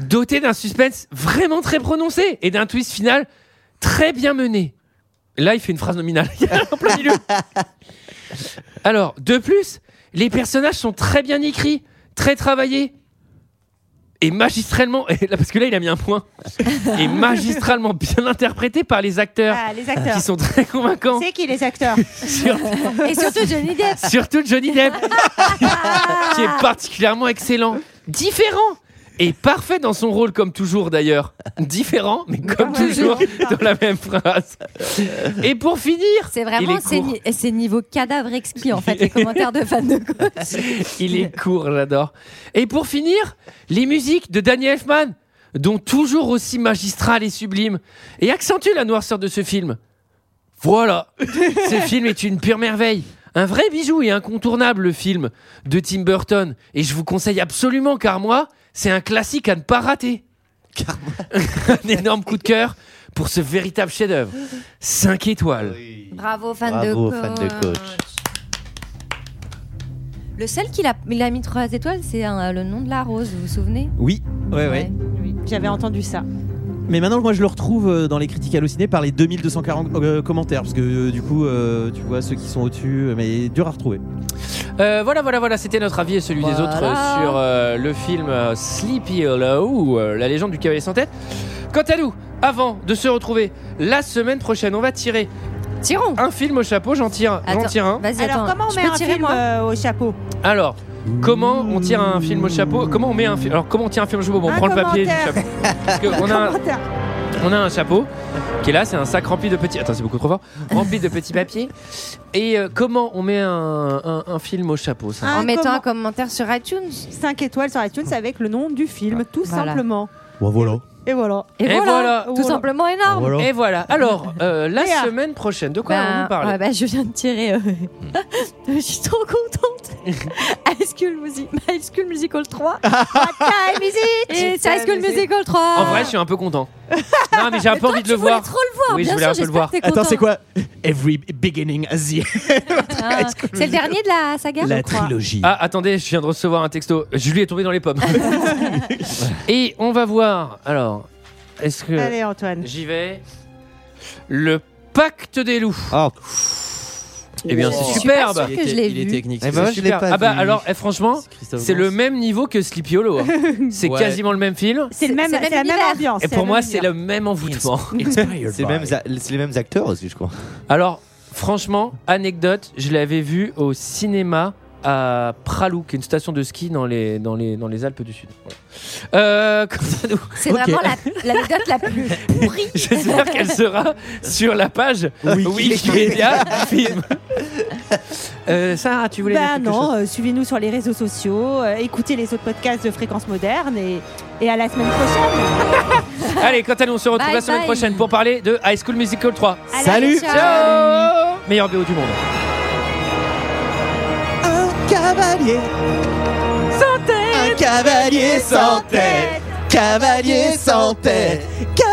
[SPEAKER 1] doté d'un suspense vraiment très prononcé et d'un twist final très bien mené. Là, il fait une phrase nominale en plein milieu. Alors, de plus, les personnages sont très bien écrits, très travaillés et magistralement. et là, parce que là, il a mis un point. Et magistralement bien interprétés par les acteurs,
[SPEAKER 8] Ah, les acteurs.
[SPEAKER 1] qui sont très convaincants.
[SPEAKER 8] C'est qui les acteurs
[SPEAKER 1] Et surtout
[SPEAKER 16] Johnny Depp.
[SPEAKER 1] Surtout Johnny Depp, qui est particulièrement excellent, différent et parfait dans son rôle, comme toujours d'ailleurs. Différent, mais comme toujours, dans la même phrase. Et pour finir,
[SPEAKER 16] C'est
[SPEAKER 1] il
[SPEAKER 16] vraiment
[SPEAKER 1] est
[SPEAKER 16] c'est
[SPEAKER 1] court.
[SPEAKER 16] ni- c'est niveau cadavre exquis en fait les commentaires de fans de coach.
[SPEAKER 1] Il est court, j'adore. Et pour finir, les musiques de Danny Elfman, dont toujours aussi magistrales et sublimes, et accentuent la noirceur de ce film. Voilà, ce film est une pure merveille. Un vrai bijou et incontournable, le film de Tim Burton. Et je vous conseille absolument, car moi, c'est un classique à ne pas rater. un énorme coup de cœur pour ce véritable chef-d'œuvre. 5 étoiles.
[SPEAKER 16] Bravo fan de
[SPEAKER 1] Bravo,
[SPEAKER 16] coach.
[SPEAKER 1] fan de coach.
[SPEAKER 16] Le seul qu'il a, il a mis trois étoiles, c'est euh, le nom de la rose. Vous vous souvenez
[SPEAKER 12] Oui, ouais, ouais.
[SPEAKER 8] J'avais entendu ça.
[SPEAKER 12] Mais maintenant, moi, je le retrouve euh, dans les critiques hallucinées par les 2240 euh, commentaires, parce que euh, du coup, euh, tu vois ceux qui sont au-dessus, euh, mais dur à retrouver.
[SPEAKER 1] Euh, voilà, voilà, voilà, c'était notre avis et celui des
[SPEAKER 12] Voilà.
[SPEAKER 1] autres euh, sur euh, le film euh, Sleepy Hollow, ou, euh, la légende du cavalier sans tête. Quant à nous, avant de se retrouver la semaine prochaine, on va tirer
[SPEAKER 16] Tirons.
[SPEAKER 1] un film au chapeau, j'en tire, j'en tire un.
[SPEAKER 8] Alors, comment on met un film euh, au chapeau
[SPEAKER 1] Alors, comment on tire un film au chapeau Comment on met un film Alors, comment on tire un film au chapeau Bon, On
[SPEAKER 8] Un
[SPEAKER 1] prend le papier du
[SPEAKER 8] commentaire.
[SPEAKER 1] chapeau. Parce que on a un-
[SPEAKER 8] Commentaire.
[SPEAKER 1] on a un chapeau qui est là, c'est un sac rempli de petits. Attends, c'est beaucoup trop fort. Rempli de petits papiers. Et euh, comment on met un, un- un film au chapeau ça
[SPEAKER 8] Un comment-
[SPEAKER 16] commentaire sur iTunes.
[SPEAKER 8] 5 étoiles sur iTunes avec le nom du film, tout
[SPEAKER 1] Voilà.
[SPEAKER 8] simplement.
[SPEAKER 12] voilà.
[SPEAKER 8] Et voilà.
[SPEAKER 1] Et Et voilà. voilà.
[SPEAKER 16] Tout
[SPEAKER 1] Voilà.
[SPEAKER 16] simplement
[SPEAKER 12] Ah,
[SPEAKER 16] énorme. Bah,
[SPEAKER 1] Et voilà. Alors, euh, la
[SPEAKER 16] Léa.
[SPEAKER 1] semaine prochaine, de quoi
[SPEAKER 16] Bah,
[SPEAKER 1] on vous parle
[SPEAKER 16] ouais, bah, Je viens de tirer. euh, je suis trop contente. High School, Musi- High School Musical 3. Time is it Et c'est High School Musical 3.
[SPEAKER 1] En vrai, je suis un peu content. non, mais j'ai un peu envie de le voir.
[SPEAKER 16] trop le voir,
[SPEAKER 1] Oui,
[SPEAKER 16] bien
[SPEAKER 1] je voulais
[SPEAKER 16] sûr,
[SPEAKER 1] un
[SPEAKER 16] j'espère
[SPEAKER 1] peu le voir.
[SPEAKER 16] que t'es content. Attends, c'est
[SPEAKER 12] quoi Every beginning as the
[SPEAKER 16] Ah, c'est le dernier de la saga, je crois.
[SPEAKER 1] Ah, attendez, je viens de recevoir un texto. Julie est tombée dans les pommes. Et on va voir. Alors, est-ce que.
[SPEAKER 8] Allez, Antoine.
[SPEAKER 1] J'y vais. Le pacte des loups. Eh bien,
[SPEAKER 12] Je
[SPEAKER 1] c'est
[SPEAKER 12] suis
[SPEAKER 1] superbe.
[SPEAKER 12] pas sûre que je l'ai Il est vu. technique,
[SPEAKER 1] Eh
[SPEAKER 12] c'est
[SPEAKER 1] ben,
[SPEAKER 12] ça.
[SPEAKER 1] je l'ai pas
[SPEAKER 12] Superbe.
[SPEAKER 1] Ah bah
[SPEAKER 12] vu.
[SPEAKER 1] alors, eh, franchement,
[SPEAKER 12] Christophe
[SPEAKER 1] c'est le
[SPEAKER 12] Gans.
[SPEAKER 1] même niveau que Sleepy Hollow. hein. C'est
[SPEAKER 12] Ouais.
[SPEAKER 1] quasiment le même film.
[SPEAKER 8] C'est le même,
[SPEAKER 16] c'est le
[SPEAKER 8] c'est
[SPEAKER 16] même
[SPEAKER 8] la même
[SPEAKER 16] univers.
[SPEAKER 8] ambiance.
[SPEAKER 1] Et pour
[SPEAKER 8] la
[SPEAKER 1] moi,
[SPEAKER 8] même
[SPEAKER 1] c'est le même envoûtement.
[SPEAKER 11] C'est les mêmes a- c'est les mêmes acteurs aussi, je crois.
[SPEAKER 1] Alors, franchement, anecdote, je l'avais vu au cinéma à Pralou, qui est une station de ski dans les, dans les, dans les Alpes du Sud. Voilà. Euh, quant à nous-
[SPEAKER 6] C'est vraiment la- l'anecdote la, plus pourrie.
[SPEAKER 1] J'espère qu'elle sera sur la page
[SPEAKER 6] Wiki.
[SPEAKER 1] Wikipédia film. Euh, Sarah, tu voulais
[SPEAKER 18] Bah
[SPEAKER 1] dire quelque
[SPEAKER 18] non,
[SPEAKER 1] chose
[SPEAKER 18] euh, suivez-nous sur les réseaux sociaux, euh, écoutez les autres podcasts de Fréquence Moderne et, et à la semaine prochaine.
[SPEAKER 1] Allez, quant à nous, on se retrouve
[SPEAKER 18] Bye
[SPEAKER 1] la semaine
[SPEAKER 18] bye.
[SPEAKER 1] prochaine pour parler de High School Musical 3.
[SPEAKER 18] Allez, Salut. ciao.
[SPEAKER 1] Ciao Meilleur BO du monde.
[SPEAKER 11] Un cavalier sans tête. Un cavalier sans tête. Cavalier sans tête. Cavalier